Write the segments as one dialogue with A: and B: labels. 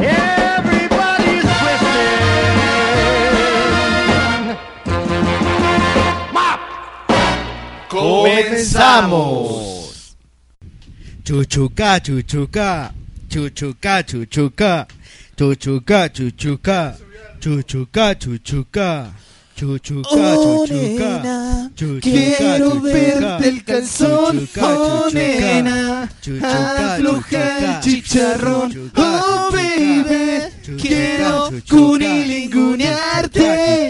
A: Everybody's twisting. Mop!
B: ¡Comenzamos! Chuchuca, chuchuca. Chuchuca, chuchuca. Chuchuca, chuchuca. Chuchuca, chuchuca. Chuchuca,
C: Oh,
B: chuchuca.
C: nena,
B: Chuchuca,
C: Quiero
B: chuchuca.
C: verte el calzón,
B: Chuchuca,
C: oh
B: chuchuca.
C: nena,
B: Chuchuca,
C: afloja
B: chuchuca.
C: el chicharrón,
B: Chuchuca,
C: oh
B: chuchuca.
C: baby,
B: Chuchuca,
C: quiero
B: chuchuca.
C: cunilingunearte,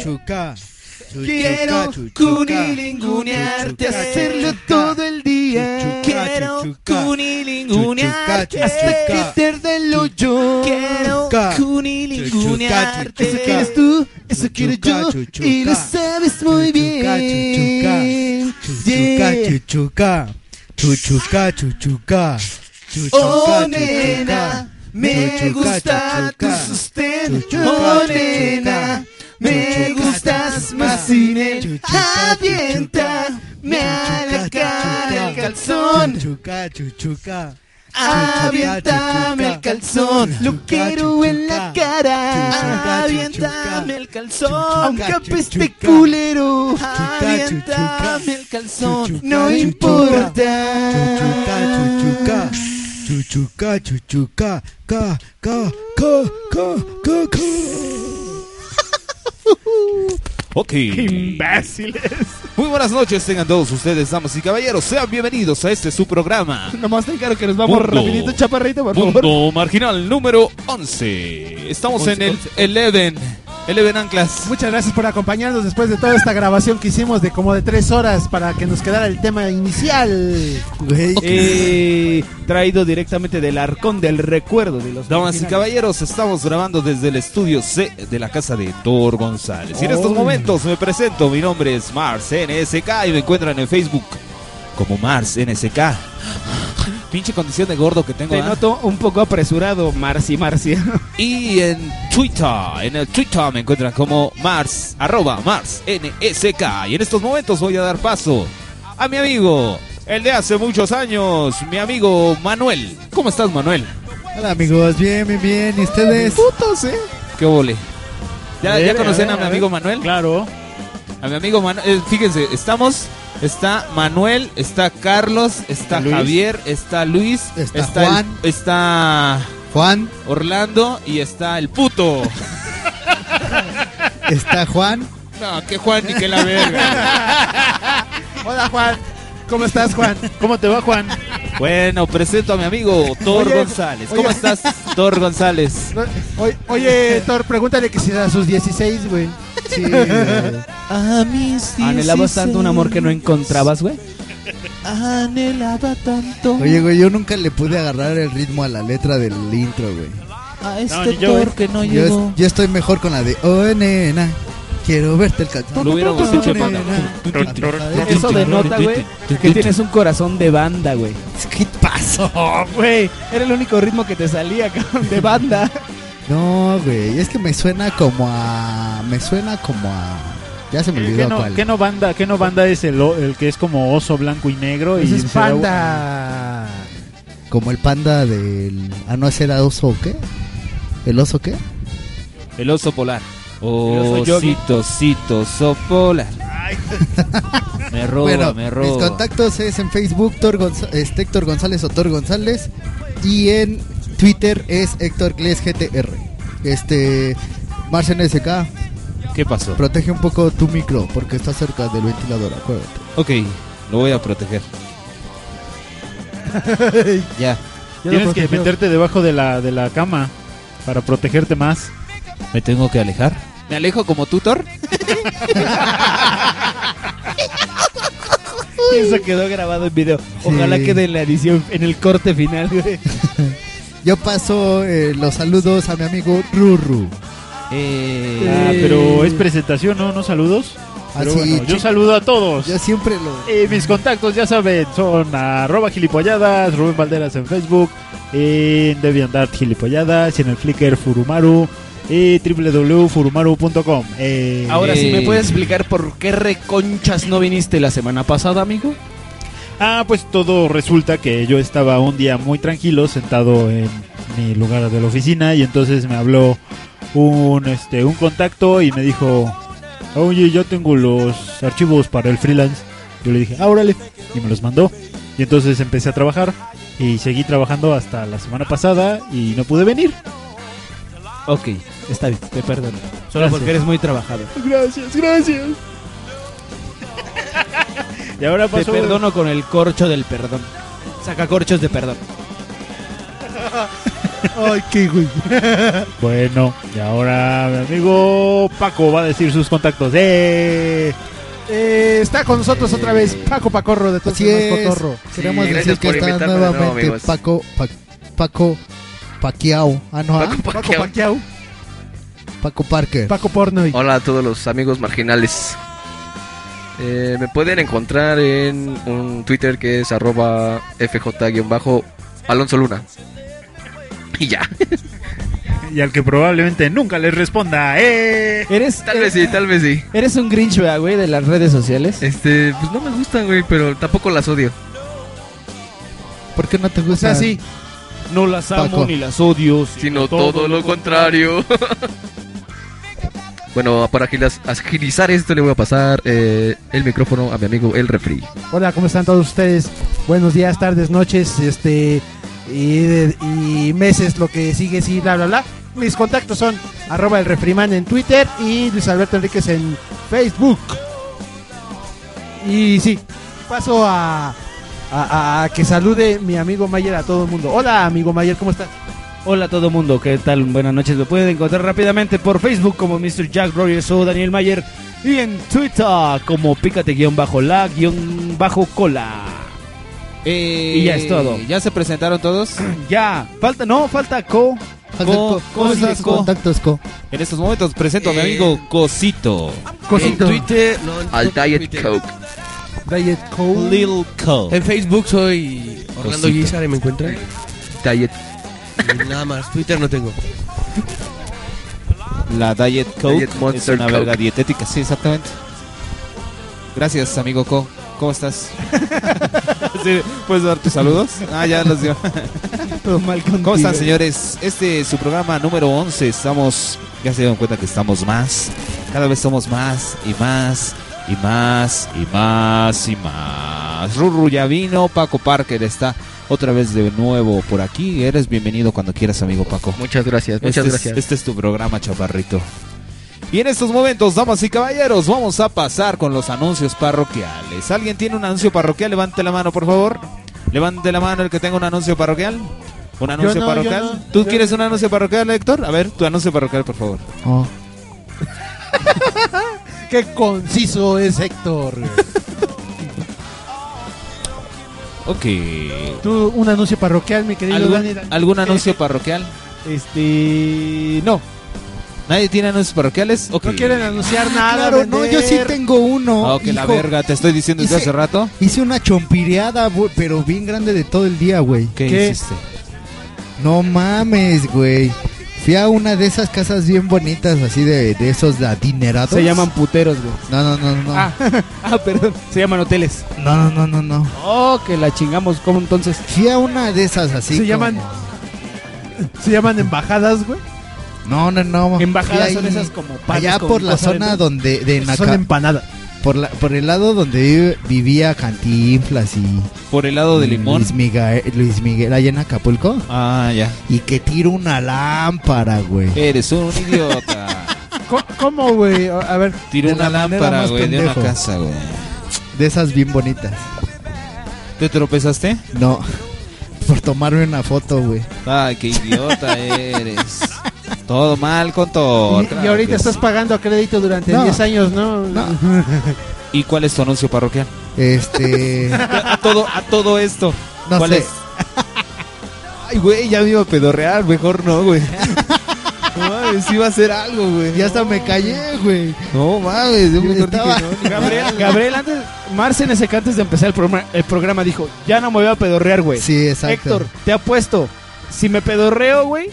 B: Chuchuca, chuchuca.
C: quiero
B: Chuchuca,
C: cunilingunearte,
B: chuchuca,
C: hacerlo
B: chuchuca.
C: todo el día,
B: Chuchuca,
C: quiero
B: chuchuca.
C: cunilingunearte,
B: Chuchuca,
C: hasta que
B: chuchuca.
C: pierda el hoyo, quiero
B: Chuchuca. Chuchuca,
C: cunilingunearte, eso
B: chuchuca.
C: quieres tú, eso quiero yo,
B: Chuchuca, chuchuca.
C: y lo sabes muy
B: Chuchuca,
C: bien,
B: chuchuca,
C: Yeah.
B: chuchuca, chuchuca, chuchuca, chuchuca, chuchuca,
C: Oh
B: chuchuca.
C: nena, me
B: Chuchuca,
C: gusta tu
B: chuchuca.
C: sostén.
B: Chuchuca,
C: Oh
B: chuchuca.
C: nena, me
B: Chuchuca,
C: gustas
B: chuchuca.
C: más sin él.
B: Chuchuca,
C: Avienta,
B: chuchuca.
C: me
B: Chuchuca,
C: alaca el
B: chuchuca.
C: calzón.
B: Chuchuca, chuchuca. chuchuca,
C: Avientame
B: chuchuca.
C: el calzón, lo
B: Chuchuca,
C: quiero en la
B: chuchuca. Chuchuca,
C: cara. Avientame
B: chuchuca.
C: el
B: Chuchuca,
C: calzón, aunque este
B: chuchuca.
C: culero.
B: Chuchuca,
C: Avientame
B: chuchuca.
C: el calzón,
B: Chuchuca,
C: no
B: chuchuca.
C: importa.
B: Chuchuca, chuchuca. Chuchuca, chuchuca. Ca, ca, ca, ca, ca, ca.
D: Ok. Muy buenas noches tengan todos ustedes, damas y caballeros. Sean bienvenidos a este su programa.
E: Nomás te encargo que nos vamos
D: Punto.
E: rapidito, chaparrito, por favor.
D: Punto marginal número 11. Estamos en el 11. 11 anclas.
E: Muchas gracias por acompañarnos después de toda esta grabación que hicimos de como de tres horas para que nos quedara el tema inicial.
B: Güey,
F: Eh, traído directamente del arcón del recuerdo de los
D: Damas y
F: originales.
D: caballeros, estamos grabando desde el estudio C de la casa de Thor González. Y en estos momentos me presento, mi nombre es Mars NSK y me encuentran en Facebook como Mars NSK. Pinche condición de gordo que tengo.
F: Te
D: ¿ah?
F: noto un poco apresurado, Marci, Marci.
D: Y en Twitter, en el Twitter me encuentran como Mars, arroba Mars NSK. Y en estos momentos voy a dar paso a mi amigo, el de hace muchos años, mi amigo Manuel. ¿Cómo estás, Manuel?
B: Hola amigos, bien, bien, bien. ¿Y ustedes?
C: ¿eh?
D: ¿Qué vole? ¿Ya,
F: A ver,
D: ya conocen
F: a
D: a,
F: ver,
D: mi
F: a
D: amigo Manuel?
F: Claro.
D: A mi amigo Manuel. eh, fíjense, estamos. Está Manuel, está Carlos, está
B: Luis.
D: Javier, está Luis,
B: Está
D: el-
B: Juan.
D: está
G: Juan,
D: Orlando y está el puto.
G: está Juan.
D: No, que Juan ni que la verga.
E: Hola, Juan. ¿Cómo estás, Juan?
F: ¿Cómo te va, Juan?
D: Bueno, presento a mi amigo Thor
E: Oye,
D: González. ¿Cómo
E: oye.
D: estás, Thor González?
E: Oye, oye, Thor, pregúntale que si a sus 16, güey.
G: Sí, güey.
C: A mis
F: ¿Anhelabas tanto un amor que no
C: 16,
F: encontrabas, güey?
C: Anhelaba tanto
G: Oye, güey, yo nunca le pude agarrar el ritmo a la letra del intro, güey.
C: a este Thor que no
G: Yo,
C: llegó.
G: es- yo estoy mejor con la de, oh, nena, quiero verte el calzón.
D: Lo hubiéramos
G: Oh,
D: hecho,
G: nena.
F: Eso denota, güey, que tienes un corazón de banda, güey.
G: ¿Qué pasó?
F: Güey, era el único ritmo que te salía, cabrón, de banda.
G: No, güey, es que me suena como a... Me suena como a... Ya se me
H: ¿Qué
G: olvidó
H: Eh, no,
G: cuál.
H: qué no banda, qué no banda es el, o- el que es como oso blanco y negro?
E: Ese
H: y
E: es
H: se da-
E: panda.
G: Como el panda del... Ah, no, ese era oso, ¿qué? ¿El oso qué?
D: El oso polar.
F: oso yogi.
D: Osito, cito, oso polar. Me roba,
G: bueno,
D: me
G: mis
D: roba.
G: contactos es en Facebook Tor Gonz- este, Héctor González o Tor González y en Twitter es Héctor Gles GTR. Este, Marcen SK,
D: ¿Qué pasó?
G: protege un poco tu micro porque está cerca del ventilador, acuérdate.
D: Ok, lo voy a proteger. ya.
E: Ya lo
H: Tienes que
E: protegió.
H: meterte debajo de la, de la cama para protegerte más.
D: ¿Me tengo que alejar? ¿Me alejo como tutor?
F: Eso quedó grabado en video. Ojalá
G: Sí.
F: quede en la edición, en el corte final, güey.
G: Yo Yo paso eh, los saludos a mi amigo Ruru.
D: Pues Eh,
H: Ah, pero es presentación, ¿no? ¿No saludos? Pero
G: Así,
H: bueno, yo
G: chi-
H: saludo a todos.
G: Yo siempre lo.
H: Eh, mis contactos, ya saben, son arroba gilipolladas, Rubén Valderas en Facebook, en DeviantArt gilipolladas, y en el Flickr Furumaru, eh, y www.furumaru.com. Eh,
F: Ahora, si me
D: Eh.
F: puedes explicar por qué reconchas no viniste la semana pasada, amigo.
H: Ah, pues todo resulta que yo estaba un día muy tranquilo sentado en mi lugar de la oficina y entonces me habló un este un contacto y me dijo, "Oye, yo tengo los archivos para el freelance." Yo le dije, "Ah, órale." Y me los mandó. Y entonces empecé a trabajar y seguí trabajando hasta la semana pasada y no pude venir.
F: Ok, está bien, te perdono. Solo
H: Gracias.
F: porque eres muy trabajador.
H: Gracias, gracias. y ahora
F: Te
H: pasó
F: perdono con el corcho del perdón. Saca corchos de perdón.
E: Ay, qué güey.
H: Bueno, y ahora mi amigo Paco va a decir sus contactos. ¡Eh!
E: Eh, está con nosotros otra vez Paco Pacorro de Todos
G: Así
E: Los
G: es.
E: Cotorro.
G: Queremos
I: Sí,
G: decir
I: gracias
G: que
I: por
G: está
I: invitarme de nuevo,
G: nuevamente
I: amigos.
G: Paco, Pa- Paco, Paquiao. Ah, no, ah,
I: Paco
E: Paco
I: Pacquiao.
E: Paquiao.
G: Paco Parker.
E: Paco Pornoy.
I: Hola a todos los amigos marginales. Eh, me pueden encontrar en un Twitter que es arroba fj-alonso luna. Y ya.
H: Y al que probablemente nunca les responda. ¡Eh!
F: Eres,
I: Tal vez sí, tal vez sí.
F: eres un Grinch, ¿verdad, güey, de las redes sociales.
I: Este, pues no me gustan, güey, pero tampoco las odio.
G: ¿Por qué no te
F: O
G: gusta?
F: sea, sí.
D: no las amo
G: Paco.
D: ni las odio,
I: Sino todo, lo contrario. bueno, para agilas- agilizar esto le voy a pasar eh, el micrófono a mi amigo el refri.
E: Hola, ¿cómo están todos ustedes? Buenos días, tardes, noches, este y, de- y meses, lo que sigue, sí, bla, bla, bla. Mis contactos son arroba el refriman en Twitter y Luis Alberto Enríquez en Facebook. Y sí, paso a, a- a- a que salude mi amigo Mayer a todo el mundo. Hola, amigo Mayer, ¿cómo estás?
F: Hola a todo mundo, ¿qué tal? Buenas noches. Me pueden encontrar rápidamente por Facebook como Mr. Jack Rogers o Daniel Mayer y en Twitter como pícate-la-cola.
D: Y
F: Y ya es todo.
D: ¿Ya se presentaron todos?
F: Ya, falta, no, falta Co.
G: Falta
D: Co-
G: Co- ¿Cómo
D: cosas,
G: sigues
D: Co.
G: contactos, Co?
D: En estos momentos presento a mi
I: Eh.
D: amigo Cosito.
E: Cosito.
I: En Twitter, al Diet Coke.
E: Diet Coke.
D: Lil Co.
J: En Facebook soy Orlando
D: Cosita.
J: Guizar y me encuentran.
I: Diet
J: Y Nada más, Twitter no tengo.
D: La Diet Coke
I: Diet Monster
D: es una
I: Coke.
D: verga dietética, sí, exactamente. Gracias, amigo Co. ¿Cómo estás? Sí, ¿Puedes dar tus saludos? Ah, ya los dio. ¿Cómo están, señores? Este es su programa número 11. Estamos, ya se dieron cuenta que estamos más. Cada vez somos más y más y más y más y más. Ruru ya vino, Paco Parker está otra vez de nuevo por aquí. Eres bienvenido cuando quieras, amigo Paco.
I: Muchas gracias, muchas
D: Este es-
I: gracias.
D: este es tu programa, chaparrito. Y en estos momentos, damas y caballeros, vamos a pasar con los anuncios parroquiales. ¿Alguien tiene un anuncio parroquial? Levante la mano, por favor. Levante la mano el que tenga un anuncio parroquial. ¿Un anuncio
E: no, yo
D: parroquial?
E: no.
D: ¿Tú
E: Yo-
D: quieres un anuncio parroquial, Héctor? A ver, tu anuncio parroquial, por favor.
G: Oh.
E: Qué conciso es Héctor.
D: Ok.
E: Tú, un anuncio parroquial, mi querido Dani.
D: ¿Algún, algún anuncio parroquial?
E: Este. No,
D: ¿Nadie tiene anuncios parroquiales? Ok.
E: no quieren anunciar nada.
G: Claro, no, yo sí
E: vender.
G: tengo uno.
D: Ah, ok, la
G: hijo.
D: verga, te estoy diciendo desde
G: Hice-
D: hace rato.
G: Hice una chompireada, bu- pero bien grande de todo el día, güey.
D: ¿Qué,
E: ¿Qué?
D: hiciste?
G: No mames, güey. Fui a una de esas casas bien bonitas, así de, de esos adinerados.
F: Se llaman puteros, güey.
G: No, no, no, no.
F: Ah, ah, perdón, se llaman hoteles.
G: No, no, no, no, no.
F: Oh, que la chingamos, ¿cómo entonces?
G: Fui a una de esas así.
E: Se
G: como-
E: llaman- Se llaman embajadas, güey.
G: No, no, no.
F: Embajadas
G: Fui
F: son
G: ahí-
F: esas como panes
G: Allá
F: con
G: por la
F: cosa
G: zona
F: adentro.
G: donde de
E: Son
G: Naca-
E: empanadas.
G: por la por el lado donde vive- vivía Cantinflas y
D: ¿Por helado de limón?
G: Luis Miguel, Luis Miguel allá en Acapulco
D: Ah, ya.
G: y que tiro una lámpara, güey.
D: Eres un idiota.
E: Co- ¿Cómo, güey? A- A ver,
D: Tiró
G: De
D: una
G: la manera
D: lámpara,
G: más
D: güey, de una
G: pendejo.
D: casa, güey.
G: De esas bien bonitas.
D: ¿Te tropezaste?
G: No. Por tomarme una foto, güey.
D: Ay, qué idiota eres. Todo mal con todo.
E: y, y ahorita estás pagando a crédito durante
G: No.
E: 10 años, ¿no?
G: No.
D: ¿Y cuál es tu anuncio parroquial?
G: Este,
D: A todo, a todo esto.
G: no
D: ¿Cuál
G: sé.
D: es? Ay, güey, ya me iba a pedorrear, mejor no, güey. No mames, iba a hacer algo, güey.
G: Ya hasta me callé, güey.
D: No mames, yo mejor dije, no, ni-
F: Gabriel, Gabriel antes, Marce en ese que antes de empezar el programa, el programa dijo, ya no me voy a pedorrear, güey.
G: Sí, exacto.
F: Héctor, te apuesto, si me pedorreo, güey,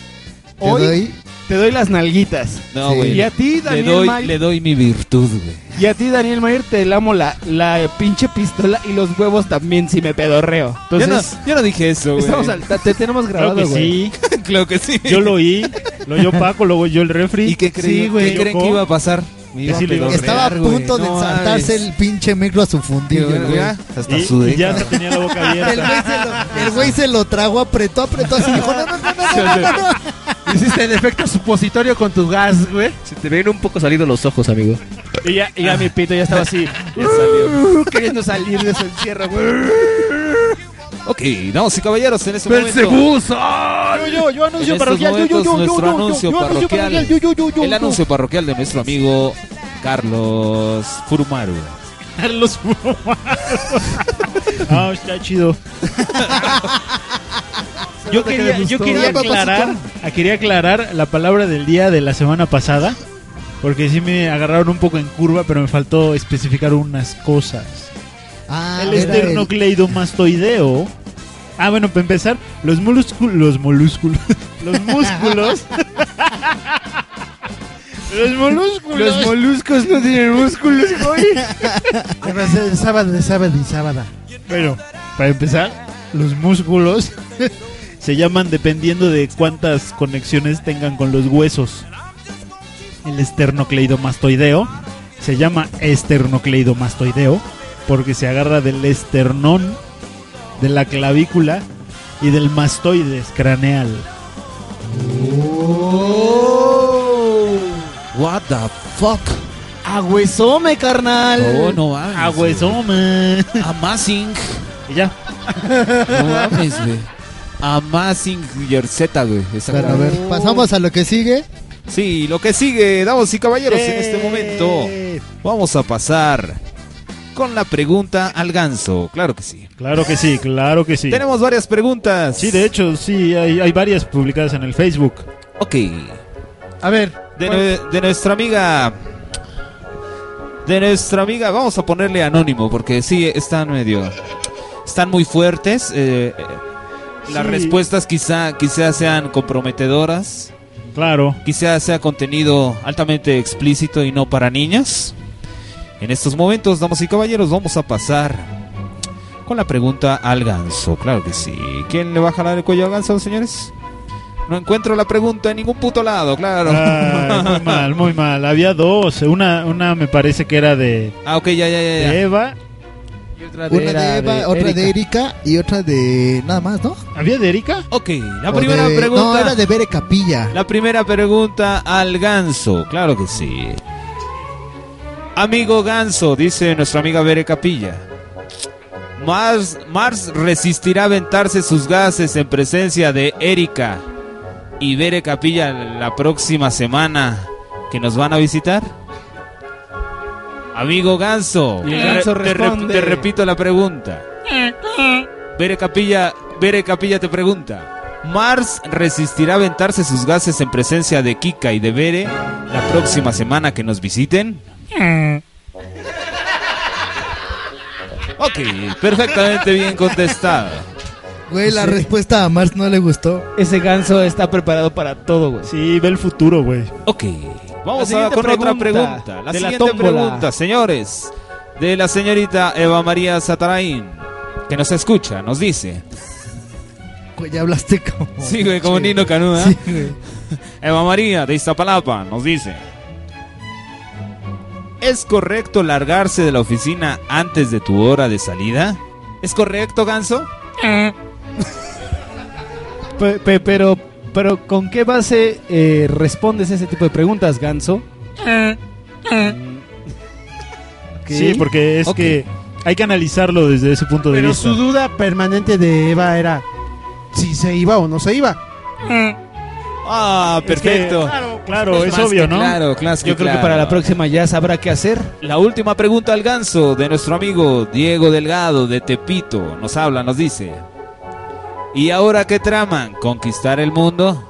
F: hoy
G: doy-
F: te doy las nalguitas.
D: No,
F: Sí.
D: güey.
F: Y a ti, Daniel
D: le doy,
F: Mayer-
D: le doy mi virtud, güey.
F: Y a ti, Daniel Mayer, te lamo la, la pinche pistola y los huevos también si me pedorreo.
D: Yo no,
F: Entonces,
D: yo no dije eso, güey.
F: estamos al- te tenemos
H: Claro
F: grabado,
H: que
F: güey.
H: sí.
D: Claro que sí.
H: Yo lo oí, lo oyó Paco, lo oyó el refri.
D: ¿Y qué creen,
H: Sí, güey.
D: qué creen que iba a pasar? Me iba
H: Que sí
D: a
H: lo iba a
D: pedorrear,
G: Estaba a
D: güey.
G: punto de
D: No
G: saltarse
D: mames.
G: el pinche micro a su fundillo,
D: Tío,
G: güey.
D: ya, Hasta
H: Y,
D: su
H: y ya
D: década.
H: tenía la boca
G: El
H: abierta.
G: güey se lo- El güey se lo tragó, apretó, apretó, así dijo, no, no, no, no, no, no, no, no.
E: Hiciste el efecto supositorio con tu gas, güey.
I: Se te ven un poco salidos los ojos, amigo.
F: Y ya, y ya mi pito ya estaba así,
E: Queriendo salir de su encierro, güey.
D: Ok, damas y caballeros, en este momento.
H: Yo, yo, yo
D: En
H: anuncio
D: estos
H: parroquial. Yo, yo,
D: momentos,
H: yo, yo,
D: nuestro anuncio
H: yo, yo, yo, anuncio
D: parroquial.
H: parroquial. Yo, yo, yo, yo.
D: El anuncio parroquial de nuestro amigo Carlos Furumaru.
H: Carlos Ah, está chido. Yo quería, yo quería
G: Ay, papacito.
H: aclarar, ah, quería aclarar la palabra del día de la semana pasada, porque sí me agarraron un poco en curva, pero me faltó especificar unas cosas.
G: Ah,
H: el
G: era
H: esternocleidomastoideo. Este Ah, bueno, para empezar, los molúsculos, los molúsculos, los músculos, los molúsculos,
F: Los moluscos no tienen músculos, güey.
E: Sábado, de sábado y sábado.
H: Bueno, para empezar, los músculos se llaman dependiendo de cuántas conexiones tengan con los huesos. El esternocleidomastoideo se llama esternocleidomastoideo porque se agarra del esternón, de la clavícula y del mastoides craneal.
D: Oh. What the fuck?
F: Agüesome, carnal.
D: Oh, no mames.
H: Ah, huesoma.
D: güey. Amazing.
H: Y ya.
D: No mames, güey. Amazing Your Z, güey.
G: Bueno, a
D: Exactamente.
G: ver, pasamos a lo que sigue.
D: Sí, lo que sigue, damas y caballeros, en este
H: Eh.
D: momento vamos a pasar con la pregunta al ganso. Claro que sí.
H: Claro que sí, claro que sí.
D: Tenemos varias preguntas.
H: Sí, de hecho, sí, hay, hay varias publicadas en el Facebook.
D: Ok. De,
E: A ver,
D: nue- de nuestra amiga. De nuestra amiga. Vamos a ponerle anónimo porque sí, están medio. Están muy fuertes. eh, eh, Las
H: Sí.
D: respuestas quizá, quizá sean comprometedoras.
H: Claro.
D: Quizá sea contenido altamente explícito y no para niñas. En estos momentos, damas y caballeros, vamos a pasar con la pregunta al ganso. Claro que sí. ¿Quién le va a jalar el cuello al ganso, señores? No encuentro la pregunta en ningún puto lado, claro.
H: Ay, muy mal, muy mal. Había dos. Una, una me parece que era de,
D: Ah, ok, ya, ya, ya. ya.
H: de Eva.
G: Una de Eva, otra de Erika y otra de nada más, ¿no?
H: ¿Había de Erika?
D: Ok, la
G: O
D: primera
G: de- No,
D: pregunta.
G: era de Bere Capilla.
D: La primera pregunta al ganso, claro que sí. Amigo ganso, dice nuestra amiga Bere Capilla. Mars, Mars resistirá aventarse sus gases en presencia de Erika y Bere Capilla la próxima semana que nos van a visitar. Amigo ganso,
F: Y el ganso
D: te, rep-
F: responde.
D: te repito la pregunta. Bere Capilla, Bere Capilla te pregunta. Mars resistirá aventarse sus gases en presencia de Kika y de Bere la próxima semana que nos visiten. Ok, perfectamente bien contestado.
G: Güey, la respuesta a Mars no le gustó.
F: Ese ganso está preparado para todo, güey.
H: Sí, ve el futuro, güey.
D: Ok, vamos
F: La
D: a
F: siguiente
D: con otra
F: pregunta,
D: pregunta. La
F: de la
D: siguiente
F: tómbola.
D: pregunta, señores, de la señorita Eva María Satarain, que nos escucha, nos dice.
G: Güey, ya hablaste como.
D: Sí, güey, como Nino Canuda.
G: Sí, güey.
D: Eva María de Iztapalapa nos dice: ¿Es correcto largarse de la oficina antes de tu hora de salida? ¿Es correcto, ganso?
F: Pe- pe- pero, pero, ¿con qué base eh, respondes ese tipo de preguntas, ganso?
H: Sí, porque es
D: Ok.
H: que hay que analizarlo desde ese punto de
E: Pero
H: vista.
E: su duda permanente de Eva era si se iba o no se iba.
D: Ah,
H: Es que-
D: perfecto.
H: claro, claro, es
D: Más
H: obvio,
D: que
H: ¿no?
D: Claro, claro.
F: Yo creo que para la próxima ya sabrá qué hacer.
D: La última pregunta al ganso de nuestro amigo Diego Delgado de Tepito nos habla, nos dice. ¿Y ahora qué traman? ¿Conquistar el mundo?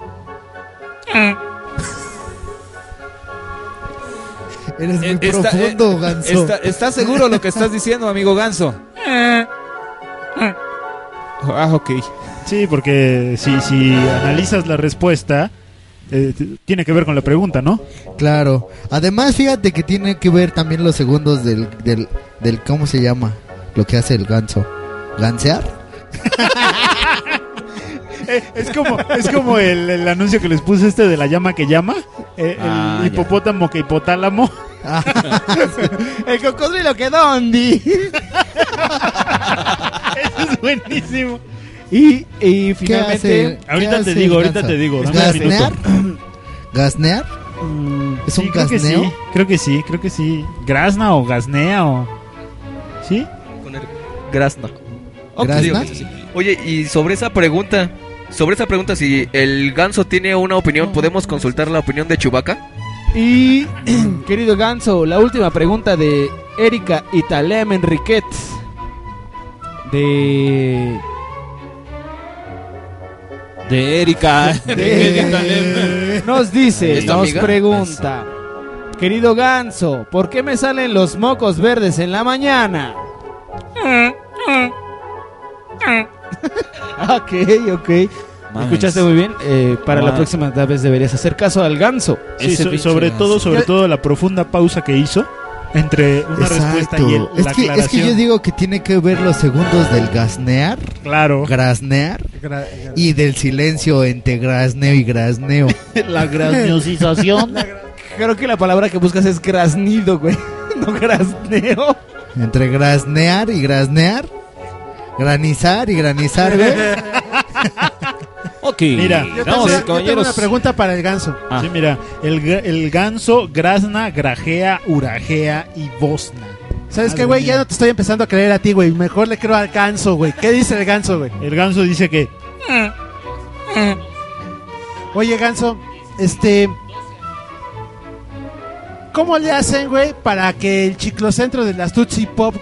G: Eres muy
D: Eh, está-
G: profundo,
D: eh,
G: Ganso.
D: está- ¿Estás seguro lo que estás diciendo, amigo Ganso? Ah, ok.
H: Sí, porque si, si analizas la respuesta, eh, t- tiene que ver con la pregunta, ¿no?
G: Claro. Además, fíjate que tiene que ver también los segundos del, del, del ¿cómo se llama? Lo que hace el ganso. ¿Gansear?
H: Eh, es como, es como el, el anuncio que les puse este de la llama que llama, eh, el
D: Ah, ya.
H: hipopótamo que hipotálamo.
G: Ah.
E: El cocodrilo que dondi.
H: Eso es buenísimo.
E: Y, y
H: hace-
E: finalmente.
H: Ahorita qué te hace digo, el ahorita ganso? te digo, dame un
G: ¿Gasnear? ¿Gasnear? ¿Es
H: Sí,
G: un
H: creo que
G: gasneo?
H: sí, creo que sí, creo que sí. Grasna o gasnea o... ¿Sí?
I: Con el Grasna.
G: Ok.
I: Te digo
G: ¿Grasna?
I: que es así. Oye, y sobre esa pregunta, sobre esa pregunta, si el ganso tiene una opinión, ¿podemos consultar la opinión de Chubaca?
F: Y, querido Ganso, la última pregunta de Erika Italem Enriquet. De.
D: De Erika.
F: Nos dice,
D: ¿Es tu
F: nos
D: amiga?
F: pregunta. Querido Ganso, ¿por qué me salen los mocos verdes en la mañana? ok, ok. ¿Me
D: Mames.
F: escuchaste muy bien? Eh, para la
D: Ma-
F: próxima tal vez deberías hacer caso al Ganso.
H: Sí,
F: Ese
H: so-
F: pinche
H: sobre
F: ganso.
H: todo, sobre
F: Yo-
H: todo la profunda pausa que hizo entre una respuesta y el- la
G: es, que, es que yo
H: aclaración.
G: digo que tiene que ver los segundos del gasnear,
H: Claro.
G: grasnear y del silencio entre grasneo y grasneo.
F: La grasneosización. Creo que la palabra que buscas es grasnido, güey. No grasneo.
G: Entre grasnear y grasnear, granizar y granizar, ¿eh? güey.
D: Ok.
H: Mira,
D: Mira,
H: yo
D: vamos,
H: tengo- yo
E: Tengo
D: caballeros.
E: una pregunta para el ganso.
D: Ah.
H: Sí, mira, el, gra- el ganso grasna, grajea, urajea y bosna.
E: ¿Sabes
H: Madre
E: qué, güey?
H: mía.
E: Ya no te estoy empezando a creer a ti, güey. Mejor le creo al ganso, güey. ¿Qué dice el ganso, güey? Eh.
H: El ganso dice que
E: Oye, ganso, este. ¿Cómo le hacen, güey, para que el chiclocentro de las Tutsi Pop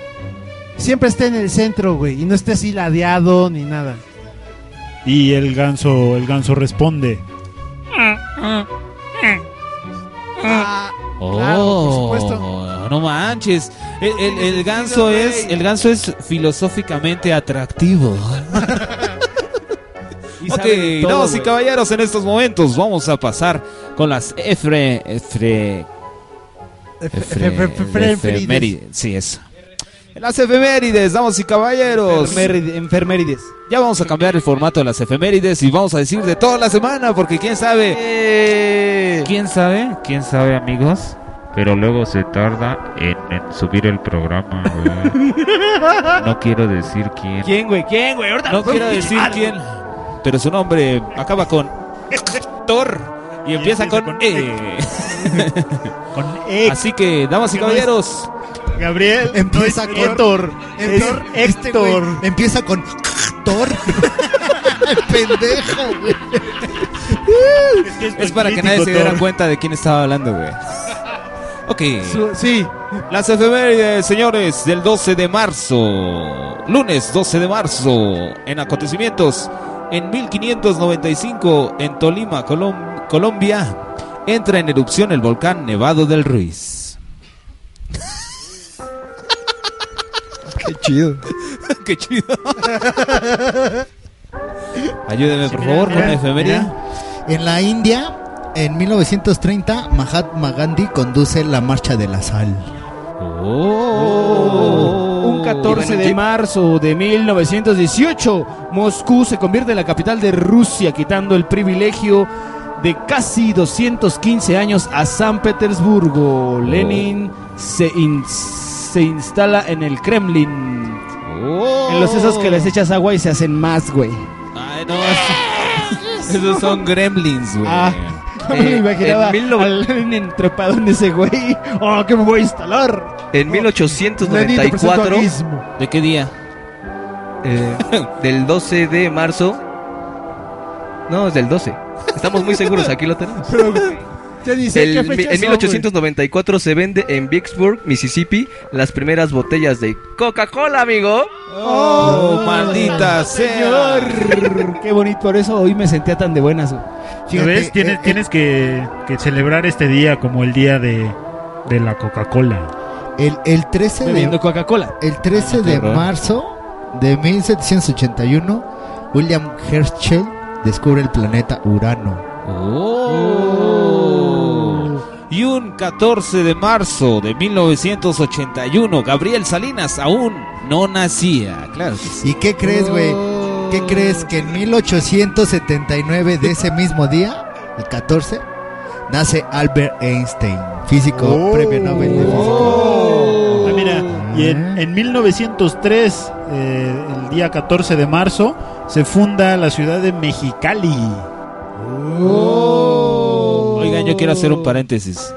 E: siempre esté en el centro, güey? Y no esté así ladeado ni nada.
H: y el ganso, el ganso responde.
D: Oh,
E: Claro, por supuesto.
D: no manches. El, el- el ganso es, el ganso es filosóficamente atractivo.
F: Y
D: Ok,
F: sabe de todo,
D: damas y
F: güey.
D: caballeros, en estos momentos vamos a pasar con las efre, efre, efre- efemérides. Sí, eso. Las efemérides, damas y caballeros.
F: Enfermeri- Enfermerides.
D: Ya vamos a cambiar el formato de las efemérides y vamos a decir de toda la semana, porque quién sabe. ¿Quién sabe? ¿Quién sabe, amigos?
K: Pero luego se tarda en, en subir el programa, güey. No quiero decir quién.
F: ¿Quién, güey? ¿Quién, güey? Ahorita
D: No
F: nos
D: quiero
F: vamos a
D: decir
F: pichar.
D: quién, pero su nombre acaba con Thor y empieza con, E.
H: Con E,
D: Así que, damas y
H: Que no es-
D: caballeros,
H: Gabriel.
G: Empieza
H: no
G: con-
H: es Héctor. Es
G: Héctor, este,
H: Héctor.
G: güey, Empieza con Thor. Pendejo, güey.
H: Es que es
D: es para que nadie se
H: político,
D: diera
H: Thor.
D: cuenta de quién estaba hablando, güey. Ok,
E: Su- sí,
D: las efemérides, señores, del 12 de marzo, lunes 12 de marzo, en acontecimientos, en 1595, en Tolima, Colom- Colombia, entra en erupción el volcán Nevado del Ruiz.
G: Qué chido.
D: Qué chido. Ayúdeme, por
H: mira,
D: favor, con
H: mira,
D: la efeméride.
G: mira. En la India, en 1930, Mahatma Gandhi conduce la marcha de la sal.
D: Oh.
F: Un 14 de marzo de 1918, Moscú se convierte en la capital de Rusia, quitando el privilegio de casi 215 años a San
I: Oh.
F: Petersburgo. Lenin se, in- se instala en el Kremlin.
D: Oh.
F: En los esos que les echas agua y se hacen más, güey.
D: Ay, no. es- Esos son gremlins, güey.
F: Ah. No me
I: Eh,
F: lo imaginaba
I: en mil no-
F: al Lenin trepado en ese güey. ¡Oh, que me voy a instalar!
I: En
E: Lenin representó
I: 1894,
E: aguismo.
D: ¿De qué día?
I: eh, del 12 de marzo. No, es del 12. Estamos muy seguros, aquí lo tenemos.
E: Pero, Ya ni sé
I: El
E: qué
I: mi-
E: fechas
I: en
E: son,
I: 1894 se vende en Vicksburg, Mississippi, las primeras botellas de Coca-Cola, amigo.
D: Oh, maldita
F: señor. Qué bonito, por eso hoy me sentía tan de buenas. güey.
H: ¿Lo
G: eh,
H: ves? Tienes, tienes que, que celebrar este día como el día de, de la Coca-Cola.
G: El, el 13 de
H: Bebiendo
F: Coca-Cola.
G: El 13 de
H: terror.
G: marzo de 1781, William Herschel descubre el planeta Urano.
D: Y un 14 de marzo de 1981, Gabriel Salinas aún no nacía. Claro que sí.
G: ¿Y qué crees, güey? ¿Qué crees que en 1879 de ese mismo día, el 14, nace Albert Einstein, físico,
E: Oh.
G: premio Nobel de física?
H: Ah, mira, y
G: Ah.
H: en, en 1903, eh, el día 14 de marzo, se funda la ciudad de Mexicali.
F: Oh.
D: Oigan, yo quiero hacer un paréntesis.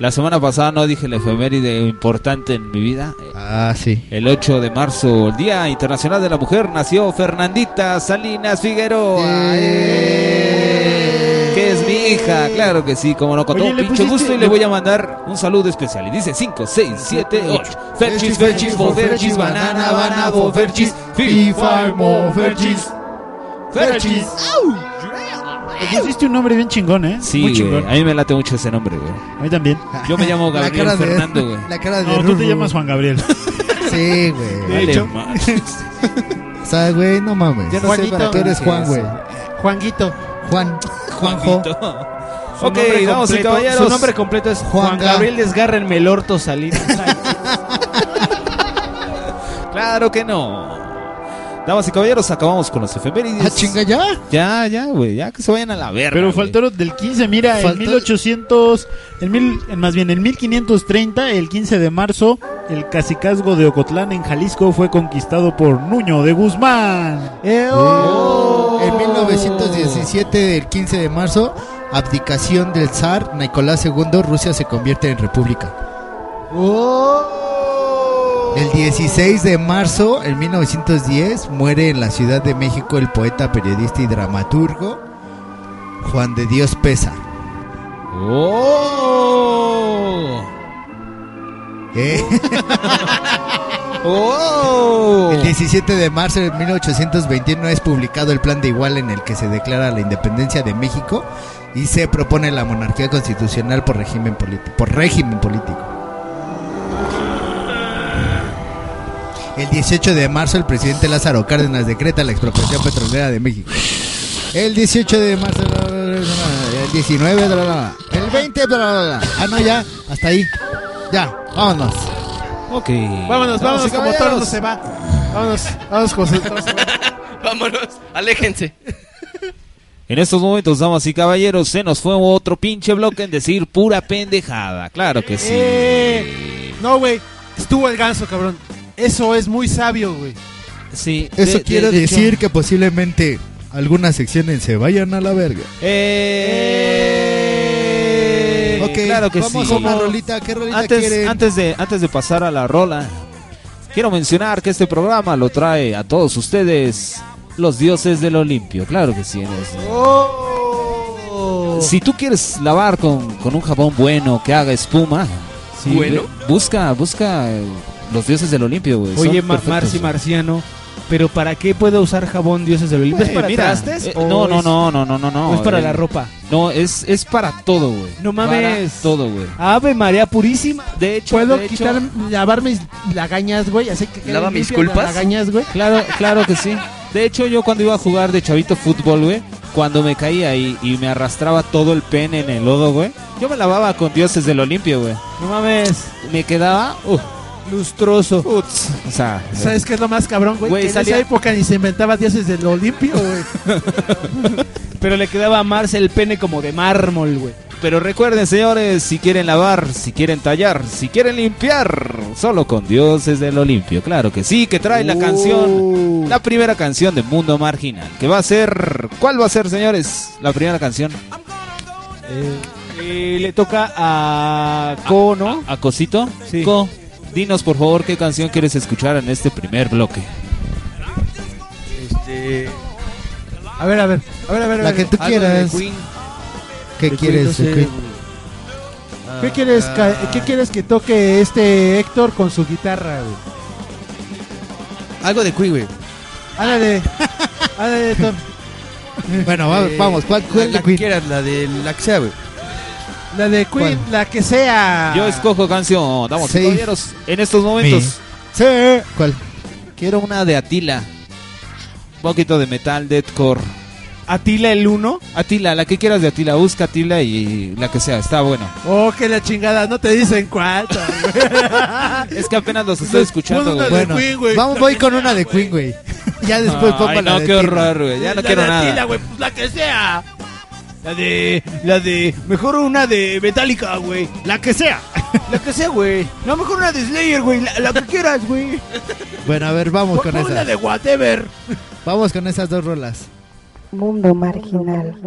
D: La semana pasada no dije la efeméride importante en mi vida.
G: Ah, sí.
D: El 8 de marzo, el Día Internacional de la Mujer, nació Fernandita Salinas Figueroa. ¡Eh! Que es mi hija, claro que sí, como no, con
F: Oye,
D: todo
F: ¿le
D: pinche
F: pusiste-
D: gusto y
F: le-
D: le voy a mandar un saludo especial. Y dice 5, 6, 7, 8. Ferchis, Ferchis, Boferchis, Banana, Banana, Boferchis, FIFA, Boferchis, Ferchis.
H: Pues Hiciste un nombre bien chingón, ¿eh?
D: Sí,
H: Muy
D: güey,
H: chingón.
D: a mí me late mucho ese nombre, güey.
H: A mí también.
D: Yo me llamo
H: La
D: Gabriel
H: cara de-
D: Fernando, güey.
G: La cara de
H: No, tú te
G: Ruru.
H: llamas Juan Gabriel.
G: Sí, güey.
D: Vale,
G: hecho.
D: ma-
G: O sea, güey, no mames.
E: Ya no sé para
G: Juanito, tú
E: qué
G: eres
E: dije
G: Juan,
E: eso.
G: güey.
E: Juanguito.
G: Juan. Juanjo.
E: Su
D: Ok,
E: nombre
D: damas y
E: completo-
D: caballeros.
E: Su nombre completo es Juan,
F: Juan
E: Gabriel
F: Gabriel Desgarren el orto Salinas.
D: Claro que no. Damas y caballeros, acabamos con los efemérides. Ah, chinga,
G: ya.
D: Ya, ya, güey, ya que se vayan a la verga.
H: Pero
D: güey.
H: faltaron del 15, mira, en
D: Faltó-
H: 1800, en mil, en más bien en 1530, el 15 de marzo, el cacicazgo de Ocotlán en Jalisco fue conquistado por Nuño de Guzmán.
G: Eh, En 1917, el 15 de marzo, abdicación del zar Nicolás II, Rusia se convierte en república. El 16 de marzo, en 1910, muere en la Ciudad de México el poeta, periodista y dramaturgo Juan de Dios Pesa.
D: ¡Oh!
G: ¿Eh?
D: ¡Oh!
G: El 17 de marzo de 1821 es publicado el Plan de Iguala en el que se declara la independencia de México y se propone la monarquía constitucional por régimen político. Por régimen político. El 18 de marzo el presidente Lázaro Cárdenas decreta la expropiación petrolera de México. El 18 de marzo, el 19, el 20, ah no ya, hasta ahí, ya, vámonos.
D: Ok.
G: Damas
E: Vámonos, vámonos,
G: y
E: como
G: caballeros.
E: todo se va. Vámonos, vámonos, José.
I: Vámonos, aléjense.
D: En estos momentos, damas y caballeros, se nos fue otro pinche bloque en decir pura pendejada. Claro que sí.
E: Eh, no, güey. Estuvo el ganso, cabrón. Eso es muy sabio, güey.
D: Sí.
G: Eso quiere decir que posiblemente algunas secciones se vayan a la verga.
D: Eh.
G: Ok,
D: claro que
G: vamos
D: sí.
G: a una rolita. ¿Qué rolita
D: antes,
G: quieren?
D: antes de, antes de pasar a la rola, quiero mencionar que este programa lo trae a todos ustedes los dioses del Olimpio. Claro que sí. en eso.
E: Oh.
D: Si tú quieres lavar con, con un jabón bueno que haga espuma, sí,
F: Bueno.
D: ve- busca, busca eh, los dioses del Olimpio. güey, son
F: Oye, Ma-
D: perfectos,
F: Marci
D: güey.
F: Marciano, ¿pero para qué puedo usar jabón dioses del Olimpo? ¿Es
D: Eh,
F: para
D: mira,
F: trastes?
D: eh,
F: o
D: no, no,
F: es-
D: no, no, no, no, no.
F: o es para
D: eh,
F: la ropa?
D: No, es, es para todo, güey.
F: No
D: Para
F: mames.
D: todo, güey.
F: Ave María Purísima.
D: De hecho,
E: ¿Puedo
D: de hecho-
E: quitar, lavar mis lagañas, güey? Así que queden
D: ¿Lava mis
E: limpias las
D: culpas?
E: Lagañas, güey.
D: Claro, claro que sí. De hecho, yo cuando iba a jugar de chavito fútbol, güey, cuando me caía y, y me arrastraba todo el pene en el lodo, güey, yo me lavaba con dioses del Olimpio, güey.
E: No mames.
D: Me quedaba, uh,
E: Lustroso.
D: o sea,
E: ¿Sabes qué es lo más cabrón, güey?
D: Güey,
E: Que en
D: salía-
E: esa época ni se inventaba dioses del Olimpio, güey.
F: Pero le quedaba a Marce el pene como de mármol, güey.
D: Pero recuerden, señores, si quieren lavar, si quieren tallar, si quieren limpiar, solo con dioses del Olimpio, claro que sí, que trae la
E: Uh.
D: canción, la primera canción de Mundo Marginal, que va a ser, ¿cuál va a ser, señores? La primera canción.
F: Y le toca a Co, ¿no?
D: Eh, ¿A Cosito? Co, dinos por favor qué canción quieres escuchar en este primer bloque.
J: Este.
E: A ver, a ver, a ver, a ver.
G: Este, La que tú
J: algo de
G: quieras.
J: Queen.
G: ¿Qué
C: De
G: quieres,
C: Queen, no sé,
G: Queen?
C: güey.
E: ¿Qué
C: Ah,
E: quieres, ca-
C: ah,
E: ¿Qué quieres que toque este Héctor con su guitarra, güey?
C: Algo de Queen, güey.
E: Ándale. Ándale, Tom.
G: Bueno,
E: Eh,
G: va- vamos, ¿cuál- cuál
C: la,
G: de
C: la
G: Queen?
C: que quieras, la de la que sea, güey.
E: La de Queen, la que sea.
D: Yo escojo canción. Vamos,
G: Save
D: caballeros, en estos momentos.
G: ¿Cuál?
D: Quiero una de Atila. Un poquito de metal, deathcore.
L: ¿Atila el 1?
D: Atila, la que quieras de Atila. Busca Atila y la que sea. Está bueno.
E: Oh, que la chingada, no te dicen cuánto.
D: Es que apenas los estoy escuchando, güey.
G: Bueno, vamos, voy con una de Queen, güey. Ya después pongo
D: Ay,
G: la
D: no,
G: de
D: qué
G: Tina.
D: horror, güey. Ya no quiero nada.
L: güey, pues la que sea. La de. La de. Mejor una de Metallica, güey. La que sea. La que sea, güey. No, mejor una de Slayer, güey. La, la que quieras, güey.
G: Bueno, a ver, vamos
L: Pon
G: con
L: una de
G: esas.
L: whatever.
G: Vamos con esas dos rolas.
M: Mundo marginal.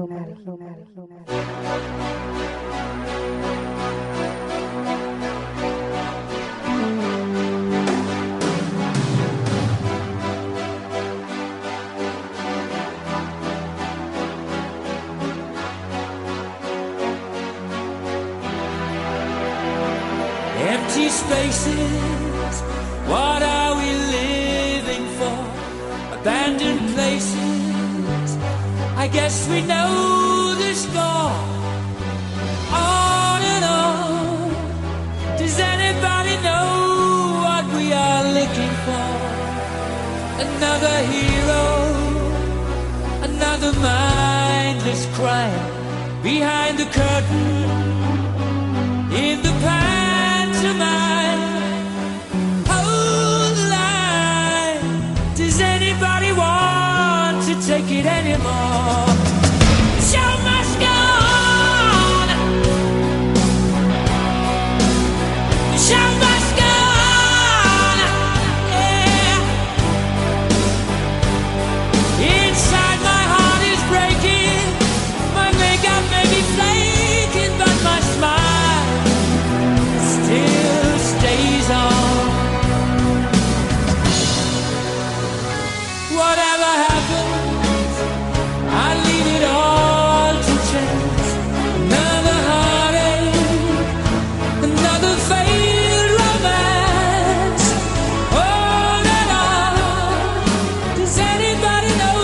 N: Empty spaces, what are we living for? Abandoned places, I guess we know the score. On and on, does anybody know what we are looking for? Another hero, another mindless crime behind the curtain in the pantomime. Hold the line. Does anybody want to take it anymore? Show must go on. The show must go on. Yeah. Inside my heart is breaking. My makeup may be flaking, but my smile still stays on. Whatever happens, I leave it all to chance. Another heartache, another failed romance. On and on. Does anybody know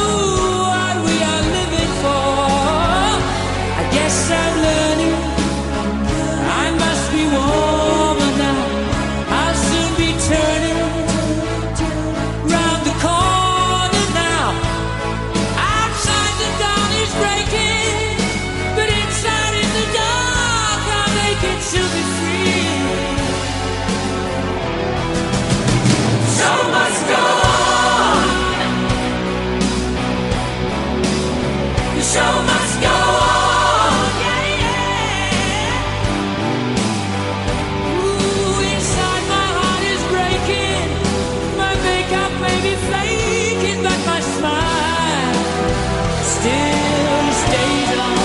N: what we are living for? I guess I'm learning. I must be warmer now. I'll soon be turning round the corner now. Outside the dawn is breaking, but inside in the dark, I'll make it to be free. So must go on. The show must go on. Yeah, yeah. Ooh, inside my heart is breaking. My makeup may be flaking, but my smile still stays on.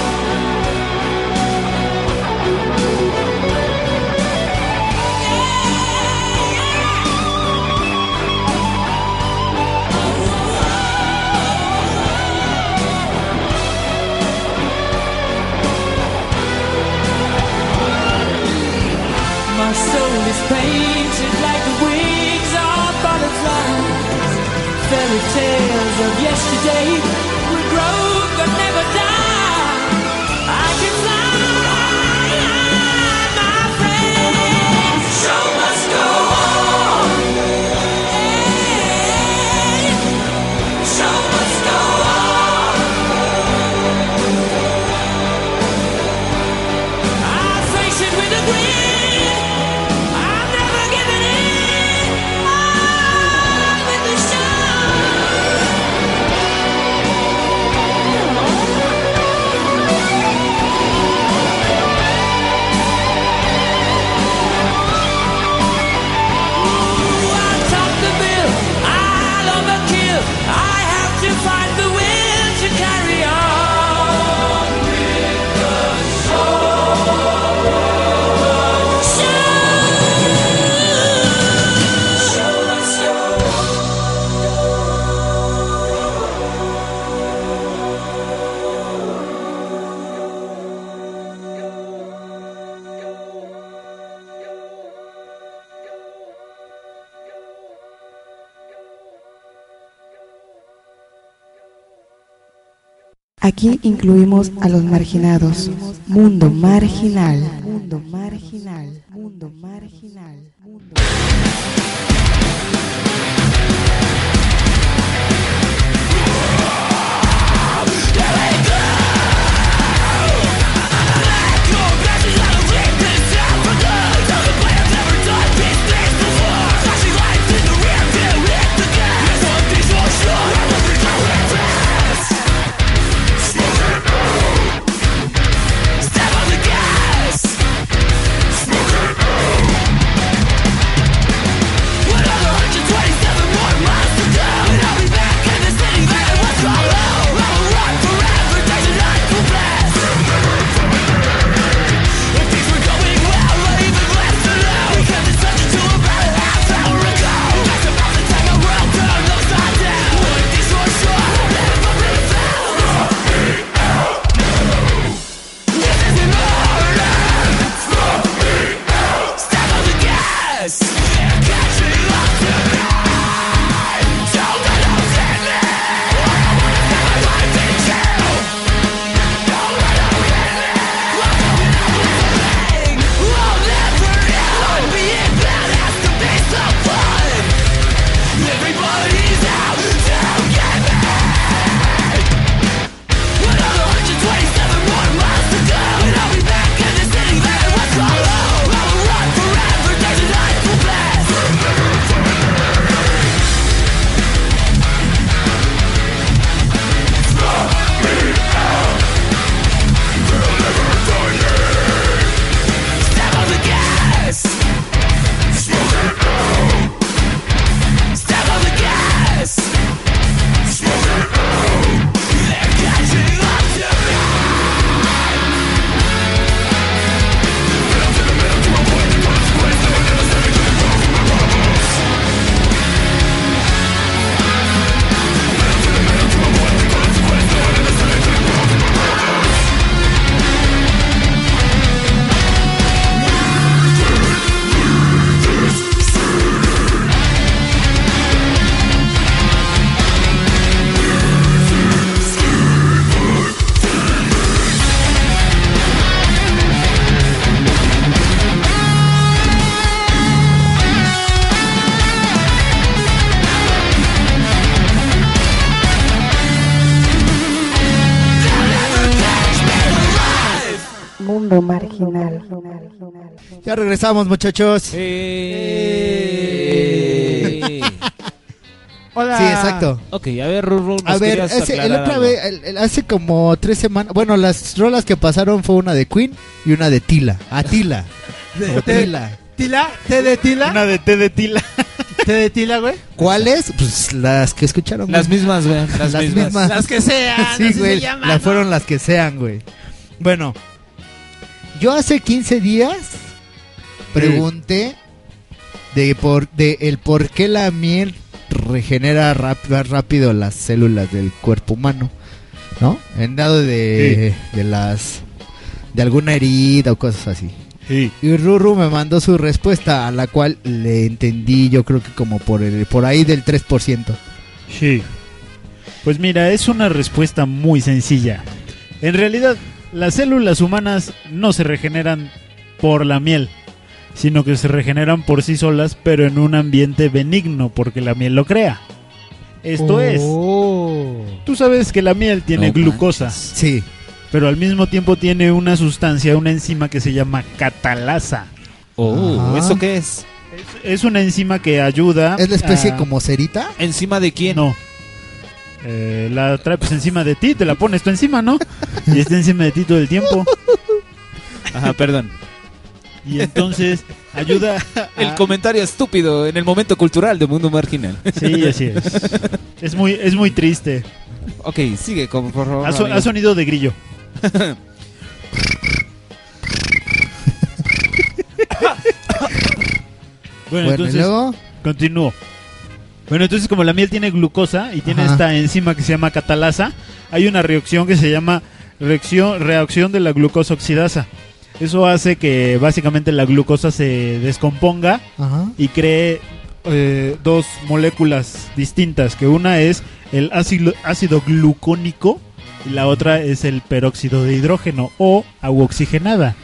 N: My soul is painted like the wings of butterflies. Fairy tales of yesterday will grow but never die. I can fly, my friend. Show must go on. Yeah. Show must go on. I face it with a grin. I'm never giving in. I'm in the show.
C: Aquí incluimos a los marginados. Mundo marginal.
L: Mundo marginal, mundo marginal.
C: Mundo marginal.
G: Ya regresamos, muchachos. Eh,
E: Eh, Hola.
G: Sí, exacto.
D: Ok, a ver, Rurru, nos
G: A ver,
D: querías
G: hace, el
D: aclarar
G: otra
D: algo.
G: vez, el- el- hace como tres semanas. Bueno, las rolas que pasaron fue una de Queen y una de Tila. Atila. O Tila.
E: ¿Tila? ¿Té de tila? Una
H: de té de tila.
E: ¿Té de tila, güey?
G: ¿Cuáles? Pues las que escucharon. güey.
D: Las mismas, güey. Las, mismas.
E: Las que sean,
G: Sí,
E: así se
G: güey.
E: llaman,
G: Las
E: Ah, ¿no?
G: fueron las que sean, güey. Bueno, yo hace 15 días pregunté de por de el por qué la miel regenera ráp- más rápido las células del cuerpo humano, ¿no? En dado de, de las de alguna herida o cosas así. Y Ruru me mandó su respuesta a la cual le entendí, yo creo que como por el por ahí del 3%.
H: Sí. Pues mira, es una respuesta muy sencilla. En realidad, las células humanas no se regeneran por la miel, sino que se regeneran por sí solas, pero en un ambiente benigno, porque la miel lo crea. Esto
E: Oh.
H: es. Tú sabes que la miel tiene
G: No
H: glucosa.
G: Sí.
H: Pero al mismo tiempo tiene una sustancia, una enzima que se llama catalasa.
D: Oh, Ajá. ¿eso qué es?
H: Es una enzima que ayuda.
G: ¿Es la especie
H: a-
G: como cerita?
D: ¿Encima de quién?
H: No. Eh, la traes pues, encima de ti, te la pones tú encima, ¿no? Y está encima de ti todo el tiempo.
D: Ajá, perdón.
H: Y entonces ayuda.
D: El comentario estúpido en el momento cultural de Mundo Marginal.
H: Sí, así es. Es muy, es muy triste.
D: Ok, sigue, como por favor.
H: Ha, so-
D: amigo.
H: ha sonido de grillo.
G: Bueno,
H: bueno, entonces.
G: ¿y luego?
H: Continúo. Bueno, entonces, como la miel tiene glucosa y tiene
G: Ajá.
H: esta enzima que se llama catalasa, hay una reacción que se llama reacción, reacción de la glucosa oxidasa. Eso hace que básicamente la glucosa se descomponga
G: Ajá.
H: y cree eh, dos moléculas distintas, que una es el ácido, ácido glucónico y la otra es el peróxido de hidrógeno o agua oxigenada.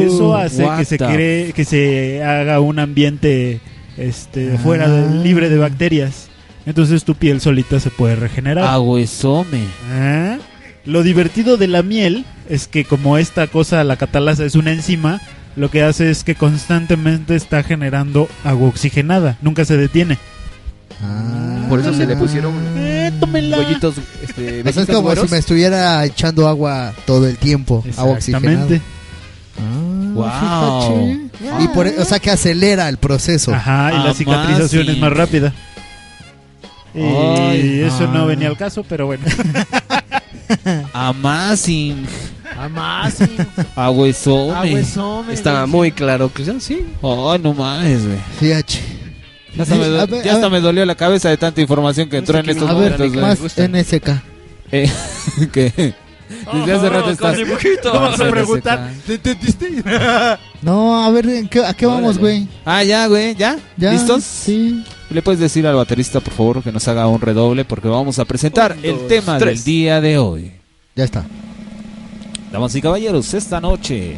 H: Eso hace
G: Uh, What
H: que se
G: the-
H: cree que se haga un ambiente este fuera
G: Ah.
H: de- libre de bacterias. Entonces tu piel solita se puede regenerar.
G: Ah,
D: Agüesome.
H: Ah. Lo divertido de la miel es que como esta cosa, la catalasa, es una enzima, lo que hace es que constantemente está generando agua oxigenada, nunca se detiene. Ah. Eh,
I: Por eso se le pusieron
J: Pollitos, este,
G: Ah. Pues es
J: vasitos
G: como
J: güeros.
G: si me estuviera echando agua todo el tiempo. Agua oxigenada.
H: Exactamente.
G: Wow. Y por, e, o sea que acelera el proceso.
H: Ajá, y
G: Ah,
H: la cicatrización es más rápida. Y
G: Ay,
H: eso
G: ah.
H: no venía al caso, pero bueno.
D: Amazing.
E: Amazing.
D: Agüesome.
E: Agüesome,
I: Está muy claro que sí.
D: Oh, no mames, güey. Ya hasta, me, do-
G: A ver,
D: ya
G: a
D: hasta me dolió la cabeza de tanta información que entró en estos
G: a ver,
D: momentos, güey.
G: más NSK.
D: Eh, que desde hace rato
G: con
D: estás...
G: dibujito.
E: Vamos a
D: NSK.
E: preguntar. ¿Te entendiste?
G: No, a ver, ¿en qué- ¿a qué vamos, güey?
D: Ah, ya, güey, ¿ya?
G: Ya,
D: ¿Listos?
G: Sí.
D: ¿Le puedes decir al baterista, por favor, que nos haga un redoble? Porque vamos a presentar
G: Un,
D: el
G: dos,
D: tema
G: tres.
D: del día de hoy.
G: Ya está.
D: Damas y caballeros, esta noche,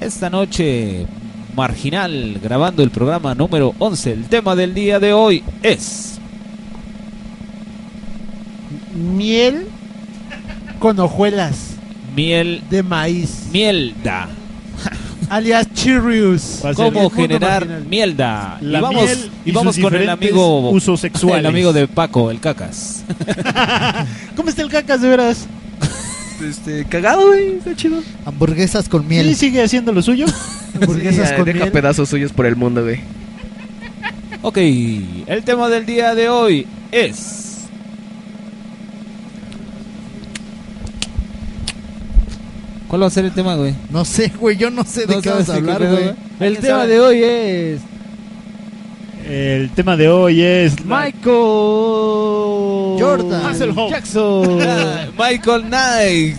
D: esta noche, Marginal, grabando el programa número 11, el tema del día de hoy es...
E: Miel con hojuelas.
D: Miel
E: de maíz.
D: Mielda.
E: Alias Cheerios.
D: ¿Cómo generar mielda?
E: La
D: y vamos,
E: miel
D: y
E: y
D: vamos
E: sus
D: con el
E: diferentes
D: amigo
E: usos sexuales.
D: El amigo de Paco, el cacas.
E: ¿Cómo está el cacas de veras?
I: Este, cagado, güey, está chido.
G: Hamburguesas con miel.
E: Sí, sigue haciendo lo suyo.
I: Hamburguesas
D: con
I: Deja
D: miel.
I: pedazos suyos por el mundo, güey.
D: Ok, el tema del día de hoy es. ¿Cuál va a ser el tema, güey?
G: No sé, güey, yo no sé de qué vas a hablar, güey.
F: El tema de hoy es
H: El tema de hoy es la-
F: Michael
H: Jordan. Hasselhoff.
F: Jackson.
D: Michael Knight.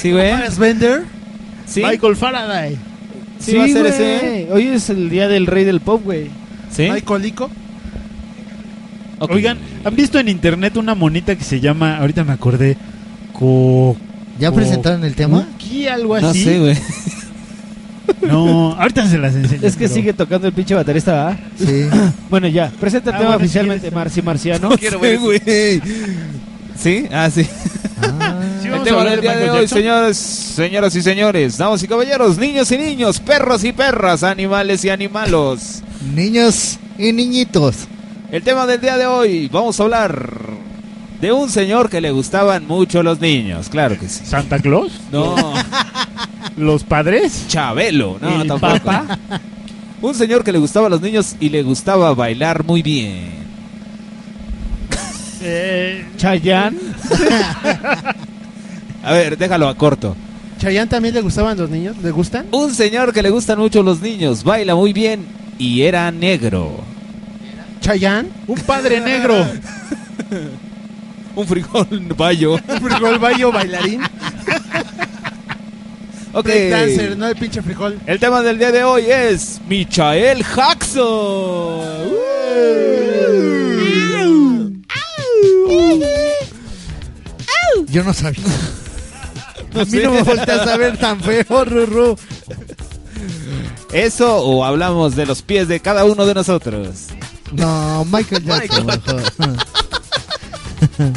D: ¿Sí, güey?
E: Bender.
D: ¿Sí?
H: Michael Faraday.
F: Sí, va a ser
E: ¿eh?
F: ese. Hoy es el día del rey del pop, güey.
D: ¿eh? ¿Sí?
E: Michael Ico.
H: Oigan, ¿han visto en internet una monita que se llama, ahorita me acordé, Co...
G: ¿Ya
H: co-
G: presentaron el tema?
F: Aquí algo
H: No
F: así.
H: sé, güey. No, ahorita se las enseño.
F: Es que sigue tocando el pinche baterista, ¿verdad?
G: Sí.
F: bueno, ya. Presenta el
H: Ah,
F: tema
H: bueno,
F: oficialmente, Marci Marciano.
D: Quiero ver Sí, ¿Sí? Ah, sí. el tema del día de hoy, señores, señoras y señores, damas y caballeros, niños y niños, perros y perras, animales y animalos.
G: Niños y niñitos.
D: El tema del día de hoy, vamos a hablar de un señor que le gustaban mucho los niños, claro que sí.
H: ¿Santa Claus?
D: No.
H: ¿Los padres?
D: Chabelo, no,
H: ¿El
D: tampoco. Un señor que le gustaba a los niños y le gustaba bailar muy bien.
E: Eh,
F: Chayanne.
D: A ver, déjalo a corto.
E: ¿Chayanne también le gustaban los niños? ¿Le gustan?
D: Un señor que le gustan mucho los niños, baila muy bien y era negro.
E: ¿Chayanne?
H: Un padre negro.
D: Un frijol bayo.
E: Un frijol bayo bailarín.
D: Ok.
E: Dancer, no el pinche frijol.
D: El tema del día de hoy es Michael Jackson.
G: Yo no sabía.
D: No
G: a mí
D: sé.
G: no me volteas a ver tan feo, Ruru.
D: ¿Eso o hablamos de los pies de cada uno de nosotros?
G: No, Michael Jackson.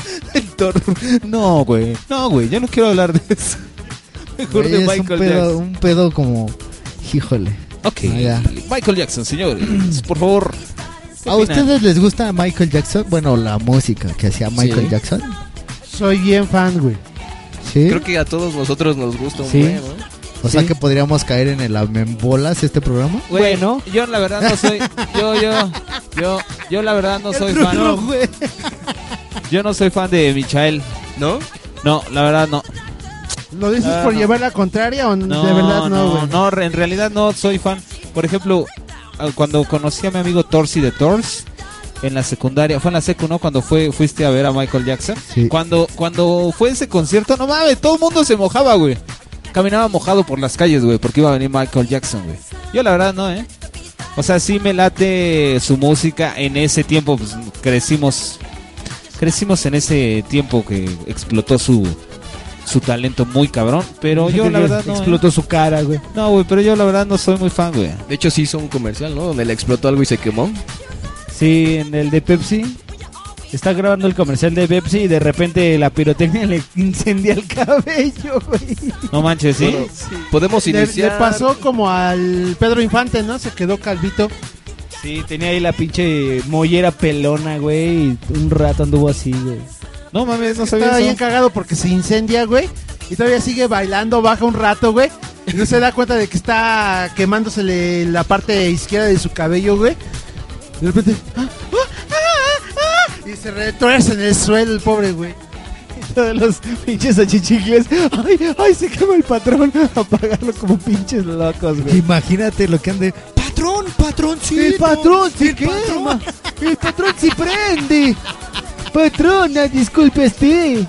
G: mejor.
D: No, güey. No, güey. Yo no quiero hablar de eso. Mejor
G: Güey,
D: de
G: es un
D: Michael
G: pedo,
D: Jackson.
G: un pedo como. Híjole.
D: Ok.
G: Ah, ya.
D: Michael Jackson, señores. Por favor. ¿qué
G: ¿A
D: opinan?
G: ustedes les gusta Michael Jackson? Bueno, la música que hacía Michael
D: Sí.
G: Jackson.
E: Soy bien fan, güey.
G: Sí.
I: Creo que a todos nosotros nos gusta un
G: Sí.
I: buen, ¿no?
G: O sea que podríamos caer en el amembolas este programa.
D: Güey, Yo la verdad no soy. Yo, yo. Yo, yo la verdad no soy fan. Yo no soy fan de Michael.
I: ¿No?
D: No, la verdad no.
E: ¿Lo dices
D: Ah,
E: por
D: no.
E: llevar la contraria o
D: No,
E: de verdad no, güey?
D: no, no, re- en realidad no soy fan. Por ejemplo, ah, cuando conocí a mi amigo Torsi de Tors en la secundaria, fue en la secu, ¿no? Cuando fue, fuiste a ver a Michael Jackson. Cuando, cuando fue ese concierto, no mames, todo el mundo se mojaba, güey. Caminaba mojado por las calles, güey, porque iba a venir Michael Jackson, güey. Yo la verdad no, ¿eh? O sea, sí me late su música. En ese tiempo pues, crecimos. Crecimos en ese tiempo que explotó su, su talento muy cabrón. Pero yo, la verdad, no. eh.
E: Explotó su cara, güey.
D: No, güey, pero yo la verdad no soy muy fan, güey.
I: De hecho, sí hizo un comercial, ¿no? Donde le explotó algo y se quemó.
F: Sí, en el de Pepsi. Está grabando el comercial de Pepsi y de repente la pirotecnia le incendia el cabello, güey.
D: No manches, sí.
I: Bueno, Podemos
E: Le,
I: iniciar.
E: le pasó como al Pedro Infante, ¿no? Se quedó calvito.
F: Sí, tenía ahí la pinche mollera pelona, güey. y un rato anduvo así, güey.
D: No mames, no
E: Estaba bien cagado porque se incendia, güey. Y todavía sigue bailando, baja un rato, güey. Y no se da cuenta de que está quemándosele la parte izquierda de su cabello, güey. De repente. ¡ah! ¡ah! ¡ah! ¡ah! Y se retuerce en el suelo el pobre, güey.
F: Todos los pinches achichicles. Ay, ay, se quema el patrón. Apagarlo como pinches locos, güey.
G: Imagínate lo que han de.
E: Patrón, patrón, El patrón se quema. El patrón se prende. Patrona, disculpe este. usted.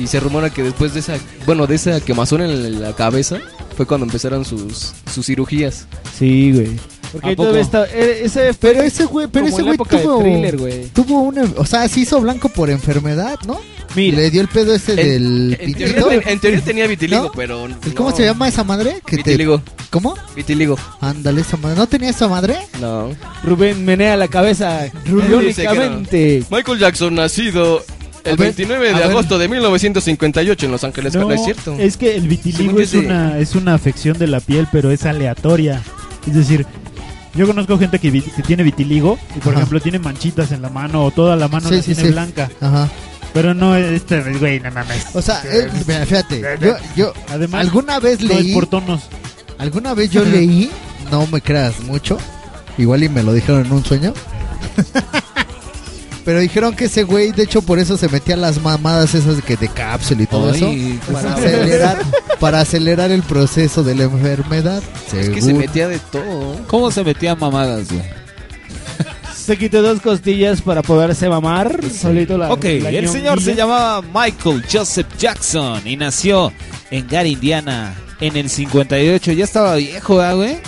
I: Y se rumora que después de esa, bueno, de esa quemazón en la cabeza, fue cuando empezaron sus, sus cirugías.
F: Sí, güey.
I: ¿A
F: Porque
I: poco?
F: todavía está. eh, Ese,
G: Pero ese güey, pero
F: como
G: ese
F: en la
G: güey
F: época de
G: tuvo,
F: thriller, güey.
G: tuvo una, o sea, se hizo blanco por enfermedad, ¿no?
F: Mira.
G: Le dio el pedo ese del
I: En teoría,
G: pitito.
I: en teoría tenía vitiligo, pero.
G: Pues, ¿Cómo
I: no.
G: se llama esa madre? Que te-
I: Vitiligo.
G: ¿Cómo?
I: Vitiligo.
G: Ándale, esa madre. ¿No tenía esa madre?
I: No.
F: Rubén menea la cabeza. Únicamente.
I: Michael Jackson nacido el
F: A ver,
I: 29
F: a
I: de
F: ver.
I: agosto de 1958 en Los Ángeles,
H: No,
I: pero es cierto.
H: es que el vitiligo
I: Según
H: es
I: yo sí.
H: una, es una afección de la piel, pero es aleatoria. Es decir, yo conozco gente que, vit- que tiene vitiligo y, por
G: Ajá.
H: ejemplo, tiene manchitas en la mano o toda la mano
G: Sí,
H: la
G: sí,
H: tiene
G: sí.
H: blanca.
G: Ajá.
H: Pero no, este, güey, no mames. Eh,
G: O sea, él- mira, fíjate, yo, yo
H: Además,
G: alguna vez
H: no es
G: leí,
H: por tonos.
G: alguna vez yo leí, no me creas mucho, igual y me lo dijeron en un sueño, pero dijeron que ese güey, de hecho, por eso se metía las mamadas esas que de cápsula y todo
I: Ay,
G: eso, para acelerar, para acelerar el proceso de la enfermedad.
I: Es que se
G: según.
I: metía de todo.
D: ¿Cómo se metía mamadas, güey?
F: Se quitó dos costillas para poderse mamar. Solito la.
D: Ok,
F: la
D: el señor se
F: ñonguilla.
D: llamaba Michael Joseph Jackson y nació en Gary, Indiana, en el 58. Ya estaba viejo, ¿verdad, güey.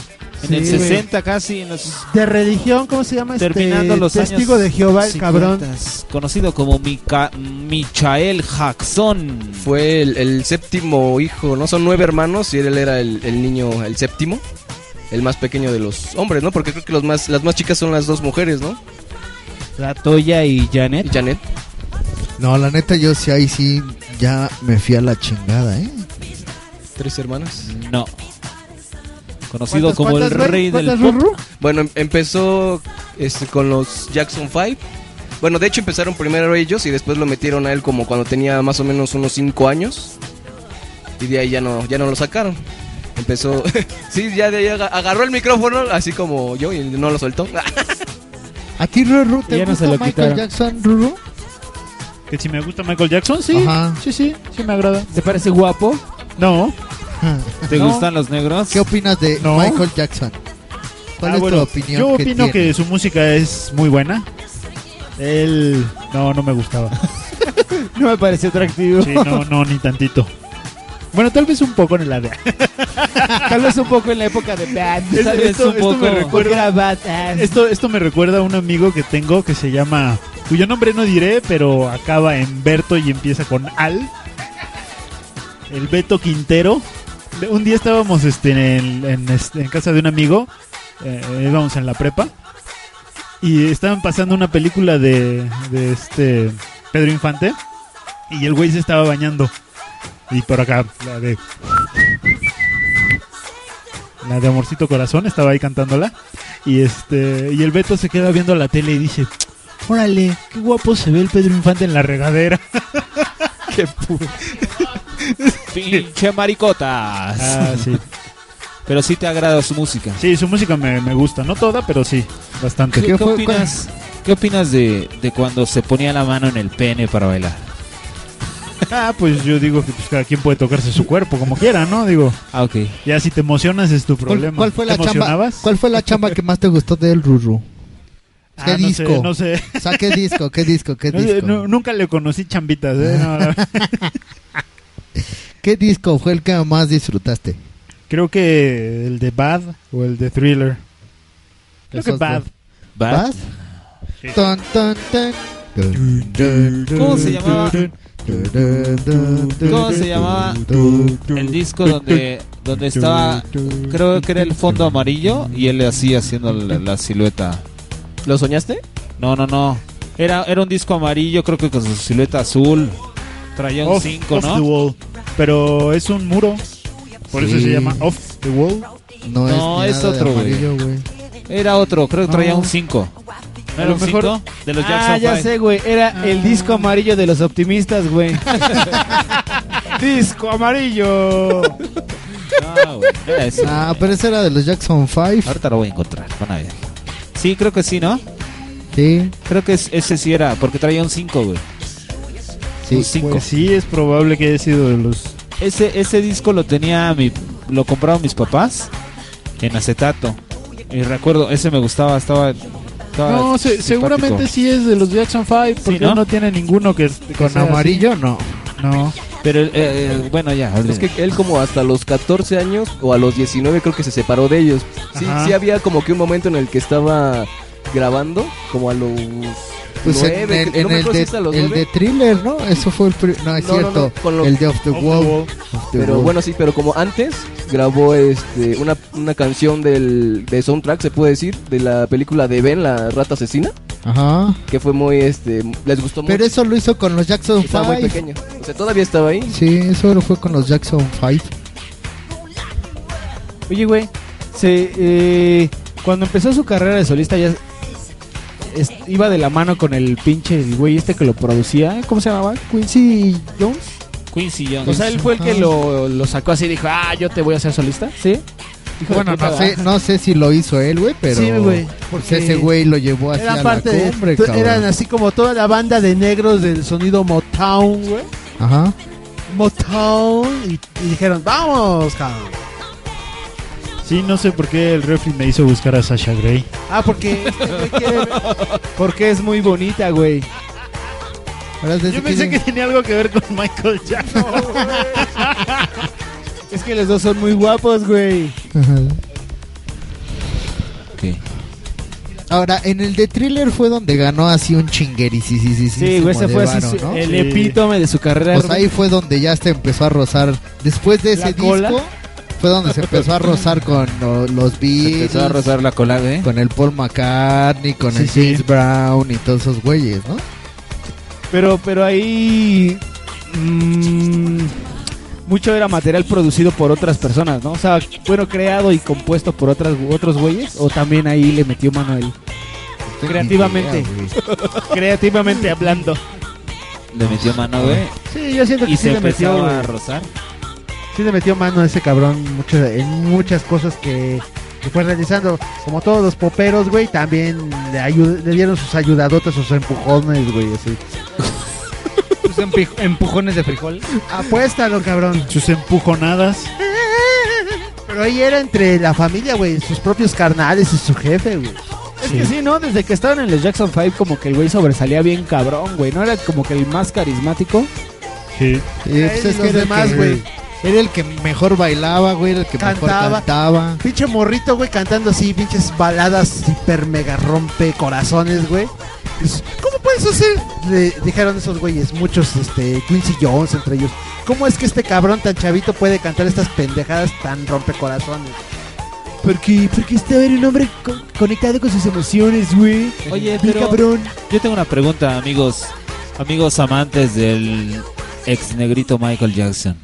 D: En
E: Sí,
D: el
E: güey.
D: 60 casi, en los
E: De religión, ¿cómo se llama? Este,
D: terminando los años.
E: Testigo de Jehová, el
D: 50,
E: cabrón.
D: Conocido como Mica- Michael Jackson.
I: Fue el, el séptimo hijo, ¿no? Son nueve hermanos y él era el, el niño, el séptimo. El más pequeño de los hombres, ¿no? Porque creo que los más, las más chicas son las dos mujeres, ¿no?
F: La Toya y Janet.
I: Y Janet.
G: No, la neta, yo sí, ahí sí, ya me fui a la chingada, ¿eh?
I: Tres hermanas.
D: No. Conocido como el
E: cuántas,
D: rey
E: güey?
D: del
E: ¿Cuántas,
D: pop.
E: Rurru?
I: Bueno, em- empezó este, con los Jackson 5. Bueno, de hecho empezaron primero ellos y después lo metieron a él como cuando tenía más o menos unos 5 años. Y de ahí ya no, ya no lo sacaron. Empezó. sí, ya de ahí aga- agarró el micrófono, así como yo, y no lo soltó.
G: ¿A ti, Ruru, te
F: Ya no
G: gusta
F: se lo
G: Michael
F: quitaron.
G: Jackson, Ruru?
H: Que si me gusta Michael Jackson, sí.
G: Ajá.
H: Sí, sí, sí me agrada.
F: ¿Te parece guapo?
H: No.
D: ¿Te
H: No.
D: gustan los negros?
G: ¿Qué opinas de
H: No.
G: Michael Jackson? ¿Cuál es
H: Ah,
G: tu
H: bueno,
G: opinión?
H: Yo
G: que
H: opino
G: tiene?
H: que su música es muy buena. Él. No, no me gustaba.
F: No me parece atractivo.
H: Sí, no, no, ni tantito. Bueno, tal vez un poco en el área.
F: Tal vez un poco en la época de Bad.
H: Es-
F: Tal vez
H: esto-
F: un
H: esto
F: poco.
H: me recuerda-
F: Porque era Bad. ah.
H: Esto, esto me recuerda a un amigo que tengo que se llama. cuyo nombre no diré, pero acaba en Berto y empieza con Al. El Beto Quintero. De- Un día estábamos este, en, el- en este- en casa de un amigo. eh, íbamos en la prepa. Y estaban pasando una película de, de este Pedro Infante. Y el güey se estaba bañando. Y por acá, la de. La de Amorcito Corazón, estaba ahí cantándola. Y este y el Beto se queda viendo la tele y dice, "Órale, qué guapo se ve el Pedro Infante en la regadera."
I: Qué pu-
D: Pinche maricotas.
H: Ah, sí.
D: Pero sí te agrada su música.
H: Sí, su música me, me gusta, no toda, pero sí, bastante.
D: ¿Qué, qué opinas, ¿qué opinas de, de cuando se ponía la mano en el pene para bailar?
H: Ah, pues yo digo que pues, cada quien puede tocarse su cuerpo como quiera, ¿no? Digo,
D: Ah, ok.
H: ya si te emocionas es tu
G: ¿Cuál-
H: problema.
G: ¿Cuál fue la
H: ¿Te
G: chamba?
H: emocionabas?
G: ¿Cuál fue la chamba que más te gustó de él, Ruru? ¿Qué
H: Ah, no sé,
G: disco?
H: No sé,
G: O sea, ¿qué disco? ¿Qué disco? ¿Qué
H: No sé,
G: disco?
H: nu- nunca le conocí chambitas, ¿eh? No, la-
G: ¿Qué disco fue el que más disfrutaste?
H: eh, creo que el de Bad o el de Thriller. Look at Bad.
G: Bad. Ton, ton, ton.
D: ¿Cómo se llamaba? ¿Cómo se llamaba el disco donde, donde estaba, creo que era el fondo amarillo y él así haciendo la, la silueta?
I: ¿Lo soñaste?
D: No, no, no. Era, era un disco amarillo, creo que con su silueta azul. Traía un
H: Off-
D: 5,
H: off
D: ¿no?
H: the wall. Pero es un muro. Por eso
D: Sí.
H: se llama Off the Wall.
D: No es No, es nada de otro, güey. amarillo, Era otro, creo que
H: Ah.
D: traía un 5. ¿No era un 5? De los Jackson
F: Ah, ya
D: Five.
F: sé, güey. Era el disco amarillo de los optimistas, güey. disco amarillo.
G: Ah, pero ese era de los Jackson 5.
D: Ahorita lo voy a encontrar, van a ver. Sí, creo que sí, ¿no?
G: Sí.
D: Creo que es- ese sí era, porque traía un 5, güey.
G: Sí,
H: pues sí, es probable que haya sido de los.
D: Ese, ese disco lo tenía mi, lo compraron mis papás en acetato. Y recuerdo, ese me gustaba, estaba. estaba
H: No, se-
D: simpático.
H: seguramente sí es de los Jackson 5. Porque
D: ¿no?
H: ¿no? tiene ninguno que. que
G: Con
H: sea así.
G: amarillo, no.
H: No.
D: Pero eh, eh, bueno, ya.
I: Es que él como hasta los 14 años o a los 19 creo que se separó de ellos. Sí,
G: Ajá.
I: sí había como que un momento en el que estaba grabando, como a los
G: Pues en
I: 9,
G: el, en
I: no me
G: el
I: acuerdo si
G: de,
I: es a los
G: el
I: 9.
G: de Thriller, ¿no? Eso fue el pri- No, es
I: No, no, no,
G: cierto.
I: con lo-
G: el de Off the
I: Off the
G: Wall.
I: Wall.
G: Off the
I: Pero
G: Wall.
I: bueno, sí, pero como antes grabó este una, una canción del de soundtrack, se puede decir, de la película de Ben, la rata asesina,
G: Ajá.
I: que fue muy este les gustó
G: Pero
I: mucho.
G: eso lo hizo con los Jackson
I: Estaba muy
G: 5.
I: pequeño. O sea, todavía estaba ahí.
G: Sí, eso lo fue con los Jackson 5.
F: Oye, güey, se, eh, cuando empezó su carrera de solista ya es- iba de la mano con el pinche el güey este que lo producía. ¿Cómo se llamaba? Quincy Jones.
D: Quincy Jones.
F: O sea, él fue el que lo, lo sacó así y dijo, ah, yo te voy a hacer solista. ¿Sí? Hijo de
G: Bueno,
F: puta,
G: no sé,
F: ¿verdad?
G: no sé si lo hizo él, güey, pero.
F: Sí, güey,
G: Pues
F: porque
G: ese güey lo llevó hacia
E: Eran
G: la
E: parte de-
G: cumbre,
E: to-
G: cabrón.
E: Eran así como toda la banda de negros del sonido Motown, güey.
G: Ajá.
E: Motown. Y, y dijeron, vamos, cabrón.
H: Sí, no sé por qué el refri me hizo buscar a Sasha Gray.
E: Ah, porque este güey quiere-
F: Porque es muy bonita, güey.
H: Yo pensé que tenía algo que ver con Michael Jackson.
F: Es que los dos son muy guapos, güey.
G: Ahora, en el de Thriller fue donde ganó así un chingueri. Sí, sí, sí,
F: Sí, güey, ese fue así su- el epítome de su carrera.
G: Pues ahí fue donde ya se empezó a rozar. Después de
F: ¿La
G: ese
F: cola?
G: disco, fue donde se empezó a rozar con lo- los Beatles.
D: empezó a rozar la cola, ¿eh?
G: Con el Paul McCartney, con el James Brown y todos esos güeyes, ¿no?
F: Pero, pero ahí. mm, mucho era material producido por otras personas, ¿no? O sea, bueno, creado y compuesto por otras, otros güeyes. O también ahí le metió mano él. Creativamente. Creativamente hablando.
D: Le metió mano, güey.
E: Sí, yo siento que
D: y
E: sí
D: se
E: le metió,
D: empezaba a
E: güey.
D: rozar.
E: sí le metió mano a ese cabrón mucho- en muchas cosas que, que fue realizando. Como todos los poperos, güey, también le, ayu- le dieron sus ayudadotas, sus empujones, güey, así.
D: Pues,
F: Sus empi- empujones de frijol.
E: Apuéstalo, cabrón.
H: Sus empujonadas.
E: Pero ahí era entre la familia, güey, sus propios carnales y su jefe, güey.
F: Es que sí, ¿no? Desde que estaban en los Jackson 5, como que el güey sobresalía bien cabrón, güey. ¿No era como que el más carismático? Eh,
H: Sí.
G: Y, pues, es que era el que- Era el que mejor bailaba, güey, era el que mejor
E: Cantaba.
G: cantaba.
E: Pinche morrito, güey, cantando así, pinches baladas hiper mega rompe corazones, güey. Pues, ¿Cómo puedes hacer? Le dijeron esos güeyes, muchos, este, Quincy Jones entre ellos. ¿Cómo es que este cabrón tan chavito puede cantar estas pendejadas tan rompecorazones?
F: Porque, porque está ver un hombre co- conectado con sus emociones, güey.
D: Oye,
F: Bien
D: pero-
F: cabrón.
D: Yo tengo una pregunta, amigos. Amigos amantes del ex negrito Michael Jackson.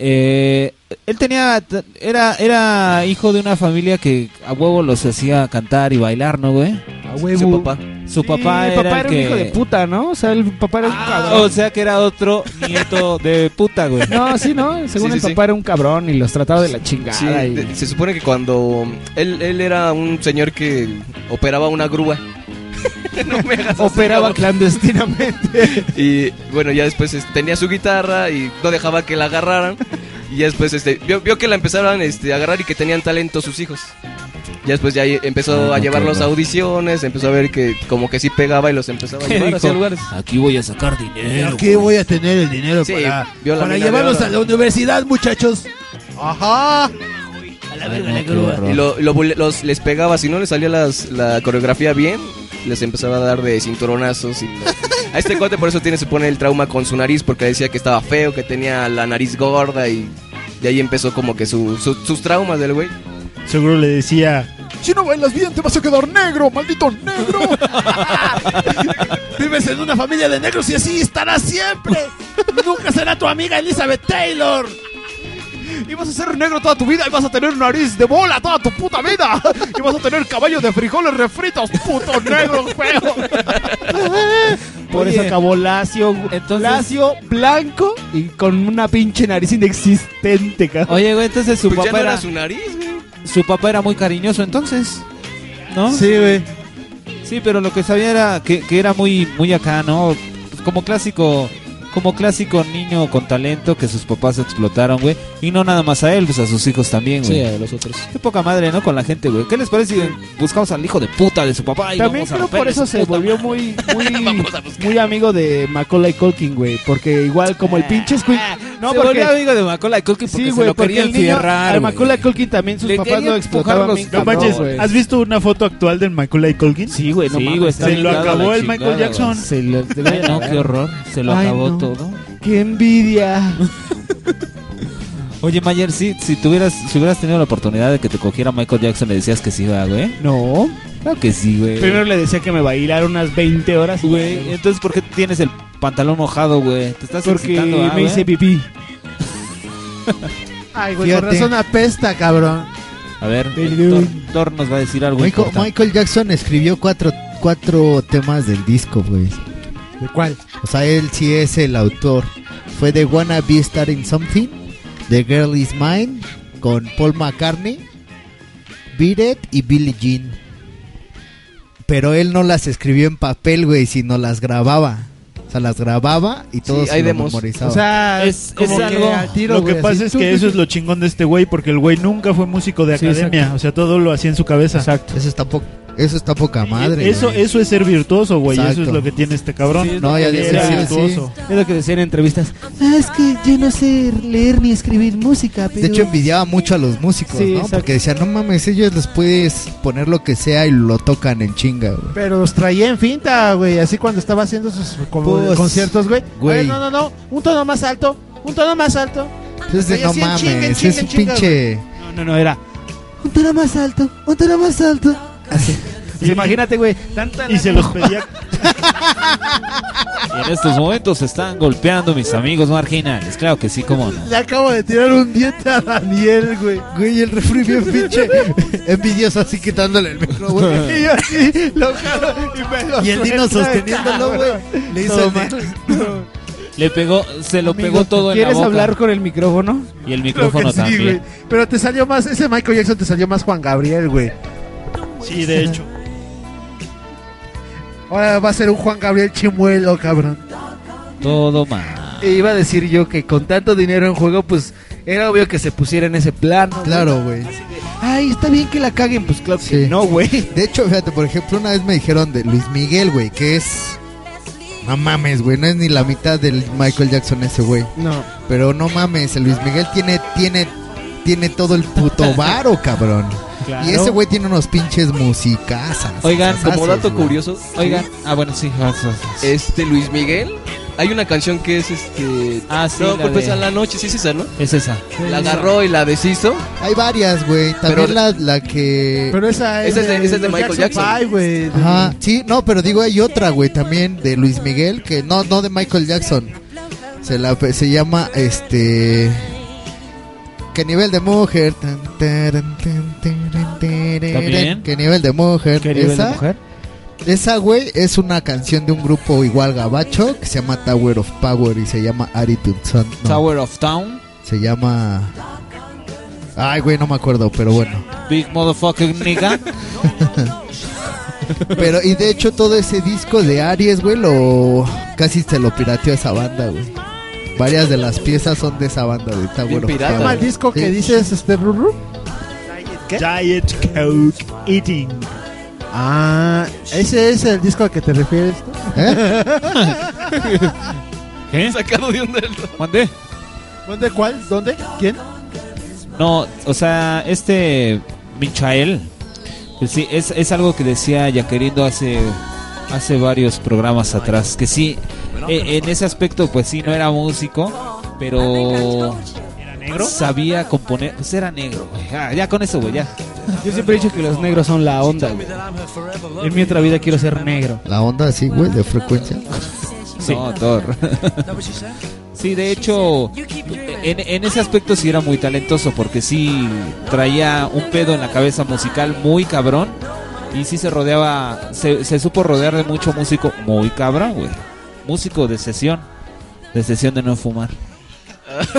D: Eh, él tenía. Era, era hijo de una familia que a huevo los hacía cantar y bailar, ¿no, güey?
F: A huevo. Su papá.
D: Su papá
F: el
D: era
F: papá
D: el
F: era
D: que- Ah,
F: un hijo de puta, ¿no? O sea, el papá era un cabrón.
D: O sea que era otro nieto de puta, güey.
F: No, sí, ¿no? Según
I: Sí,
F: el
I: sí, sí.
F: papá era un cabrón y los trataba de la chingada.
I: Sí,
F: y-
I: de- se supone que cuando él, él era un señor que operaba una grúa
F: Operaba clandestinamente.
I: y bueno, ya después es- tenía su guitarra y no dejaba que la agarraran y ya después este vio, vio que la empezaron este, a agarrar y que tenían talento sus hijos. Ya después ya
D: Ah,
I: empezó a llevarlos a audiciones, empezó a ver que como que sí pegaba y los empezaba a
D: ¿Qué
I: llevar hacia
D: dijo?
I: lugares.
D: Aquí voy a sacar dinero.
I: Aquí
D: güey.
E: voy a tener el dinero
I: Sí, vio la mina de oro.
E: universidad, muchachos. Ajá.
F: A
C: la
D: Ah,
C: verga, la grúa.
I: Y lo- lo bule- los, les pegaba, si no les salía las- la coreografía bien, les empezaba a dar de cinturonazos. Y lo- a este cuate por eso tiene, se pone el trauma con su nariz, porque decía que estaba feo, que tenía la nariz gorda y de ahí empezó como que su- su- sus traumas del güey.
H: Seguro le decía,
C: Si no bailas bien, te vas a quedar negro, maldito negro.
E: Vives en una familia de negros y así estarás siempre. Nunca será tu amiga Elizabeth Taylor.
F: Y vas a ser negro toda tu vida y vas a tener nariz de bola toda tu puta vida. Y vas a tener caballo de frijoles refritos, puto negro feo. Por eso acabó Lacio, Lacio blanco y con una pinche nariz inexistente, cabrón.
O: Oye, güey, entonces su
F: Pues ya
O: papá
F: no
O: era...
F: era su
I: nariz,
O: Su papá era muy cariñoso entonces, ¿no?
D: Sí, güey. Sí, pero lo que sabía era que, que era muy, muy acá, ¿no? Pues Como clásico, como clásico niño con talento que sus papás explotaron, güey. Y no nada más a él, pues a sus hijos también,
J: Sí,
D: güey.
J: a los otros.
D: Qué poca madre, ¿no? Con la gente, güey. ¿Qué les parece si buscamos al hijo de puta de su papá y
F: También
D: vamos a
F: creo por
D: romperle
F: eso
D: su
F: se
D: puta
F: volvió
D: madre?
F: muy, muy, muy amigo de Macaulay Culkin, güey. Porque igual como el pinche Squid...
D: Ah, Se volvió amigo de Macaulay Culkin porque
F: Sí,
D: se
F: güey,
D: lo
F: porque
D: quería
F: el niño,
D: enfierrar,
F: al
D: güey.
F: Macaulay Culkin también sus
D: Le
F: papás
D: quería
F: lo explotaban
D: empujar
F: bien
H: no
F: cabrón,
H: manches,
F: güey.
H: ¿has visto una foto actual del Macaulay Culkin?
F: Sí, güey,
D: no Sí, mames. güey, está
H: Se
D: bien
H: lo
D: dado
H: acabó
D: la
H: el Michael
D: chingada, güey.
H: Jackson.
D: Se lo- de verdad, Ay, no, qué horror, se lo acabó todo.
F: ¡Qué envidia!
D: Oye, Mayer, sí, si tuvieras, si hubieras tenido la oportunidad de que te cogiera Michael Jackson, le decías que sí, va, güey.
F: No.
D: Claro que sí, güey.
F: Primero le decía que me bailara unas 20 horas.
D: Eh, Güey, entonces, ¿por qué tienes el pantalón mojado, güey? Te estás
F: Porque
D: excitando, ah,
F: me
D: güey?
F: hice pipí.
E: Ay, güey, por razón apesta, cabrón.
D: A ver, el Thor, Thor nos va a decir algo
G: Michael,
D: importante.
G: Michael Jackson escribió cuatro, cuatro temas del disco, güey.
E: ¿De cuál?
G: O sea, él sí es el autor. Fue de Wanna Be Starting Something, The Girl Is Mine, con Paul McCartney, Beat It y Billie Jean. Pero él no las escribió en papel, güey, sino las grababa. O sea, las grababa y todo se
I: hay
G: lo
I: demos.
G: memorizaba.
I: O sea, Es- como es que algo- al tiro,
H: lo que
I: güey,
H: pasa
I: así,
H: es
I: tú,
H: que
I: tú,
H: eso
I: tú.
H: es lo chingón de este güey, porque el güey nunca fue músico de
G: Sí,
H: academia.
G: exacto.
H: O sea, todo lo hacía en su cabeza.
G: Exacto. Eso está, po- eso está poca madre.
H: Eso,
G: güey.
H: eso es ser virtuoso, güey. Eso es
G: Exacto.
H: lo que tiene este cabrón.
G: Sí, es lo No, ya que- decía,
H: Era
G: sí,
H: virtuoso.
F: Es lo que decía en entrevistas.
O: Ah, es que yo no sé leer ni escribir música, pero...
G: De hecho, envidiaba mucho a los músicos,
O: Sí,
G: ¿no?
O: exacto.
G: Porque decían, no mames, ellos les puedes poner lo que sea y lo tocan en chinga, güey.
E: Pero los traía en finta, güey. Así cuando estaba haciendo sus como
G: Pues,
E: conciertos, güey. A
G: güey.
E: ver, No, no, no. Un tono más alto. Un tono más alto.
G: Entonces,
E: Ahí
G: no
E: así en
G: mames,
E: chinga, en chinga,
G: es un
E: en chinga,
G: pinche...
F: No, no, no, era.
E: Un tono más alto. Un tono más alto.
F: Imagínate, güey.
H: Y se los pedía.
D: Y en estos momentos se están golpeando mis amigos marginales. Claro que sí, cómo no.
E: Le acabo de tirar un diente a Daniel, güey.
G: Güey, el refri bien pinche envidioso así quitándole el micro, güey.
E: Y yo así lo jalo y me lo
G: Y el
E: suelta,
G: Dino sosteniéndolo, güey. Le hizo
E: No,
G: el de-
D: Le pegó, se lo pegó todo en la
F: ¿Quieres
D: boca.
F: hablar con el micrófono?
D: Y el micrófono
E: Creo que sí,
D: también.
E: güey. Pero te salió más, ese Michael Jackson te salió más Juan Gabriel, güey.
H: Sí, de hecho.
E: Ahora va a ser un Juan Gabriel chimuelo, cabrón.
D: Todo mal.
J: E Iba a decir yo que con tanto dinero en juego, pues era obvio que se pusiera en ese plan.
G: Claro, güey.
J: Ay, está bien que la caguen, pues claro
G: Sí.
J: que no, güey.
G: De hecho, fíjate, por ejemplo, una vez me dijeron de Luis Miguel, güey, que es... No mames, güey, no es ni la mitad del Michael Jackson ese, güey.
E: No.
G: Pero no mames, el Luis Miguel tiene, tiene, tiene todo el puto varo, cabrón.
D: Claro.
G: Y ese güey tiene unos pinches musicazas.
D: Oigan,
I: Como dato
G: güey.
I: curioso,
D: Oigan, ah, bueno, sí.
I: este Luis Miguel, hay una canción que es este.
D: Ah, sí,
I: No,
D: la
I: golpes
D: de-
I: a la noche, sí es esa, ¿no?
D: Es esa.
I: La agarró y la deshizo.
G: Hay varias, güey. También
I: Pero-
G: la, la que.
I: Pero esa es Esa es de- de esa es de los Michael Jackson Jackson. Five,
E: güey.
G: Ajá. Sí, no, pero digo, hay otra, güey, también de Luis Miguel, que no, no de Michael Jackson. Se la se llama este. ¿Qué nivel de mujer? Tan, taran, tan, taran, taran.
D: ¿También?
G: ¿Qué nivel de mujer?
D: ¿Qué nivel de
G: esa,
D: mujer?
G: Esa, güey, es una canción de un grupo igual gabacho que se llama Tower of Power y se llama Attitude Son. no,
D: Tower of Town.
G: Se llama. Ay, güey, no me acuerdo, pero bueno.
D: Big motherfucking nigga.
G: Pero, y de hecho, todo ese disco de Aries, güey, lo. casi se lo pirateó esa banda, güey. Varias de las piezas son de esa banda de Tower
I: Bien
G: of
I: pirata.
G: Power.
E: ¿Cómo el disco que
G: Sí.
E: dices, este Ruru?
H: Diet Coke Eating.
E: Ah, ese es el disco al que te refieres. tú?
D: ¿Qué? ¿Eh?
I: Sacado de un
D: ¿Mandé?
E: ¿Dónde? ¿Cuál? ¿Dónde? ¿Quién?
D: No, o sea, este Michael, pues sí, es, es algo que decía Yaquerindo hace, hace varios programas atrás, que sí, eh, en ese aspecto pues sí, no era músico, pero... Sabía componer, pues era negro, güey. Ah, ya con eso, güey, ya.
F: Yo siempre he dicho que los negros son la onda, güey. En mi otra vida quiero ser negro.
G: La onda así, güey, de frecuencia.
D: Sí. No, Thor. sí, de hecho, en, en ese aspecto sí era muy talentoso, porque sí traía un pedo en la cabeza musical muy cabrón. Y sí se rodeaba, se, se supo rodear de mucho músico muy cabrón, güey. Músico de sesión, de sesión de no fumar.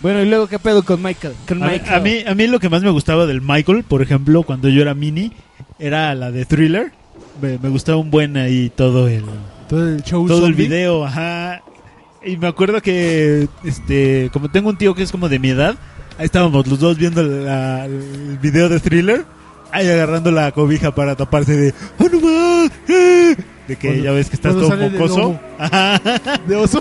F: Bueno, y luego qué pedo con Michael. Con
H: A,
F: Michael.
H: a mí, a mí lo que más me gustaba del Michael, por ejemplo, cuando yo era mini, era la de Thriller. Me, me gustaba un buen ahí todo el...
E: Todo el show
H: Todo el
E: zombie.
H: video, ajá. Y me acuerdo que, este, como tengo un tío que es como de mi edad, ahí estábamos los dos viendo la- el video de Thriller, ahí agarrando la cobija para taparse de... "Ah, no más, eh", De que
E: Cuando-
H: ya ves que estás
E: cuando
H: todo
E: sale de
H: mocoso.
E: lobo.
H: Ajá.
F: ¿De oso?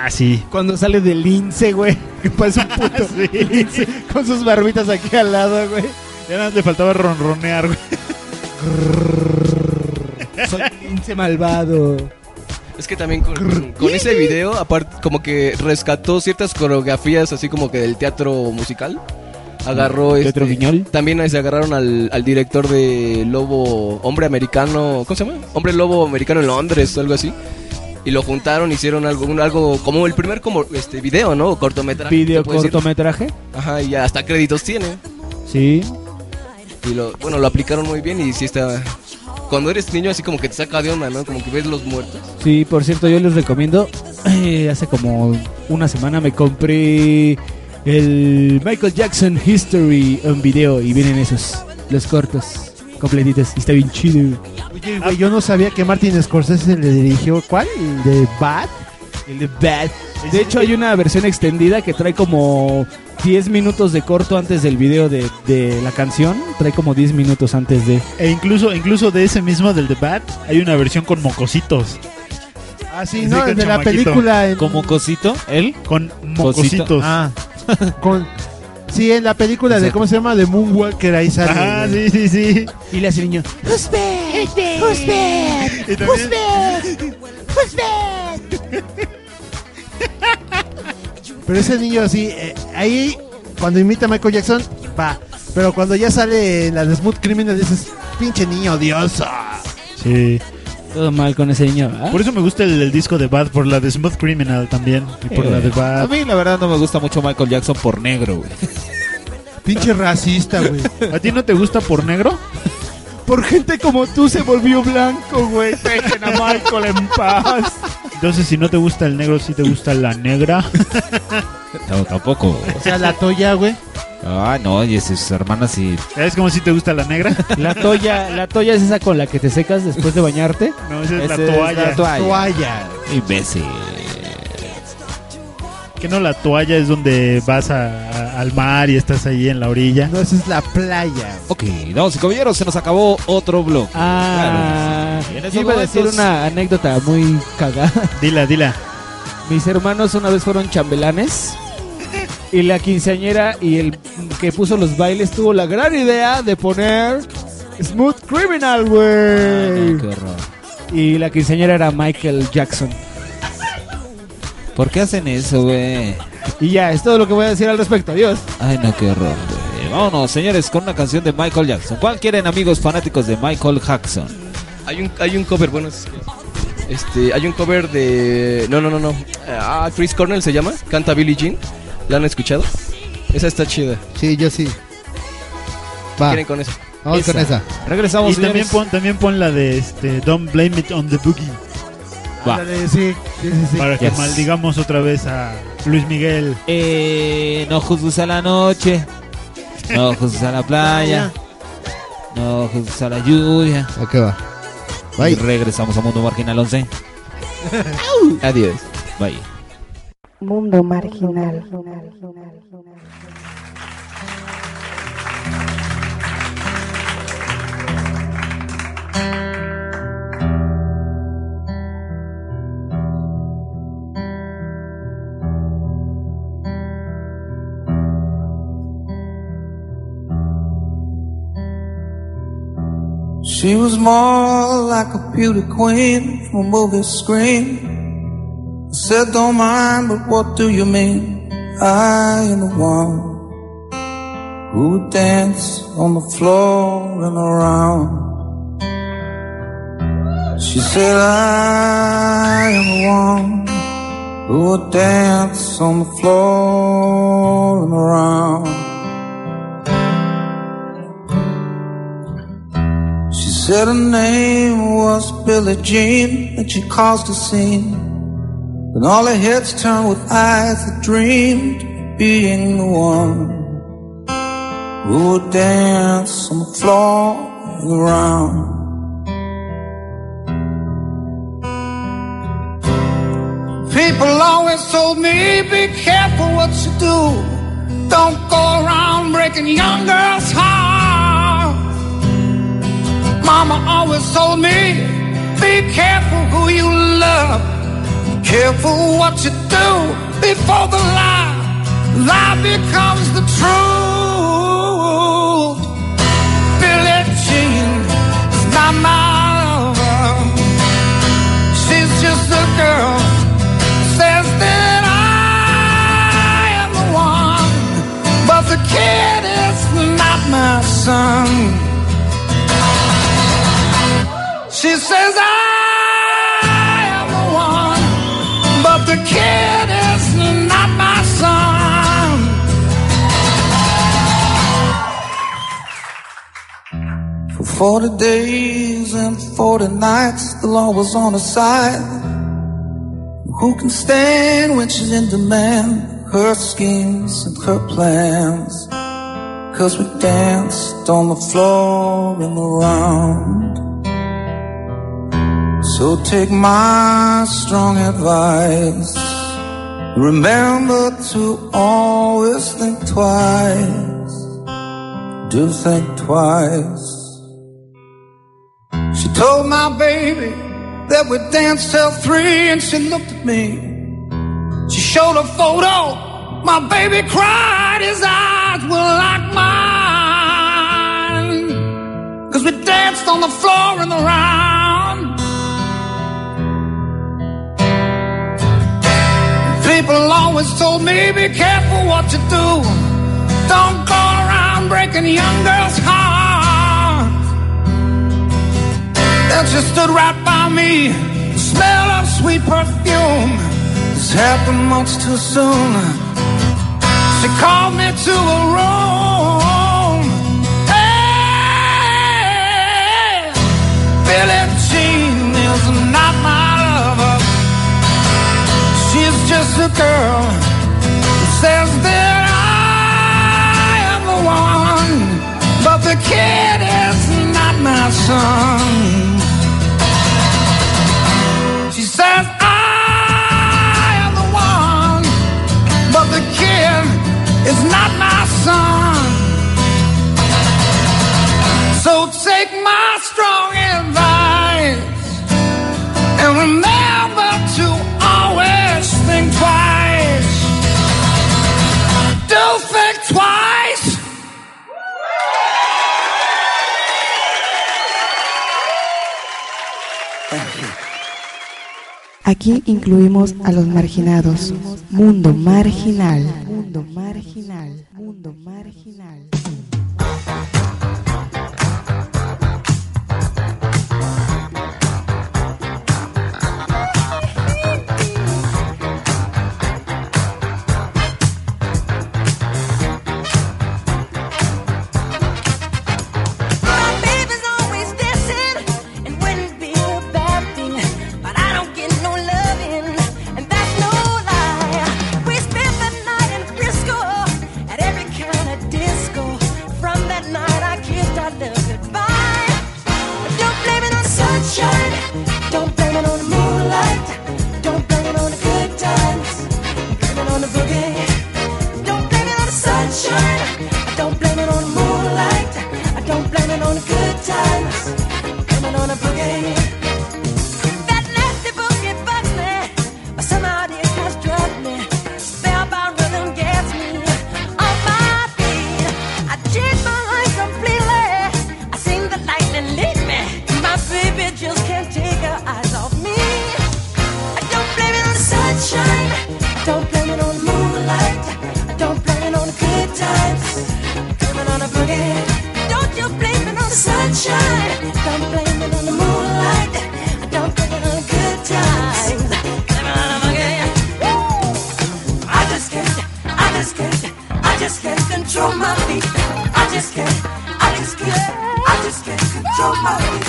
H: Ah, sí.
F: Cuando sale del lince, güey. Que parece un puto lince con sus barbitas aquí al lado, güey.
H: Ya nada más le faltaba ronronear, güey.
F: Soy lince malvado.
I: Es que también con, con ese video, aparte, como que rescató ciertas coreografías así como que del teatro musical. Agarró este,
F: ¿Teatro Guiñol?
I: También ahí se agarraron al, al director de Lobo, Hombre Americano, ¿cómo se llama? Hombre Lobo Americano en Londres, algo así. Y lo juntaron, hicieron algo, un- algo como el primer como este video, ¿no? Cortometraje.
F: Video
I: se puede decir.
F: cortometraje.
I: Ajá, y hasta créditos tiene.
F: Sí.
I: Y lo, bueno, lo aplicaron muy bien y sí está... Cuando eres niño así como que te saca de onda, ¿no? Como que ves los muertos.
F: Sí, por cierto, yo les recomiendo. eh, hace como una semana me compré el Michael Jackson History en video y vienen esos, los cortos completitos. Y está bien chido.
E: Oye, güey, yo no sabía que Martin Scorsese le dirigió. ¿Cuál? ¿El de Bad?
F: El de Bad. De hecho, hay una versión extendida que trae como 10 minutos de corto antes del video de, de la canción. Trae como 10 minutos antes de.
D: Eh,
H: E incluso, incluso de ese mismo del The Bat, hay una versión con mocositos.
E: Ah, sí,
H: Sí,
E: no,
H: con
E: el de la
H: chamaquito.
E: película. el-
D: ¿Como cosito? ¿Él?
H: Con
E: Cosito.
H: mocositos.
E: Ah, con... Sí, en la película de, ¿cómo se llama? De Moonwalker, ahí sale.
H: Ah,
E: güey.
H: sí, sí, sí.
F: Y le hace niño.
C: Who's bad? Who's bad? Who's bad?
H: Y también-
C: Who's bad? Who's bad?
E: Pero ese niño así, eh, ahí cuando imita a Michael Jackson, va. Pero cuando ya sale en la de Smooth Criminal, dices, pinche niño odioso.
H: Sí.
F: Todo mal con ese niño. ¿verdad?
H: Por eso me gusta el, el disco de Bad, por la de Smooth Criminal también. Y por
D: Eh,
H: la de
D: A
H: Bad.
D: mí la verdad no me gusta mucho Michael Jackson por negro, güey.
E: Pinche racista, güey.
H: ¿A ti no te gusta por negro?
F: Por gente como tú se volvió blanco, güey. Dejen a Michael en paz.
H: Entonces, si no te gusta el negro, si te gusta la negra.
D: No, tampoco. güey.
E: O sea, la toya, güey.
D: Ah, no, y sus hermanas y...
H: ¿Sabes cómo si te gusta la negra?
F: La toalla, la toalla es esa con la que te secas después de bañarte.
H: No, esa es la
F: Esa es
H: toalla.
F: la toalla.
E: Toalla.
D: Imbécil.
H: Que no, la toalla es donde vas a- a- al mar y estás ahí en la orilla.
E: No, esa es la playa.
D: Ok, damas y caballeros, se nos acabó otro blog.
F: Ah,
D: Claro. Y en esos
F: yo iba a decir
D: momentos-
F: una anécdota muy cagada.
H: Dila, dila.
F: Mis hermanos una vez fueron chambelanes y la quinceañera y el que puso los bailes tuvo la gran idea de poner Smooth Criminal,
D: Ah, No, qué
F: güey.
D: horror.
F: Y la quinceañera era Michael Jackson.
D: ¿Por qué hacen eso, güey?
F: Y ya, es todo lo que voy a decir al respecto. Adiós.
D: Ay, no, qué horror, güey. Eh, Vámonos, señores, con una canción de Michael Jackson. ¿Cuál quieren, amigos fanáticos de Michael Jackson?
I: Hay un, hay un cover, bueno, es que- este, hay un cover de. No, no, no, no. Ah, Chris Cornell se llama. Canta Billie Jean. ¿La han escuchado? Esa está chida.
G: Sí, yo sí. Va.
I: ¿Quieren con esa?
G: Vamos con esa.
D: Regresamos,
H: Y también
D: señores.
H: pon, también pon la de este, Don't Blame It on the Boogie.
D: Va.
E: Ándale, sí, sí, sí, sí.
H: Para que
D: Yes.
H: maldigamos otra vez a Luis Miguel.
D: Eh, no juzgues a la noche. No juzgues a la playa. No juzgues a la lluvia.
G: ¿A Ah, qué va?
D: Y
G: Bye.
D: regresamos a Mundo Marginal 11.
I: Adiós.
D: Bye.
L: Mundo marginal.
P: She was more like a beauty queen from a movie screen. I said, don't mind, but what do you mean? I am the one who would dance on the floor and around. She said, I am the one who would dance on the floor and around. She said her name was Billie Jean, and she caused a scene. Then all her heads turned with eyes that dreamed of being the one who would dance on the floor and around.
A: People always told me, be careful what you do. Don't go around breaking young girls' hearts. Mama always told me, be careful who you love. Careful what you do before the lie. Lie becomes the truth. Billie Jean is not my lover. She's just a girl says that I am the one, but the kid is not my son. She says I am the one, but the kid is not my son.
P: For 40 days and 40 nights, the law was on her side. Who can stand when she's in demand? Her schemes and her plans. Cause we danced on the floor and around. So take my strong advice. Remember to always think twice. Do think twice.
A: She told my baby that we danced till three and she looked at me. She showed a photo. My baby cried, his eyes were like mine. Cause we danced on the floor and around. People always told me, be careful what you do. Don't go around breaking young girls' hearts. Then she stood right by me, the smell of sweet perfume. This happened much too soon. She called me to a room. Hey, Billie Jean is not my lover. She's just a girl who says that I am the one, but the kid is not my son. She says, I am the one, but the kid is not my son. So take my strong advice and remember to always think twice. Do think twice.
L: Aquí incluimos a los marginados. Mundo marginal. Mundo marginal. Mundo marginal.
A: My baby's always dancing and wouldn't be a bad thing, but I don't get no loving, and that's no lie. We spent the night in Frisco at every kind of disco. From that night I
C: Oh, control my feet.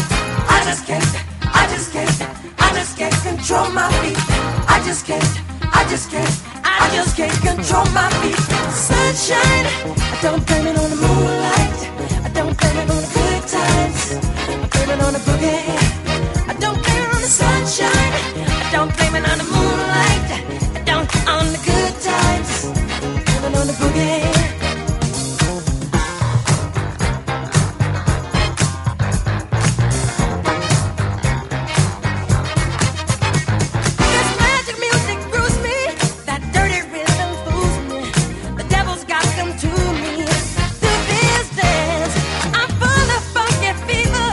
C: I just can't, I just can't, I just can't control my feet. I just can't, I just can't, I just can't control my feet. Sunshine, I don't blame it on the moonlight. I don't blame it on the good times. I blame it on the boogie. I don't blame it on the sunshine. I don't blame it on the moonlight. I don't on the good times. I blame it on the boogie. This magic music grooves me, that dirty rhythm fools me. The devil's got them to me. To this dance, I'm full of funky fever.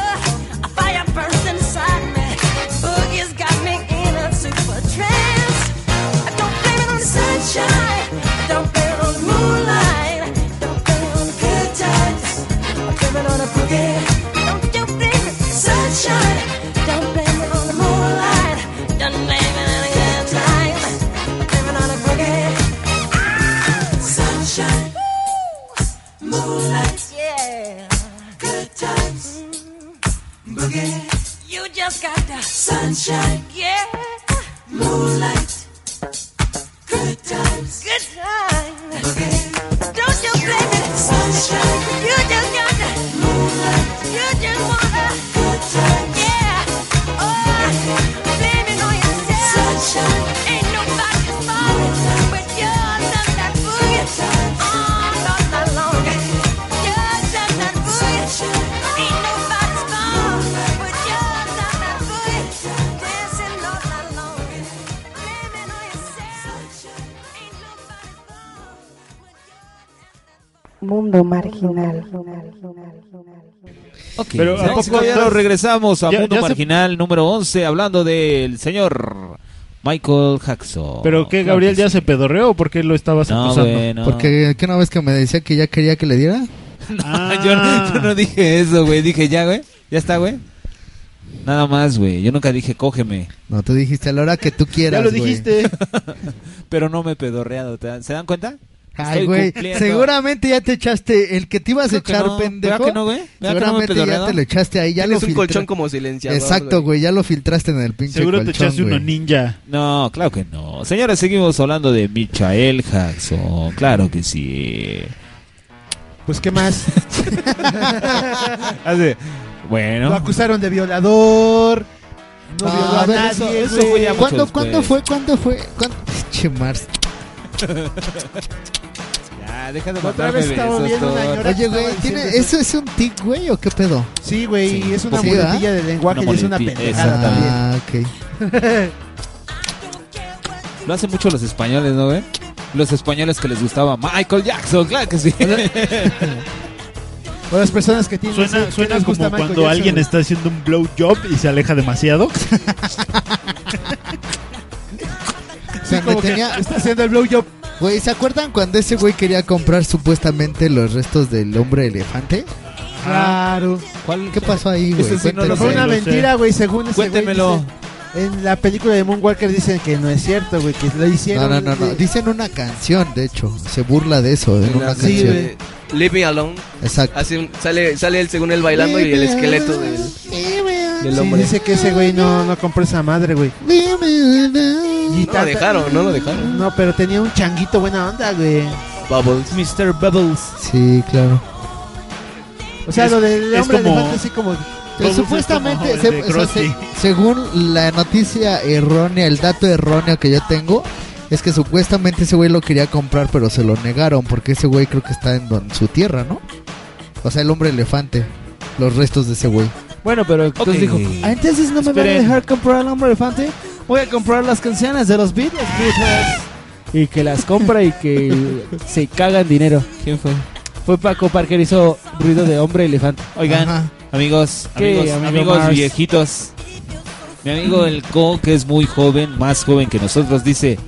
C: A fire burns inside me. Boogie's got me in a super trance. I don't blame it on the sunshine. I don't blame it on the moonlight. I don't blame it on the good times. I blame it on the boogie. Don't you blame it, sunshine. Don't blame it on the moonlight. Don't blame it on a good time. Blame it on a boogie. Sunshine. Moonlight. Yeah. Good times. Boogie. You just got the sunshine. Yeah. Moonlight. Good times. Good times. Boogie. Don't you blame it. Sunshine. You just got the moonlight. You just wanna. Good times. Yeah. Oh. Blame it on yourself. Sunshine. Ain't nobody's fault. But you're not that boogie. All night long. You're not that boogie. Ain't nobody's fault. But you're not that boogie. Dancing all night long. Blame it on yourself. Ain't nobody's fault.
L: Mundo marginal.
G: Pero, ¿a poco
D: Pero
G: todos-
D: regresamos a
H: ya-
D: Mundo
H: ya se-
D: Marginal número 11 hablando del señor Michael Jackson.
H: Pero que Gabriel ya se pedorreó, ¿por qué lo estabas
D: No,
H: acusando?
D: güey, no.
G: Porque ¿qué no ves que me decía que ya quería que le diera?
D: yo, no, yo no dije eso, güey. Dije, ya, güey. Ya está, güey. Nada más, güey. Yo nunca dije, cógeme.
G: No, tú dijiste a la hora que tú quieras. güey.
D: Pero no me he pedorreado. ¿te dan- ¿Se dan cuenta?
G: Ay,
D: Estoy
G: güey.
D: cumpliendo.
G: Seguramente ya te echaste el que te ibas a
D: Creo que
G: echar,
D: no.
G: pendejo.
D: ¿Verdad que no, güey? ¿Verdad que no me
G: Seguramente ya
D: pedorreado?
G: te lo echaste ahí. Ya
I: Tienes
G: lo
I: un
G: filtra-
I: colchón como silenciador,
G: Exacto, güey. Ya lo filtraste en el pinche
D: Seguro te
G: colchón.
D: echaste
G: güey.
D: uno
H: ninja.
D: No, claro que no. Señores, seguimos hablando de Michael Jackson. Claro que sí.
E: Pues, ¿qué más?
D: Hace-
E: Lo
D: Bueno.
E: acusaron de violador. No
G: Ah,
E: violó a,
G: a ver,
E: nadie.
G: eso-
D: eso
E: güey.
D: fue ya
G: ¿Cuándo,
D: mucho
G: ¿cuándo
D: después.
G: fue? ¿Cuándo fue? ¿Cuándo? Che, Mars.
D: Ya, deja de
E: Otra
D: matarme
E: vez estaba
D: besos,
E: viendo una
D: Thor.
E: señora
G: Oye,
E: que
G: güey,
E: estaba
G: ¿tiene-
E: diciendo
G: ¿eso es un tic, güey, o qué pedo?
E: Sí, güey, es una
G: Sí,
E: muletilla
G: ¿verdad?
E: de lenguaje
D: Una
E: y es una
D: muletilla,
E: pendejada también.
G: Ah, ok.
D: Lo hacen mucho los españoles, ¿no, güey? Los españoles que les gustaba Michael Jackson, claro que sí.
E: O las personas que tienen
H: Suena,
E: que
H: suena
E: les
H: como
E: gusta Michael
H: cuando
E: Jackson,
H: alguien
E: güey.
H: está haciendo un blowjob y se aleja demasiado.
G: Se
E: como que
G: está haciendo el blowjob. Güey, ¿se acuerdan cuando ese güey quería comprar supuestamente los restos del hombre elefante?
E: Ah, Claro.
G: ¿Qué pasó ahí, güey?
E: Ese sí no
G: Cuéntenme.
E: lo fue una mentira, güey, según ese güey
G: Cuéntemelo.
E: dice- en la película de Moonwalker dicen que no es cierto, güey, que lo
G: No,
E: hicieron.
G: no, no, no.
E: güey.
G: Dicen una canción, de hecho. Se burla de eso, en una
I: Sí,
G: canción.
I: de Leave me alone.
G: Exacto.
I: Hace un- sale, sale él según él bailando y el esqueleto del, del
E: Sí,
I: hombre.
E: dice que ese güey no, no compró esa madre, güey.
I: No lo dejaron, no lo dejaron.
E: No, pero tenía un changuito buena onda, güey.
I: Bubbles.
F: Mr. Bubbles.
G: Sí, claro.
E: O sea,
G: Es-
E: lo del
G: es
E: hombre
G: como-
E: elefante así como...
G: Pero supuestamente, se- o sea, se- según la noticia errónea, el dato erróneo que yo tengo, es que supuestamente ese güey lo quería comprar, pero se lo negaron, porque ese güey creo que está en don- su tierra, ¿no? O sea, el hombre elefante, los restos de ese güey.
J: Bueno, pero entonces dijo, "Ah, entonces no me van
G: Esperen.
J: a dejar comprar al hombre elefante. Voy a comprar las canciones de los Beatles, Beatles". Y que las compra y que se cagan dinero.
D: ¿Quién fue?
J: Fue Paco Parker, hizo ruido de hombre elefante.
D: Oigan, amigos,
J: ¿Qué,
D: amigos,
J: amigo
D: amigos
J: Mars?
D: viejitos. Mi amigo el Co, que es muy joven, más joven que nosotros, dice: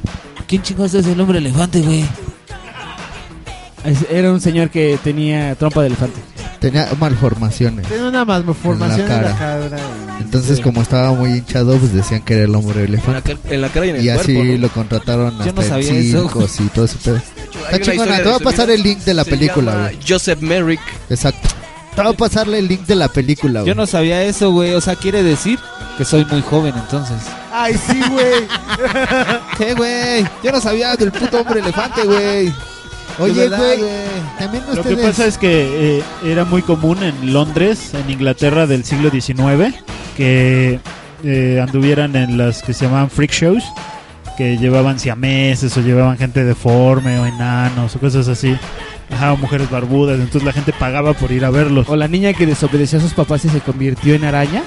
D: ¿Quién chingados es el hombre elefante, güey?
J: Es- Era un señor que tenía trompa de elefante.
G: Tenía malformaciones.
E: Tiene una malformación en la cara. güey.
G: Entonces,
E: Sí.
G: como estaba muy hinchado, pues decían que era el hombre elefante.
I: En la ca- en la cara y en el
G: así
I: cuerpo, ¿no?
G: lo contrataron
I: Yo
G: hasta
I: no sabía
G: en
I: eso.
G: circos y todo ese pedo.
I: Hay
G: Está
I: una
G: chingona,
I: historia
G: te voy a
I: de su
G: pasar
I: vida.
G: el link de la
I: Se
G: película,
I: llama
G: güey.
I: Joseph Merrick.
G: Exacto. Te voy a pasarle el link de la película,
Q: Yo
G: güey.
Q: no sabía eso, güey. O sea, quiere decir que soy muy joven entonces.
E: Ay, sí, güey.
Q: ¿Qué, güey? Yo no sabía del puto hombre elefante, güey.
G: Oye,
Q: De verdad,
G: güey, también
H: Lo que
G: ustedes-
H: pasa es que eh, era muy común en Londres, en Inglaterra del siglo XIX, que eh, anduvieran en las que se llamaban freak shows, que llevaban siameses o llevaban gente deforme o enanos o cosas así. Ajá, o mujeres barbudas, entonces la gente pagaba por ir a verlos.
D: ¿O la niña que desobedeció a sus papás y se convirtió en araña?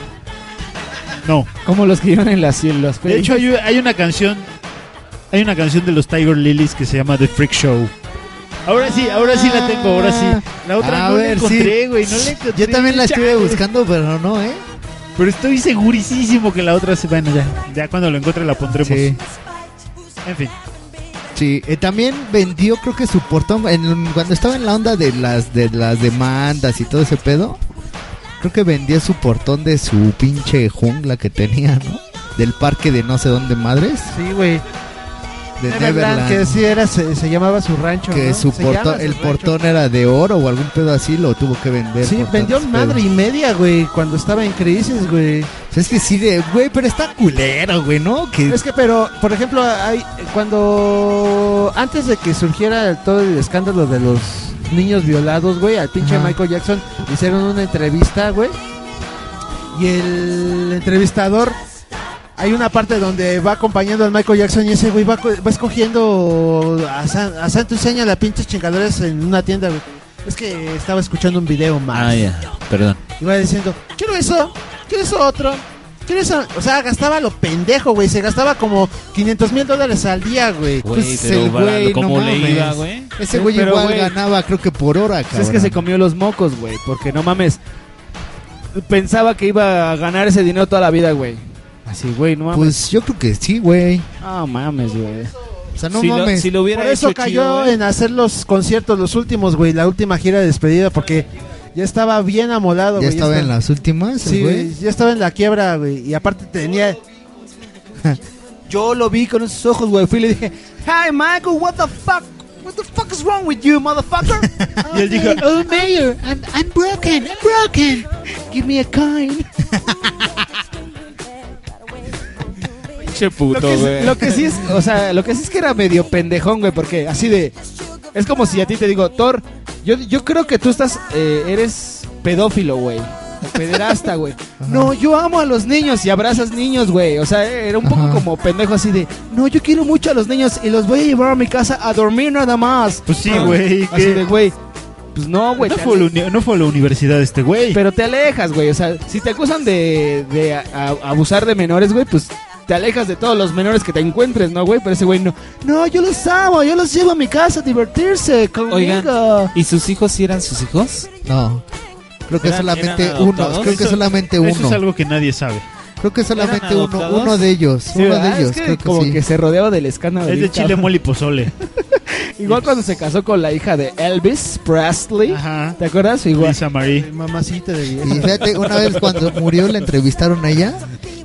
H: No.
D: Como los que iban en las en los
H: De hecho, hay, hay una canción. Hay una canción de los Tiger Lilies que se llama The Freak Show. Ahora sí, ahora sí la tengo, ahora sí. La
G: Ah,
H: otra
G: A
H: no
G: ver,
H: la encontré,
G: sí.
H: güey, no la encontré.
G: Yo también la estuve
H: Chale.
G: buscando, pero no, ¿eh?
H: Pero estoy segurísimo que la otra se... Bueno, ya, ya cuando lo encuentre la pondremos.
G: Sí.
H: En fin.
G: Sí, eh, también vendió creo que su portón en- cuando estaba en la onda de las de las demandas y todo ese pedo. Creo que vendió su portón de su pinche jungla que tenía, ¿no? Del parque de no sé dónde madres.
E: Sí, güey.
G: De
E: Neverland,
G: Neverland.
E: que sí era, se, se llamaba su rancho.
G: que
E: ¿no?
G: su
E: Se llama
G: portón,
E: su
G: el
E: rancho.
G: portón era de oro o algún pedo así, lo tuvo que vender.
E: Sí,
G: por
E: vendió
G: tantos
E: madre
G: pedos.
E: y media, güey, cuando estaba en crisis, güey.
G: Pues Es que sí, de, güey, pero está culero, güey, ¿no? Que
E: Es que, pero, por ejemplo, hay, cuando antes de que surgiera todo el escándalo de los niños violados, güey, al pinche
G: Ajá.
E: Michael Jackson, hicieron una entrevista, güey. Y el entrevistador, hay una parte donde va acompañando al Michael Jackson y ese güey va, co- va escogiendo a, San, a santo y seña las pinches chingadores en una tienda, güey. Es que estaba escuchando un video más.
Q: Ah, ya, perdón.
E: Iba diciendo, quiero eso, quiero eso otro, quiero eso. O sea, gastaba lo pendejo, güey. Se gastaba como 500 mil dólares al día, güey.
Q: Güey, pero para lo- ¿cómo le
G: mames.
Q: iba, güey?
G: Ese güey
D: Pero,
G: igual
D: güey.
G: ganaba creo que por hora,
D: Pues es que
G: cabrón.
D: se comió los mocos, güey. Porque no mames. Pensaba que iba a ganar ese dinero toda la vida, güey. Así, güey, no mames.
G: Pues yo creo que sí, güey.
D: Ah, mames, güey.
G: O sea, no Si lo- mames. si lo hubiera
E: Por eso
G: hecho
E: cayó
G: chido, güey.
E: en hacer los conciertos, los últimos, güey. La última gira de despedida, porque ya estaba bien amolado,
G: Ya
E: güey.
G: estaba en
E: está-
G: las últimas, el
E: Sí,
G: güey.
E: güey, ya estaba en la quiebra, güey. Y aparte tenía.
D: Yo lo vi con esos ojos, güey. Fui y le dije, Hi, Michael, what the fuck? What the fuck is wrong with you, motherfucker?
H: y él dijo,
R: Oh, Mayor, I'm, I'm broken, I'm broken. Give me a coin.
Q: Pinche
D: Lo
Q: puto,
D: que,
Q: güey.
D: es- lo que sí es, o sea, lo que sí es que era medio pendejón, güey, porque así de es como si a ti te digo, Thor, yo, yo creo que tú estás eh, eres pedófilo, güey. o Pederasta, güey. No, yo amo a los niños y abrazas niños, güey. O sea, era un poco como pendejo así de, no, yo quiero mucho a los niños y los voy a llevar a mi casa a dormir nada más.
H: Pues sí,
D: Ah,
H: güey,
D: Así
H: ¿qué?
D: de, güey. Pues no, güey.
H: No
D: te
H: fue, a la
D: ale-
H: uni- no fue a la universidad este güey.
D: pero te alejas, güey. O sea, si te acusan de, de a- a- abusar de menores, güey, pues te alejas de todos los menores que te encuentres, ¿no, güey? Pero ese güey no. No, yo los amo, yo los llevo a mi casa a divertirse conmigo.
Q: Oigan, ¿y sus hijos sí eran sus hijos?
G: No. Creo que
Q: ¿Eran-
G: solamente
Q: eran
G: uno,
Q: adoptados?
G: creo que solamente
H: Eso
G: uno.
H: es algo que nadie sabe.
G: Creo que solamente
H: ¿Eran
G: uno,
H: adoptados?
G: uno de ellos,
D: Sí,
G: uno de
D: ¿verdad?
G: ellos,
D: Es que
G: creo que
D: como
G: sí.
D: que se rodeaba del escándalo.
H: Es de
D: bien,
H: chile
D: cabrón.
H: mole y pozole.
D: Igual cuando se casó con la hija de Elvis Presley. ¿Te acuerdas? Igual.
H: Lisa Marie.
E: Mamacita de
G: Y fíjate, una vez cuando murió la entrevistaron a ella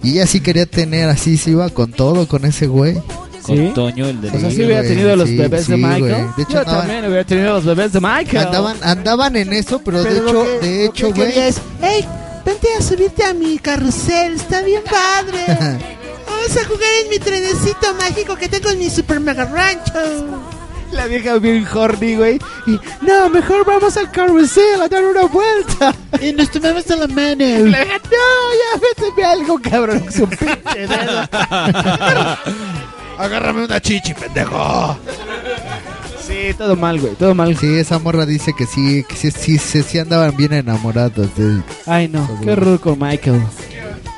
G: y ella sí quería tener así, se iba con todo con ese güey.
Q: Con Toño, el de
D: O sea, si hubiera
G: güey,
D: tenido los
G: sí,
D: bebés de
G: sí,
D: Michael.
G: güey. De hecho,
D: yo
G: andaban-
D: también hubiera tenido los bebés de Michael.
G: Andaban, andaban en eso, pero, de
D: Pero lo
G: hecho,
D: que-
G: de hecho,
D: lo que
G: güey.
D: quería
E: es, hey, vente a subirte a mi carrusel, está bien padre. Vamos a jugar en mi trenecito mágico que tengo en mi super mega rancho.
D: La vieja bien horny, güey. Y no, mejor vamos al carrusel a dar una vuelta.
E: Y nos tomamos a la mano.
D: La vieja, no, ya méteme algo, cabrón. con Su pinche dedo.
G: Agárrame una chichi, pendejo.
D: Sí, todo mal, güey, todo mal.
G: Sí, esa morra dice que sí, que sí, sí, sí, sí andaban bien enamorados de él.
D: Ay, no, qué horror con Michael.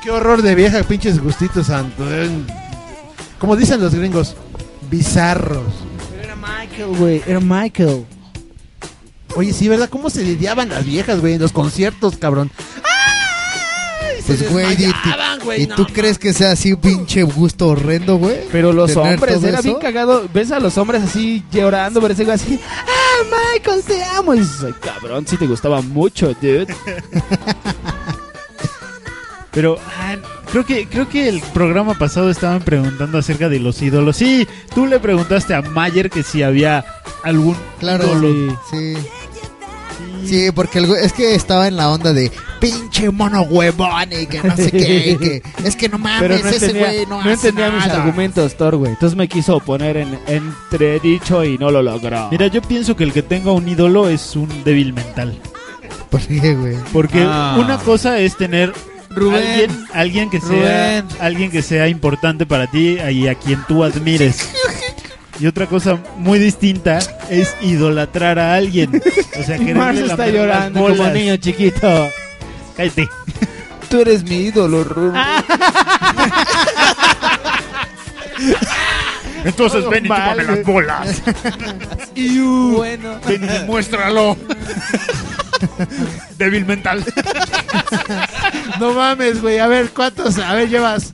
E: Qué horror de vieja, pinches gustitos, santo. Como dicen los gringos, bizarros.
D: Era Michael, güey, era Michael.
E: Oye, sí, ¿verdad? ¿Cómo se lidiaban las viejas, güey, en los conciertos, cabrón? ¡Ay! Se
G: Pues, güey, ¿y, tú-
E: desmayaban, güey,
G: y
E: no
G: tú crees que sea así un pinche gusto horrendo, güey?
D: Pero los hombres, era bien
G: bien
D: cagado. Ves a los hombres así llorando, pero ese güey así. ¡Ah, Michael, te amo! Y dices, "Ay, cabrón, sí te gustaba mucho, dude.
H: Pero ah, creo que creo que el programa pasado estaban preguntando acerca de los ídolos. Sí, tú le preguntaste a Mayer que si había algún
G: Claro,
H: ídolo
G: sí. Sí, porque el güey- es que estaba en la onda de pinche mono huevón y que no sé qué. y que- es que no mames,
J: Pero no
G: ese
J: entendía-
G: güey no,
J: no
G: hace
J: entendía mis
G: nada.
F: argumentos, Thor, güey. Entonces me quiso poner en entredicho y no lo logró.
H: Mira, yo pienso que el que tenga un ídolo es un débil mental.
G: ¿Por qué, güey?
H: Porque
G: Ah.
H: una cosa es tener
G: Rubén.
H: alguien, alguien que sea
G: Rubén.
H: alguien que sea importante para ti y a quien tú admires. Y otra cosa muy distinta es idolatrar a alguien. O sea, que
F: Marzo está llorando como niño
H: chiquito. Cállate.
F: Tú eres mi ídolo, Rubén.
D: Ah,
H: Entonces
F: Todo
H: ven y
F: mal,
H: chúpame las
F: güey.
H: bolas.
E: uh.
F: Bueno.
H: Ven y demuéstralo. Débil mental.
E: No mames, güey. A ver, ¿cuántos? A ver, llevas.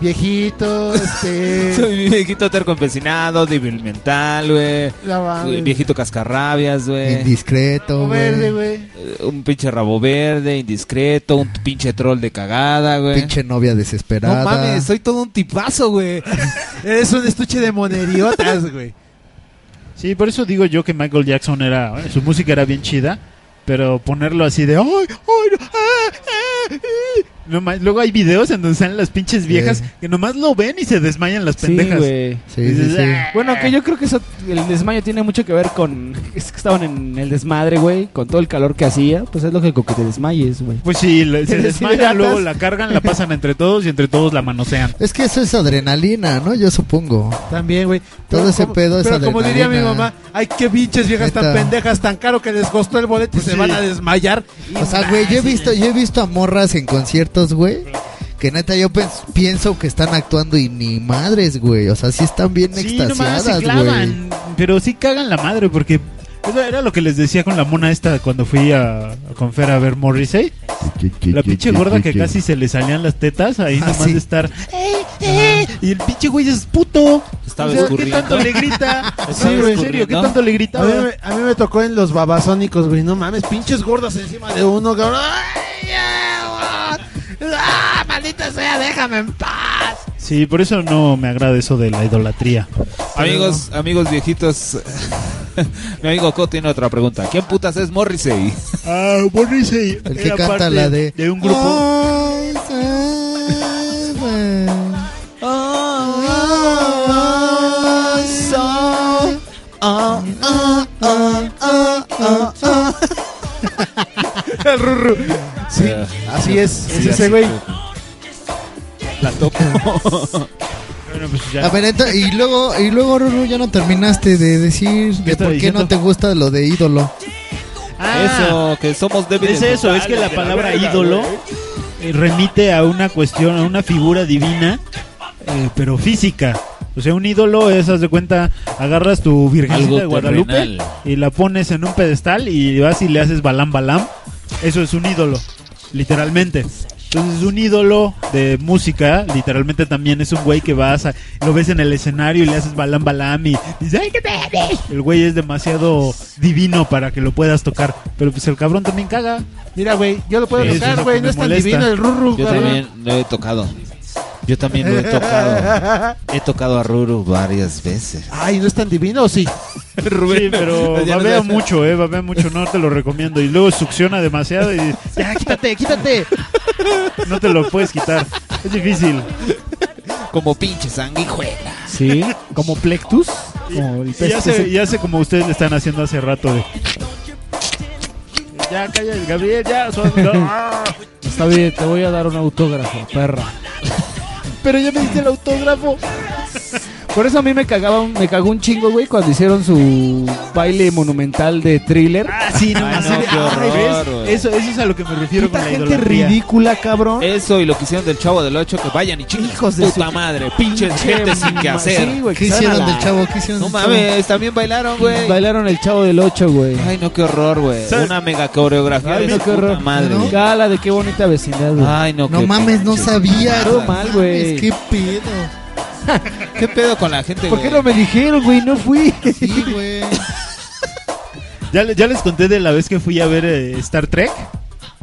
E: Viejito, este.
D: Soy viejito terco empecinado, débil mental, güey.
E: La mames.
D: Viejito cascarrabias, güey.
G: Indiscreto,
E: Verde,
G: güey.
E: güey.
D: Eh, Un pinche rabo verde, indiscreto, un pinche troll de cagada, güey.
G: Pinche novia desesperada.
D: No mames, soy todo un tipazo, güey.
E: Eres un estuche de moneriotas, güey.
H: Sí, por eso digo yo que Michael Jackson era. eh, Su música era bien chida. Pero ponerlo así de. ¡Ay! ¡Ay! no, ah, ah, ah". No ma- luego hay videos en donde salen las pinches viejas que nomás lo ven y se desmayan las pendejas.
F: güey.
H: Dices, "Ah".
F: Bueno, que yo creo que eso, el desmayo tiene mucho que ver con. Es que estaban en el desmadre, güey. Con todo el calor que hacía. Pues es lógico que te desmayes, güey.
H: Pues sí, le-
F: Te
H: se desmaya,
F: deshidratas.
H: luego la cargan, la pasan entre todos y entre todos la manosean.
G: Es que eso es adrenalina, ¿no? Yo supongo.
E: También, güey.
G: Todo ese pedo es
E: Pero como diría mi
G: adrenalina.
E: mamá, ay, qué pinches viejas tan
G: Neta.
E: pendejas, tan caro que les costó el boleto y se van a desmayar.
G: O sea, güey, yo he visto, yo he visto a morras en conciertos, güey. Que neta, yo pens- pienso que están actuando y ni madres, güey. O sea, sí están bien
H: Sí, nomás se
G: extasiadas, güey.
H: clavan. Pero sí cagan la madre porque. Eso era lo que les decía con la mona esta cuando fui a, con Fer a ver Morrissey. La pinche gorda que casi se le salían las tetas ahí nomás de estar. "Eh, eh", Y el pinche güey es puto.
D: Estaba
H: O sea, ¿Qué
D: escurriendo.
H: tanto le grita?
E: Sí,
H: No,
E: güey.
H: en serio, ¿qué
E: ¿No?
H: tanto le gritaba?
E: A mí, me- a mí me tocó en los babasónicos, güey. No mames, pinches gordas encima de uno, cabrón. ¡Ay, ya, güey! ¡Ah, maldita sea, déjame en paz!
H: Sí, por eso no me agrada eso de la idolatría.
D: Amigos, amigos viejitos. Mi amigo Co tiene otra pregunta. ¿Quién putas es Morrissey?
H: Ah, Morrissey.
G: El que canta la de.
H: De un
G: Ay, sabe.
C: Ah, so- ah, ah, ah, ah, ah, ah.
E: El Ruru. Sí, así es.
D: Sí,
E: es ese
D: así
E: güey.
D: La topo.
G: A ver, ento- y luego, y luego Ruru, ya no terminaste de decir de por
H: estaba
G: qué
H: diciendo?
G: no te gusta lo de ídolo.
D: eso, que somos débiles.
H: Es eso,
D: mentales,
H: es que la
D: de
H: palabra
D: verga,
H: ídolo
D: güey.
H: eh, remite a una cuestión, a una figura divina, eh, pero física. O sea, un ídolo es, haz de cuenta, agarras tu
D: Algo
H: Virgencita de Guadalupe
D: terrenal.
H: y la pones en un pedestal y vas y le haces balam balam. Eso es un ídolo, literalmente. Entonces, un ídolo de música, literalmente también es un güey que vas a. Lo ves en el escenario y le haces balam balam y dices, ¡ay, qué padre". El güey es demasiado divino para que lo puedas tocar. Pero pues el cabrón también caga.
E: Mira, güey, yo lo puedo
H: Sí, eso es
E: tocar,
H: lo
E: güey.
H: que
E: No
H: me
E: es tan
H: molesta.
E: divino el Ruru,
D: Yo
E: cabrón.
D: también lo he tocado. Yo también lo he tocado. He tocado a Ruru varias veces.
E: ¡Ah! Ay, ¿no es tan divino o sí?
H: Rubén, pero
D: Ya no
H: babea
D: sé.
H: mucho, eh, babea mucho, no te lo recomiendo. Y luego succiona demasiado y ya, quítate, quítate. No te lo puedes quitar, es difícil.
D: Como pinche sanguijuela.
H: Sí, como plectus.
D: pez
H: y hace, y hace como ustedes le están haciendo hace rato de. Ya, calla, Gabriel, ya,
F: Está bien, te voy a dar un autógrafo, perra.
J: Pero ya me diste el autógrafo.
F: Por eso a mí me cagaba, un- me cagó un chingo, güey, cuando hicieron su baile monumental de thriller. Ah,
H: sí, no,
F: más.
H: qué horror, güey. Eso, eso es a lo que me refiero con la
F: gente
H: idolatría.
F: ridícula, cabrón.
D: Eso y lo que hicieron del chavo del 8, que vayan y chingos
F: de
D: puta madre, pinche gente sin que hacer.
F: Sí, güey, que ¿Qué salgan hicieron a la- del chavo? ¿Qué hicieron
D: No
F: del
D: mames,
F: chavo?
D: también bailaron, güey.
F: Bailaron el chavo del 8, güey.
D: Ay, no, qué horror, güey.
F: ¿Sabes?
D: Una mega coreografía
F: Ay,
D: de
F: no,
D: su
F: qué
D: puta
F: horror.
D: madre.
F: ¿No? Gala de qué bonita vecindad, güey.
D: Ay, no,
G: No
D: qué
G: mames, no
D: pinche-
G: sabía.
F: Todo
G: no
F: mal,
G: mames,
F: güey.
G: Qué pedo.
D: ¿Qué pedo con la gente,
F: ¿Por qué no me dijeron, güey? No fui.
G: Sí, güey.
H: Ya, le- ya les conté de la vez que fui a ver eh, Star Trek.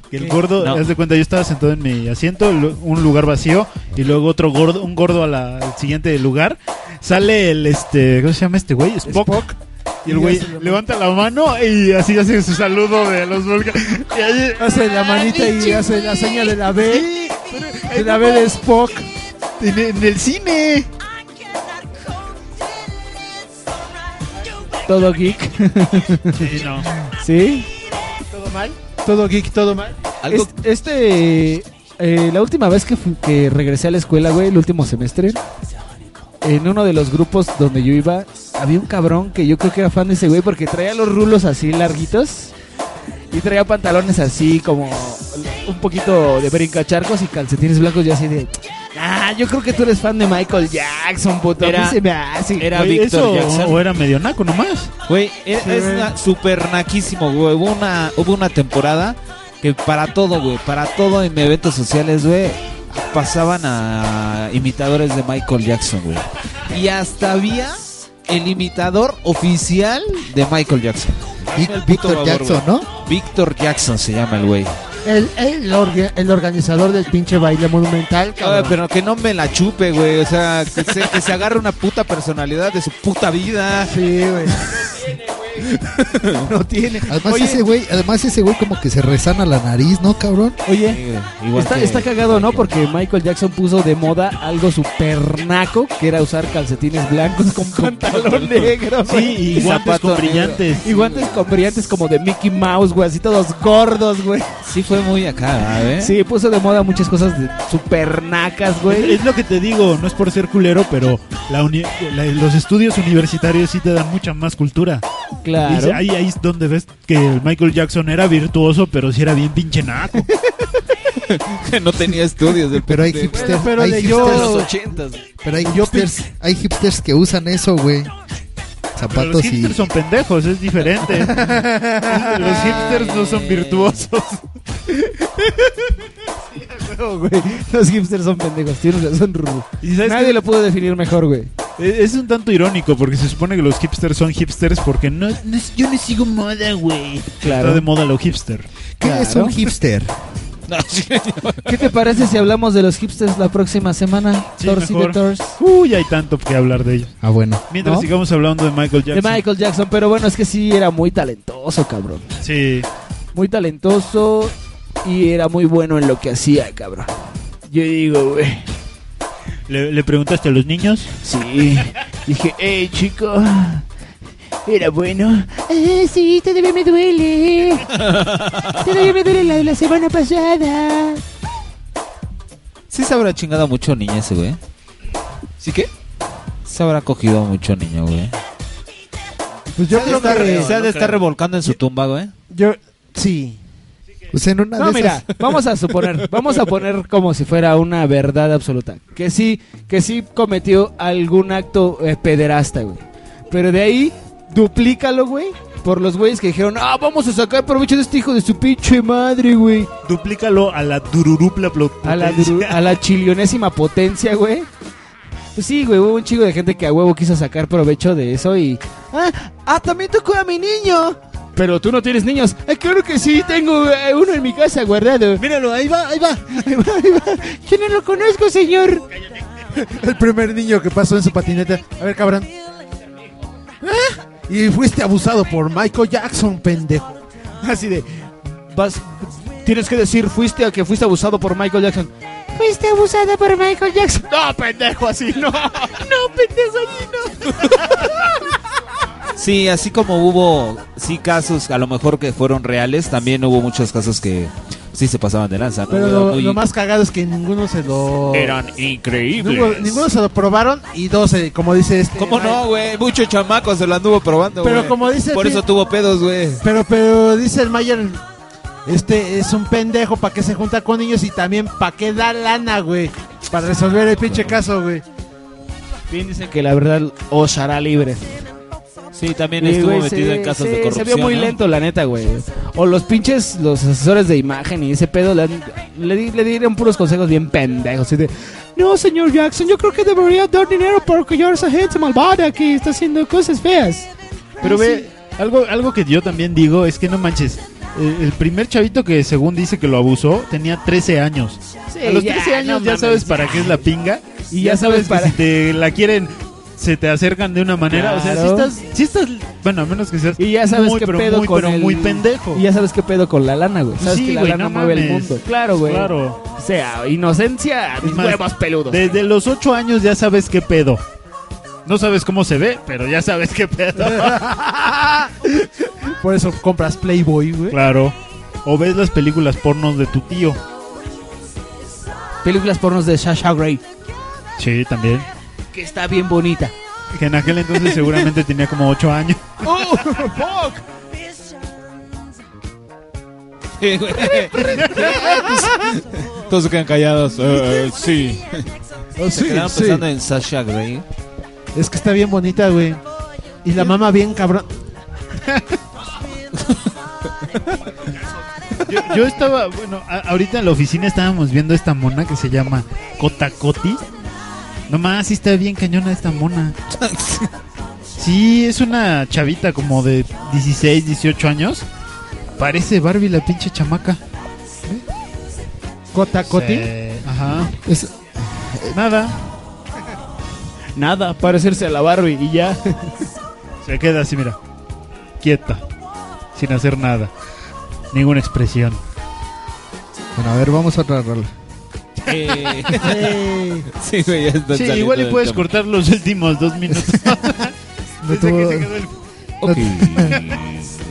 H: Que el gordo,
D: No.
H: haz de cuenta, yo estaba sentado en mi asiento, lu- un lugar vacío, y luego otro gordo, un gordo a la- al siguiente lugar. Sale el este, ¿cómo se llama este güey? Spock. Y el güey levanta la mano y así hace su saludo de los volcanes. Y ahí
E: hace la manita y hace la seña de la B. De la B de Spock.
H: En, el cine.
D: Todo geek.
H: Sí, no.
D: ¿Sí?
E: ¿Todo mal?
D: Todo geek, todo mal. Es- este. eh, la última vez que, fu- que regresé a la escuela, güey, el último semestre, en uno de los grupos donde yo iba, había un cabrón que yo creo que era fan de ese güey porque traía los rulos así larguitos y traía pantalones así como un poquito de brincacharcos y calcetines blancos y así de. Ah, yo creo que tú eres fan de Michael Jackson, puto.
S: Era-
D: ¿Qué se me hace?"
S: era Güey, Víctor eso Jackson.
H: O era medio naco nomás.
S: Güey, es,
H: Sí,
S: es
H: güey.
S: na- super naquísimo, güey. Hubo una, hubo una temporada que para todo, güey, para todo en eventos sociales, güey, pasaban a imitadores de Michael Jackson, güey. Y hasta había el imitador oficial de Michael Jackson. El puto
E: Víctor Jackson,
S: güey. Víctor Jackson se llama el güey.
E: El, el, orga- el organizador del pinche baile monumental,
S: Ay,
E: cabrón.
S: pero que no me la chupe, güey. O sea, que se, que se agarre una puta personalidad de su puta vida.
E: Sí, güey.
S: no tiene.
G: Además ese güey, además ese güey como que se resana la nariz, ¿no, cabrón?
D: Oye, está, está cagado, ¿no? Porque Michael Jackson puso de moda algo super naco, que era usar calcetines blancos con pantalón negro.
H: Sí,
D: güey.
H: y guantes
D: zapato
H: con
D: negro.
H: brillantes.
D: Y guantes con brillantes como de Mickey Mouse, güey, así todos gordos, güey.
S: Sí, fue muy acá, ¿eh?
D: Sí, puso de moda muchas cosas de super nacas,
H: Es,
D: güey.
H: es lo que te digo, no es por ser culero, pero la uni- la- los estudios universitarios sí te dan mucha más cultura.
D: Claro.
H: Y dice, ahí, ahí es donde ves que el Michael Jackson era virtuoso, pero sí era bien pinche naco.
S: no tenía estudios.
G: Pero hay
H: pendejo.
G: hipsters,
H: Pero
G: hay
H: leyó-
G: hipsters-
H: Los
I: ochentas.
G: Pero hay hipsters, hay hipsters que usan eso, güey.
H: Pero los
G: Zapatos y
H: hipsters son pendejos, es diferente.
G: ah.
H: los hipsters no son virtuosos.
D: güey. Los hipsters son pendejos, tienes razón, Rubo.
H: sabes
D: Nadie
H: qué?
D: lo pudo definir mejor, güey.
H: E- Es un tanto irónico porque se supone que los hipsters son hipsters porque no, no- yo no sigo moda, güey.
D: Claro.
H: Está de moda lo hipster.
D: ¿Qué es Claro. un
G: hipster?
D: ¿Qué te parece si hablamos de los hipsters la próxima semana?
H: Sí,
D: Thor, sí, de
H: mejor.
D: Thors.
H: Uy, hay tanto que hablar de ellos.
G: Ah, bueno.
H: Mientras
D: ¿No?
H: sigamos hablando de Michael Jackson.
D: De Michael Jackson, pero bueno, es que sí era muy talentoso, cabrón.
H: Sí.
D: Muy talentoso y era muy bueno en lo que hacía, cabrón. Yo digo, güey.
H: ¿Le, le preguntaste a los niños?
D: Sí. Dije, hey, chico. Era bueno.
T: Eh, sí, todavía me duele. Todavía me duele la de la semana pasada.
S: Sí se habrá chingado mucho niña ese güey.
I: ¿Sí qué?
S: Se habrá cogido mucho niño, güey.
E: Pues yo creo
S: Está-
E: que.
S: se ha de estar revolcando en su tumba, güey.
E: Yo, sí.
G: Pues en una
D: No, mira, vamos a suponer, vamos a poner como si fuera una verdad absoluta. Que sí, que sí cometió algún acto eh, pederasta, güey. Pero de ahí, duplícalo, güey. Por los güeyes que dijeron, ah, vamos a sacar provecho de este hijo de su pinche madre, güey.
H: Duplícalo a la dururupla plo-
D: A la, duru- a la chilionésima potencia, güey. Pues sí, güey, hubo un chico de gente que a huevo quiso sacar provecho de eso y...
T: Ah, ah, también tocó a mi niño.
D: Pero tú no tienes niños. "Ah, claro que sí, tengo eh, uno en mi casa guardado.
G: Míralo, ahí va, ahí va.
D: Ahí va, ahí va. Yo no lo conozco, señor.
E: El primer niño que pasó en su patineta. A ver, cabrón. ¿Ah? Y fuiste abusado por Michael Jackson, pendejo.
D: Así de, vas, tienes que decir, fuiste a que fuiste abusado por Michael Jackson.
T: Fuiste abusada por Michael Jackson.
D: No, pendejo, así no.
T: No, pendejo, así no.
S: Sí, así como hubo, sí, casos a lo mejor que fueron reales, también hubo muchos casos que sí se pasaban de lanza, ¿no?
E: Pero
S: Era
E: lo,
S: muy-
E: lo más cagado es que ninguno se lo.
S: Eran increíbles.
E: Ninguno, ninguno se lo probaron y dos, eh, como dice este.
S: ¿Cómo no, güey? Muchos chamacos se lo anduvo probando,
E: Pero
S: güey.
E: como dice el
S: Por
E: fin-
S: eso tuvo pedos, güey.
E: Pero, pero dice el Mayer, este es un pendejo para que se junta con niños y también para que da lana, güey. Para resolver el pinche caso, güey.
D: Bien dicen que la verdad os hará libre.
S: Sí, también
D: Y,
S: estuvo
D: güey,
S: metido
D: se-
S: en casos
D: se-
S: de corrupción.
D: Se vio muy
S: ¿no?
D: lento, la neta, güey. O los pinches, los asesores de imagen y ese pedo, le, han- le, di- le dieron puros consejos bien pendejos. así de,
T: No, señor Jackson, yo creo que debería dar dinero porque yo esa gente malvada que está haciendo cosas feas.
H: Pero
T: Ah,
H: ve, algo, algo que yo también digo es que no manches. eh, El primer chavito que según dice que lo abusó tenía 13 años.
D: Sí,
H: a los
E: Eh,
D: ya,
H: 13 años
D: no
H: ya
D: mames,
H: sabes para qué es la pinga.
D: Y ya sabes
H: que
D: para-
H: si te la quieren se te acercan de una manera. O sea, si
J: Claro.
H: estás, sí estás, bueno, a menos que seas
J: Y ya sabes
H: muy,
J: qué
H: pero
J: pedo
H: muy,
J: con
H: pero
J: el-
H: muy pendejo.
J: Y ya sabes qué pedo con la lana, güey. Sabes
H: Sí,
J: que la
H: güey,
J: lana
H: no
J: mueve el
H: mames.
J: mundo. Claro, güey.
H: Claro.
J: O sea, inocencia, mis
H: más,
J: huevos peludos.
H: Desde los ocho años ya sabes qué pedo. No sabes cómo se ve, pero ya sabes qué pedo.
E: Por eso compras Playboy, güey.
H: Claro. O ves las películas pornos de tu tío.
J: Películas pornos de Sasha Grey,
H: Sí, también.
J: que está bien bonita.
H: Que en aquel entonces seguramente tenía como ocho años.
J: ¡Oh, fuck!
D: Todos se quedan callados. Eh, Oh, sí.
E: sí,
D: se quedaban
E: sí.
D: pensando en Sasha Grey.
E: Es que está bien bonita, güey. Y la mama bien cabrón.
H: Yo, yo estaba, bueno, a- ahorita en la oficina estábamos viendo esta mona que se llama Cotacotti. Nomás, sí está bien cañona esta mona. Sí, es una chavita como de 16, 18 años. Parece Barbie la pinche chamaca.
E: ¿Cotacotti?
H: Ajá. Nada.
J: Nada, parecerse a la Barbie y ya.
H: Se queda así, mira. Quieta. Sin hacer nada. Ninguna expresión.
G: Bueno, a ver, vamos a otra rola.
D: sí, güey, ya están
H: Sí,
D: saliendo
H: igual y
D: del
H: puedes
D: tema.
H: cortar los últimos dos minutos. Desde que se quedó el-
D: Ok.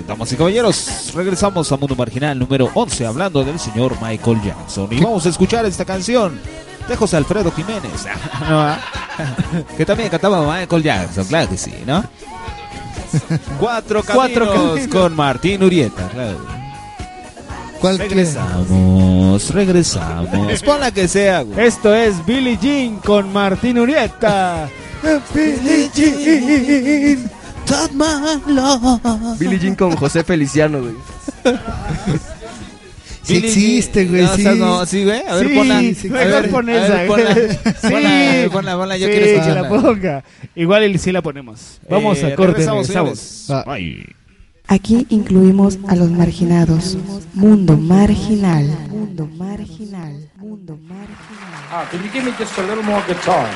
D: Damas y caballeros, regresamos a Mundo Marginal número 11 hablando del señor Michael Jackson. Y vamos a escuchar esta canción de José Alfredo Jiménez. ¿no, ah? que también cantaba Michael Jackson, claro que sí, ¿no? Cuatro caminos,
C: Cuatro caminos.
D: con Martín Urieta, claro. regresamos, regresamos. Pon la que sea, güey.
J: Esto es Billie Jean con Martín Urieta.
C: Billie Jean, that my love.
I: Billie Jean con José Feliciano, güey.
G: Sí existe, güey, sí.
D: No, o sea, no, sí, güey. A ver,
G: Sí,
D: ponla.
G: sí,
D: a ver,
J: Mejor pon
D: a ver,
J: esa.
D: ponla.
J: Sí.
D: Ponla, ponla, ponla, yo
J: Sí,
D: quiero
J: que la
D: escucharla.
J: ponga. Igual y sí la ponemos. Vamos
D: Eh,
J: a corte,
D: regresamos,
J: regresamos.
H: Ah.
L: Aquí incluimos a los marginados. Mundo marginal. Mundo marginal. Mundo marginal.
N: Ah, can you give me just a little more guitar?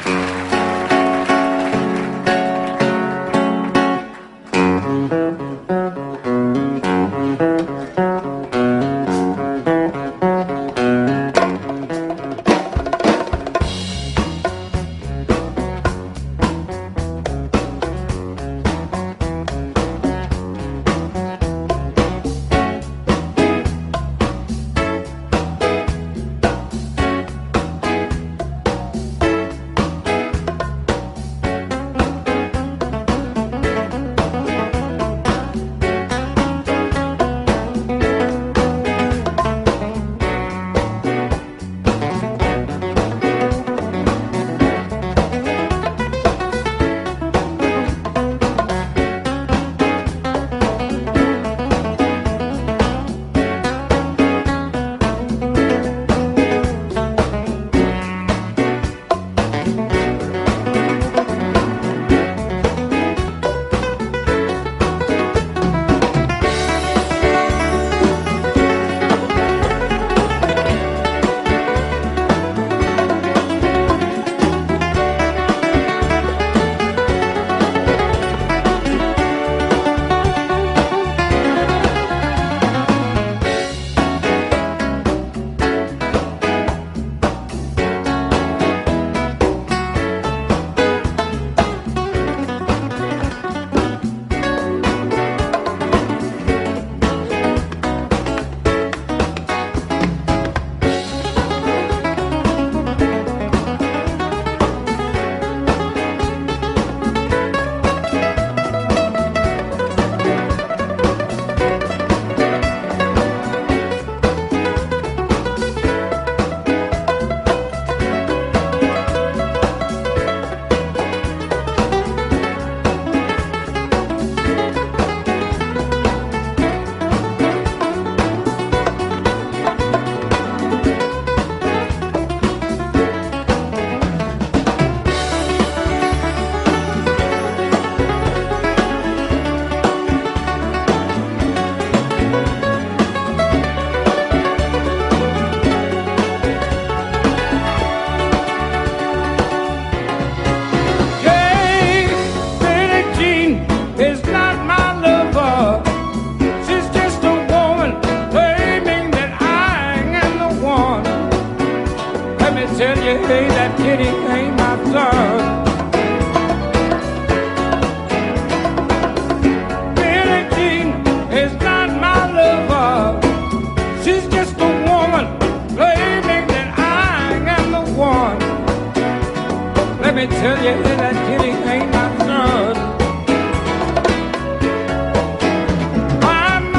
A: baby,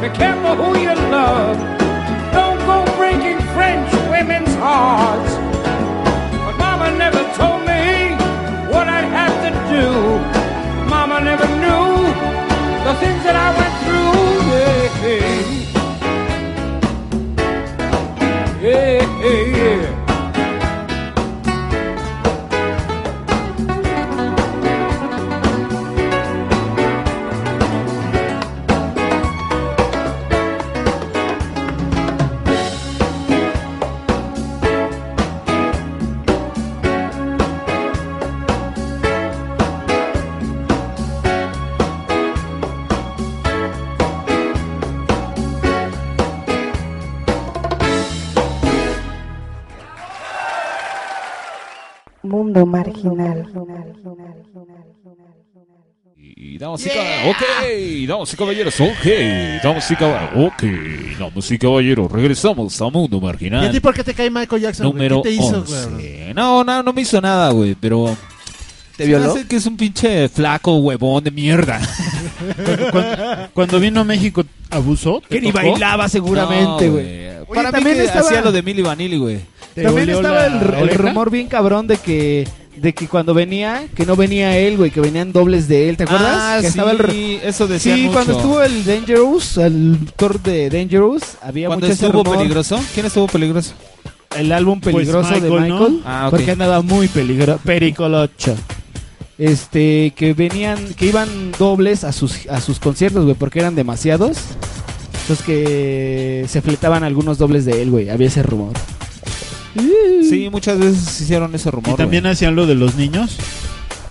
A: be careful who you love. Don't go breaking French women's hearts. But Mama never told me what I'd have to do. Mama never knew the things that I went through. Yeah, yeah, yeah. yeah.
L: Mundo marginal.
G: Y damas y caballeros, ok, damas y caballeros, ok, damas y caballeros, ok, damas y caballeros, regresamos a Mundo
E: ¿Y a ti
G: Marginal
E: por qué te cae Michael Jackson? güey?
G: número
E: ¿Qué te hizo, güey?
G: 11. No, no, no me hizo nada, güey, pero... ¿Te
E: violó?
G: que es un pinche flaco huevón de mierda.
H: Cuando, cuando- cuando vino a México, ¿abusó? ¿Te
G: Que ni
H: tocó?
G: bailaba seguramente, No, güey. Para mí
H: también
G: que
H: estaba-
G: hacía lo de Milly Vanilli, güey.
D: También estaba el, el
G: oreja?
D: rumor bien cabrón de que de que cuando venía, que no venía él, güey, que venían dobles de él, ¿te acuerdas?
G: Ah,
D: que
G: sí,
D: estaba el r-
G: eso decía
D: Sí,
G: mucho.
D: cuando estuvo el Dangerous, el tour de Dangerous, había
G: ¿Cuándo
D: mucho ese
G: estuvo
D: rumor.
G: peligroso? ¿Quién estuvo peligroso?
D: El álbum
G: Pues
D: peligroso de
G: Michael, ¿no?
D: Michael,
G: Ah, ok.
D: porque andaba muy peligro pericolocho. Este, que venían, que iban dobles a sus a sus conciertos, güey, porque eran demasiados. Entonces que se fletaban algunos dobles de él, güey, había ese rumor.
G: Sí, muchas veces hicieron ese rumor.
H: ¿Y también hacían lo de los niños?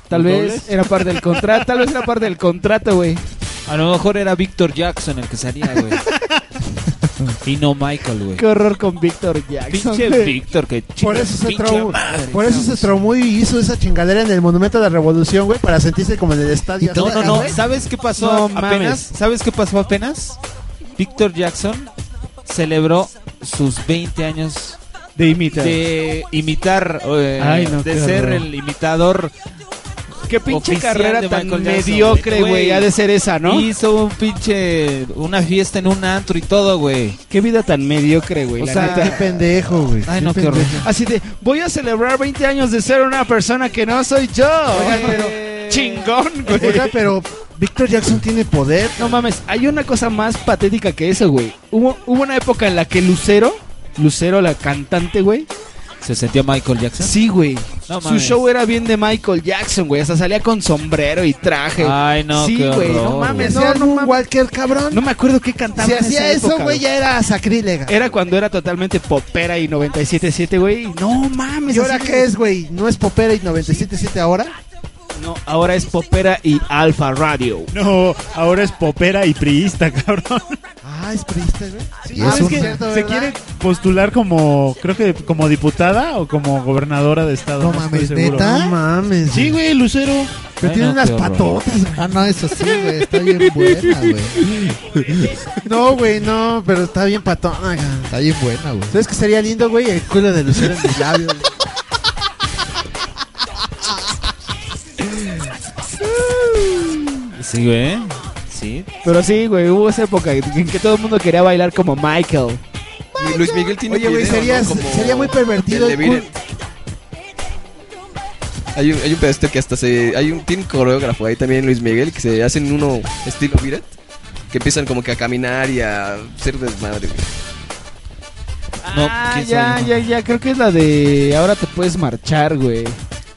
D: Tal
H: ¿Los
D: vez
H: dobles?
D: era parte del contrato, tal vez era parte del contrato, güey.
G: A lo mejor era Víctor Jackson el que salía, güey. y no Michael, güey.
D: Qué horror con Víctor Jackson.
G: Pinche
D: güey.
G: Víctor, que
E: Por
G: chinga-
E: eso se
G: pinche
E: traumó.
G: madre,
E: Por eso se traumó y hizo esa chingadera en el Monumento de la Revolución, güey, para sentirse como en el estadio.
G: No,
E: Azteca,
G: no, no.
E: güey.
G: ¿Sabes qué pasó
E: No
G: apenas?
E: mames.
G: ¿Sabes qué pasó apenas? Víctor Jackson celebró sus 20 años
D: de imitar.
G: De imitar, eh,
D: Ay, no,
G: de
D: qué
G: ser
D: horror.
G: el imitador.
D: Qué pinche
G: oficial
D: carrera
G: de
D: tan
G: Michael Jackson,
D: mediocre, güey, ha de ser esa, ¿no?
G: Hizo un pinche una fiesta en un antro y todo, güey.
D: Qué vida tan mediocre, güey.
G: O
D: la
G: sea,
D: neta.
G: qué
E: pendejo, güey.
G: Ay,
D: Qué
G: no, qué horror.
D: pendejo. Así de, voy a celebrar 20 años de ser una persona que no soy yo. Chingón, güey.
E: eh, Oiga, pero Víctor Jackson tiene poder.
D: No mames, hay una cosa más patética que eso, güey. Hubo, hubo una época en la que Lucero, Lucero la cantante, güey,
G: ¿Se sentía Michael Jackson?
D: Sí, güey.
G: No
D: su
G: mames.
D: show era bien de Michael Jackson, güey. Hasta salía con sombrero y traje.
G: Ay, no,
D: Sí,
G: qué
D: güey,
G: horror,
D: Pues, no mames.
E: güey.
D: No, no, mames.
E: Walker, cabrón.
D: No me acuerdo qué cantaba.
E: Si
D: en esa
E: hacía eso,
D: época,
E: güey, ya era sacrílega.
D: Era cuando era totalmente popera y 97.7, güey. y No mames.
E: ¿Y ahora
D: así-
E: qué es, güey? ¿No es Popera y 97.7 ahora?
D: No, ahora es popera y alfa radio.
H: No, ahora es popera y priista, cabrón.
E: Ah, es priista, güey.
H: Y es
E: es
H: un-
E: cierto,
H: se
E: ¿verdad?
H: quiere postular como, creo que como diputada o como gobernadora de estado. No, estoy
E: mames,
H: seguro.
E: Pues, ¿neta? No mames.
H: Sí, güey, Lucero.
E: Pero tiene unas patotas, güey.
C: Ah, no, eso sí, güey. Está bien buena, güey.
E: No, güey, no, pero está bien patona. Está
C: bien buena, güey.
E: ¿Sabes qué sería lindo, güey? El culo de Lucero en mis labios. güey.
G: Sí, güey. Sí.
D: Pero sí, güey, hubo esa época en que todo el mundo quería bailar como Michael.
I: Y Luis Miguel tiene
E: Oye, güey,
I: video,
E: sería,
I: ¿no? Como
E: sería muy pervertido
I: el de
E: el
I: Beatle. Hay un, hay un pedacito que hasta se. Hay un team coreógrafo ahí también, Luis Miguel, que se hacen uno estilo Virat. Que empiezan como que a caminar y a ser desmadre, güey.
D: ah, ya, ya, ya, creo que es la de ahora te puedes marchar, güey.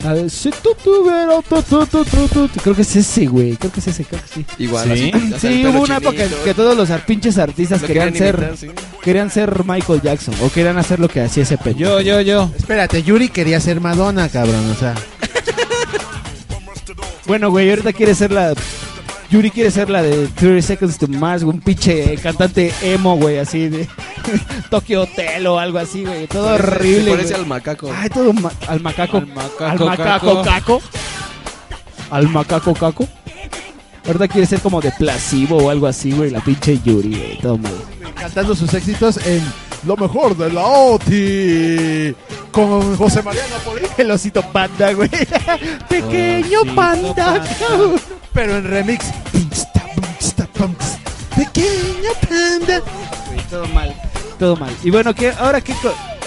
D: La de si tú tuvieras tu, tu, tu, tu, tu, tu. Creo que es ese, güey. Creo que es ese, creo que sí.
I: Igual,
D: sí.
I: así, hasta el
D: Sí,
I: pelo
D: hubo una época
I: chinito.
D: en que todos los ar- pinches artistas
I: Lo
D: querían,
I: querían
D: ser
I: imitar, sí.
D: querían ser Michael Jackson o querían hacer lo que hacía ese pecho.
G: Yo, yo, yo.
E: Espérate, Yuri quería ser Madonna, cabrón, o sea.
D: Bueno, güey, ahorita quiere ser la. Yuri quiere ser la de 30 Seconds to Mars, güey, un pinche cantante emo, güey, así de Tokyo Hotel o algo así, güey. Todo
I: Se parece-
D: horrible.
I: se parece
D: güey.
I: al macaco.
D: Ay, todo ma- al macaco. Al macaco, al
I: caco.
D: macaco, caco. Al macaco, caco. Ahorita quiere ser como de placebo o algo así, güey, la pinche Yuri, güey, todo mal.
E: Cantando sus éxitos en Lo mejor de la OTI. Con José María Napoli.
D: El osito panda, güey.
U: Pequeño
E: panda, Pero en remix. Pequeño panda.
D: Todo mal. Todo mal. Y bueno, que ahora que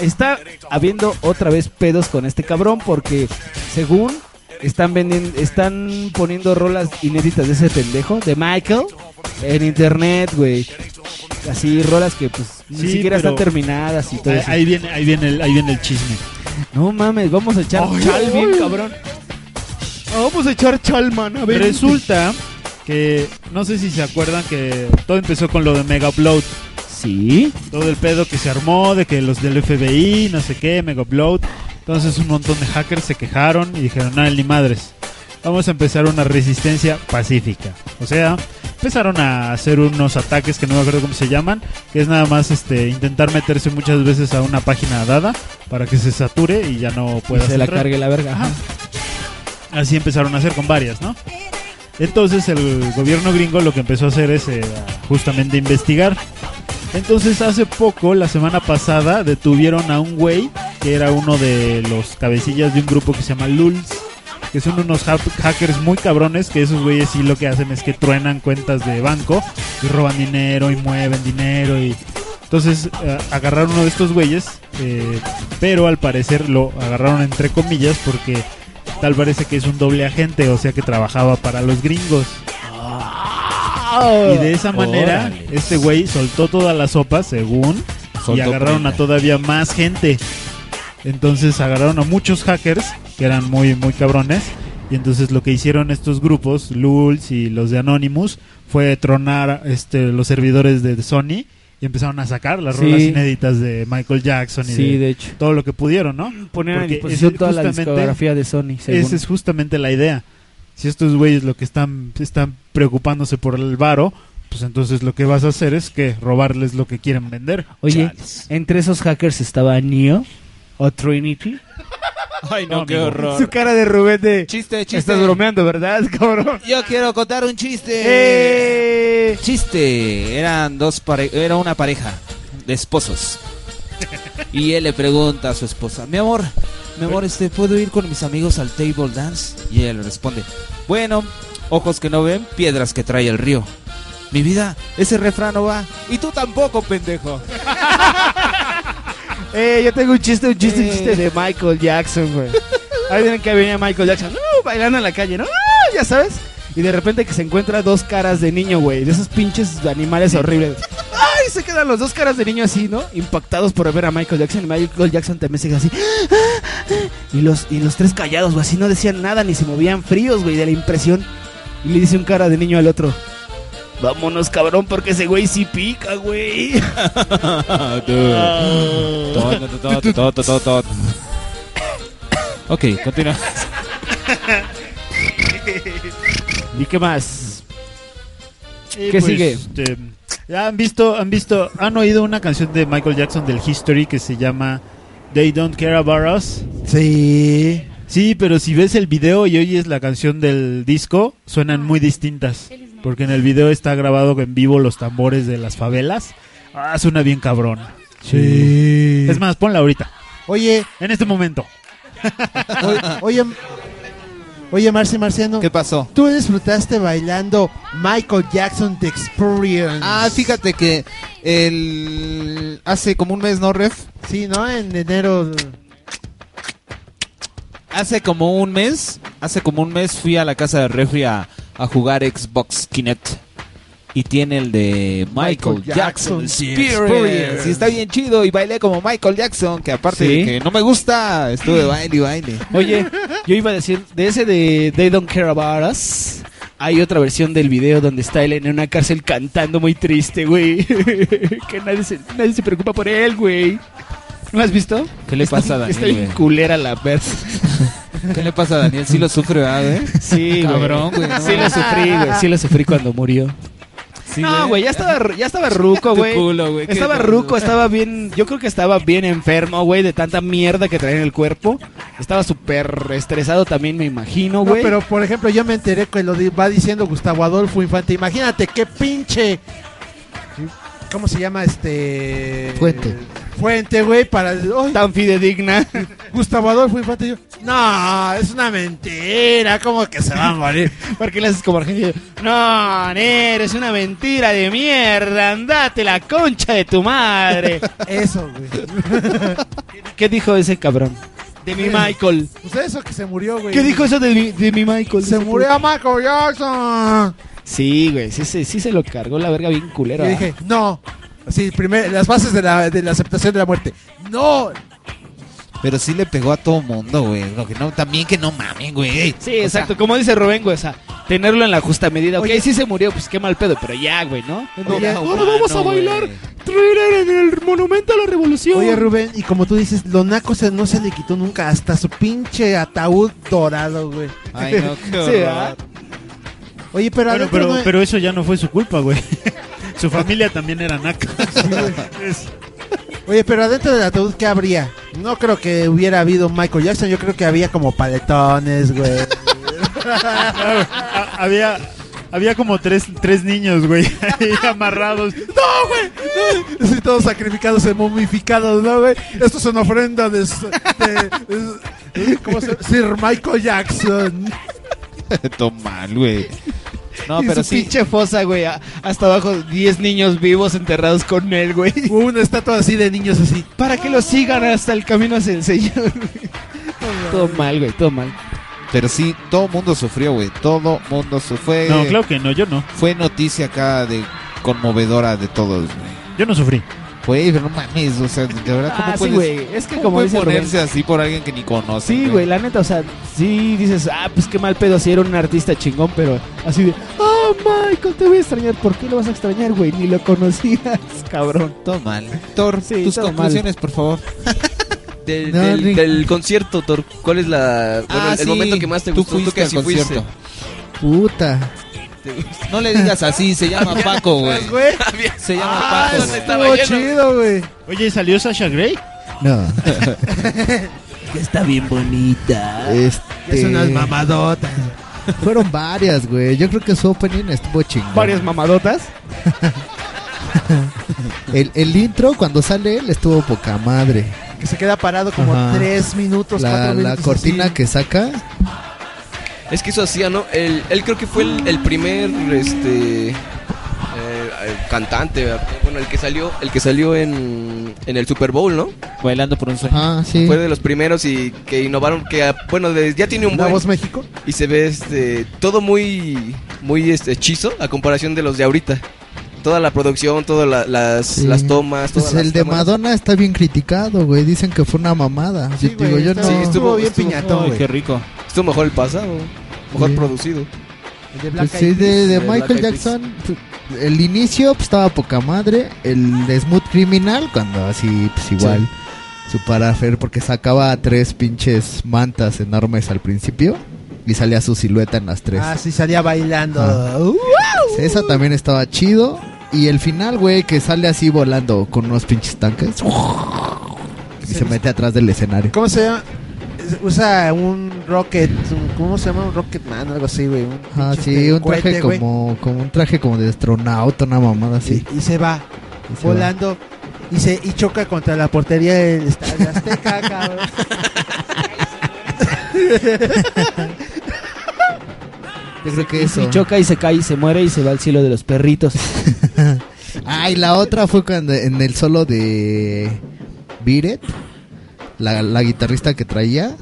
D: está habiendo otra vez pedos con este cabrón porque según están vendiendo, están poniendo rolas inéditas de ese pendejo de Michael en internet, güey. Así rolas que pues ni
H: Sí,
D: siquiera están
H: pero-
D: terminadas y todo
H: Ahí-
D: eso.
H: ahí viene- ahí viene el- ahí viene el chisme.
D: No mames, vamos a echar chal bien cabrón.
H: vamos a echar chalman,
D: ver.
H: Resulta que, no sé si se acuerdan que todo empezó con lo de Mega Upload.
D: Sí.
H: Todo el pedo que se armó de que los del FBI, no sé qué, Mega Upload. Entonces un montón de hackers se quejaron y dijeron, no, ni madres. Vamos a empezar una resistencia pacífica. O sea, empezaron a hacer unos ataques que no me acuerdo cómo se llaman, que es nada más este intentar meterse muchas veces a una página dada para que se sature y ya no
D: Y
H: puedas
D: se la
H: entrar.
D: cargue la verga. ajá.
H: Así empezaron a hacer con varias, ¿no? Entonces el gobierno gringo lo que empezó a hacer es eh, justamente investigar. Entonces hace poco, la semana pasada, detuvieron a un güey que era uno de los cabecillas de un grupo que se llama Lulz, que son unos ha- hackers muy cabrones, que esos güeyes sí lo que hacen es que truenan cuentas de banco y roban dinero y mueven dinero y... Entonces eh, agarraron uno de estos güeyes, eh, pero al parecer lo agarraron entre comillas porque tal parece que es un doble agente, o sea que trabajaba para los gringos.
E: Ah.
H: Y de esa manera,
D: Órale.
H: este güey soltó toda la sopa, según, y
D: Soltó
H: agarraron
D: prenda.
H: a todavía más gente. Entonces agarraron a muchos hackers, que eran muy, muy cabrones. Y entonces lo que hicieron estos grupos, Lulz y los de Anonymous, fue tronar este, los servidores de Sony y empezaron a sacar las
D: Sí.
H: rolas inéditas de Michael Jackson y
D: Sí,
H: de,
D: de hecho.
H: todo lo que pudieron, ¿no?
D: Ponían a
H: Porque
D: disposición
H: ese-
D: toda la
H: justamente-
D: discografía de Sony, según.
H: Esa es justamente la idea. Si estos güeyes lo que están, están preocupándose por el varo, pues entonces lo que vas a hacer es que robarles lo que quieren vender.
D: Oye, entre esos hackers estaba Neo o Trinity.
G: Ay, no, qué horror.
D: Su cara de Rubén de... Chiste,
G: chiste.
D: Estás bromeando, ¿verdad, cabrón?
G: Yo quiero contar un chiste. Chiste. Eran dos pare- era una pareja de esposos. Y él le pregunta a su esposa, mi amor, mi amor, este, ¿puedo ir con mis amigos al table dance? Y él responde, bueno, ojos que no ven, piedras que trae el río. Mi vida, ese refrán no va. Y tú tampoco, pendejo.
D: Eh, yo tengo un chiste, un chiste, un
G: Eh.
D: chiste de Michael Jackson, güey. Ahí tienen que venía Michael Jackson, ¡uh! bailando en la calle, ¿no? ¡Ah! Ya sabes. Y de repente que se encuentra dos caras de niño, güey, de esos pinches animales horribles. ¡Ay! Se quedan los dos caras de niño así, ¿no? Impactados por ver a Michael Jackson. Y Michael Jackson también se queda así. ¡ah! ¡ah! Y los, y los tres callados, güey, así no decían nada, ni se movían fríos, güey, de la impresión. Y le dice un cara de niño al otro. Vámonos, cabrón, porque ese güey sí pica, güey.
G: Ok, continúa.
D: ¿Y qué más?
H: Y
D: ¿Qué sigue?
H: este, ya han visto, han visto, han oído una canción de Michael Jackson del History que se llama They Don't Care About Us.
E: Sí.
H: Sí, pero si ves el video y oyes la canción del disco, suenan muy distintas. Porque en el video está grabado en vivo los tambores de las favelas. Ah, suena bien cabrón.
E: Sí.
H: Es más, ponla ahorita.
E: Oye.
H: En este momento.
E: O- Oye, oye Marci Marciano.
G: ¿Qué pasó?
E: Tú disfrutaste bailando Michael Jackson The Experience.
V: Ah, fíjate que el hace como un mes, ¿no, Ref?
E: Sí, ¿no? En enero.
G: Hace como un mes, hace como un mes fui a la casa de Refri a, a jugar Xbox Kinect. Y tiene el de Michael, Jackson, Experience.
V: Experience.
G: Y está bien chido. Y bailé como Michael Jackson, que aparte
D: Sí.
G: de que no me gusta, estuve baile y baile.
D: Oye, yo iba a decir, de ese de They Don't Care About Us, hay otra versión del video donde está él en una cárcel cantando muy triste, güey. que nadie se, nadie se preocupa por él, güey. ¿No has visto?
G: ¿Qué le
D: Está
G: pasa a Daniel,
D: bien- Está bien
G: güey?
D: culera la versa.
G: ¿Qué le pasa a Daniel? Sí lo sufre, ¿verdad, güey?
D: Sí, güey.
G: Cabrón, güey. no
D: Sí lo
G: mames.
D: sufrí, güey. Sí lo sufrí cuando murió. no, güey, ya estaba, ya estaba ruco,
G: Tu
D: güey.
G: culo, güey, qué
D: Estaba
G: horror.
D: ruco, estaba bien. Yo creo que estaba bien enfermo, güey, de tanta mierda que traía en el cuerpo. Estaba súper estresado también, me imagino,
E: No,
D: güey.
E: pero por ejemplo, yo me enteré que lo di- va diciendo Gustavo Adolfo Infante. Imagínate qué pinche. ¿Cómo se llama este?
D: Fuente.
E: fuente, güey, para. Tan
J: fidedigna.
E: Gustavo Adolfo Infante y yo. No, es una mentira. ¿Cómo que se va a morir?
J: Porque le haces como argentino. No, Nero, es una mentira de mierda. Andate la concha de tu madre.
E: Eso, güey.
J: ¿Qué dijo ese cabrón? De mi Michael.
E: Pues eso que se murió, güey.
J: ¿Qué dijo eso de mi, de mi Michael?
E: Se murió Michael Jackson.
J: Sí, güey, sí, se- sí se lo cargó la verga bien culero. ¿ah?
E: Yo dije, no. Así, primero, las bases de la, de la aceptación de la muerte. No.
D: Pero sí le pegó a todo mundo, güey. Lo que no, también que no mamen, güey.
J: Sí, exacto. como dice Rubén, güey, o sea, tenerlo en la justa medida. Ok, sí se murió, pues qué mal pedo, pero ya, güey, ¿no?
E: No,
J: Oye,
E: no,
J: ahora vamos a
E: no,
J: bailar thriller en el Monumento a la Revolución.
E: Oye, Rubén, y como tú dices, lo naco se, no se le quitó nunca hasta su pinche ataúd dorado, güey.
H: Ay, no, qué
E: Sí, ¿verdad? Oye, pero
H: Bueno,
E: adentro
H: pero,
E: no-
H: pero eso ya no fue su culpa, güey. Su familia también era naca.
E: Oye, pero adentro del ataúd, ¿qué habría? No creo que hubiera habido Michael Jackson, yo creo que había como paletones, güey.
H: Ha- había, había como tres, tres niños, güey, ahí amarrados.
E: ¡No, güey! Así todos sacrificados y momificados, ¿no, güey? Esto es una ofrenda de... de- de- ¿Cómo se llama? Sir Michael Jackson.
D: Toma, güey.
J: No,
D: pero sí.
J: pinche fosa, güey. a- Hasta abajo, 10 niños vivos enterrados con él, güey.
E: Una estatua así de niños así.
J: Para que lo sigan hasta el camino hacia el Señor. todo mal, güey, todo mal.
D: Pero sí, todo mundo sufrió, güey. Todo mundo sufrió.
H: No, claro que no, yo no.
D: Fue noticia acá de conmovedora de todos, güey.
H: Yo no sufrí.
D: Güey, pero no mames, o sea, de verdad, ¿cómo
J: Ah, sí,
D: puedes,
J: güey, es que
D: cómo
J: como
D: puede
J: dice Rubén.
D: ponerse así por alguien que ni conoce?
J: Sí, güey, la neta, o sea, sí dices, ah, pues qué mal pedo si era un artista chingón, pero así de, oh, Michael, te voy a extrañar. ¿Por qué lo vas a extrañar, güey? Ni lo conocías, cabrón.
D: Todo mal. Thor, tus
J: todo
D: conclusiones, por favor.
I: Del,
D: No,
I: del-
D: Rick.
I: del concierto, Thor. ¿Cuál es la, bueno,
D: Ah,
I: el
D: sí,
I: momento que más te
D: tú
I: gustó?
D: fuiste
I: que
D: al
I: sí fuiste.
D: concierto.
E: Puta.
D: No le digas así, se llama Paco, güey. Se llama Paco. güey.
E: chido, güey.
H: Oye, ¿salió Sasha Grey?
G: No.
J: Está bien bonita.
G: Este-
E: Es unas mamadotas.
G: Fueron varias, güey. Yo creo que su opening estuvo chingón.
J: Varias mamadotas.
G: El, el intro, cuando sale él, estuvo poca madre.
E: Que se queda parado como
G: Ajá.
E: tres minutos,
G: La,
E: cuatro
G: la
E: minutos.
G: cortina que saca.
I: Ah,
D: Ah.
I: Es que eso hacía, ¿no? Él, él creo que fue el, el primer este eh, eh, cantante, bueno, el que salió, el que salió en, Mm, en el Super Bowl, ¿no?
D: Bailando por un sueño.
G: Ah, sí.
I: Fue de los primeros y que innovaron que ah, bueno, de- ya tiene un
E: ¿La
I: buen
E: voz México?
I: y se ve este todo muy muy este hechizo a comparación de los de ahorita. Toda la producción, todas la- las,
G: Sí.
I: las tomas, todas
G: Pues
I: las
G: el de
I: cámaras.
G: Madonna está bien criticado, güey. Dicen que fue una mamada. Yo digo, yo no.
I: Sí, estuvo
E: bien piñatón,
I: ay,
E: güey.
I: qué rico. Estuvo mejor el pasado, mejor
G: Sí.
I: producido.
E: El de
G: Pues sí, de, de
I: Black
G: Michael
I: Eyed Peas.
G: Jackson, el inicio pues, estaba poca madre. El de Smooth Criminal, cuando así, pues igual, su parafer, porque sacaba tres pinches mantas enormes al principio y salía su silueta en las tres.
E: Ah, sí, salía bailando.
G: Ah.
E: Uh,
G: Sí, Esa también estaba chido. Y el final, güey, que sale así volando con unos pinches tanques. Y se mete atrás del escenario.
E: ¿Cómo se llama? Es- Usa un rocket, un- ¿cómo se llama? Un Rocketman, algo así, güey. un
G: Ah,
E: pinche
G: sí, un
E: cohete,
G: traje
E: güey.
G: como, como un traje como de astronauta, una mamada así.
E: Y, y se va
G: Y se
E: volando y se y choca contra la portería del Estadio Azteca, cabrón.
G: Yo creo que
J: Y
G: eso.
J: si choca y se cae y se muere y se va al cielo de los perritos.
G: Ah, y la otra fue cuando en el solo de Biret, la, la guitarrista que traía.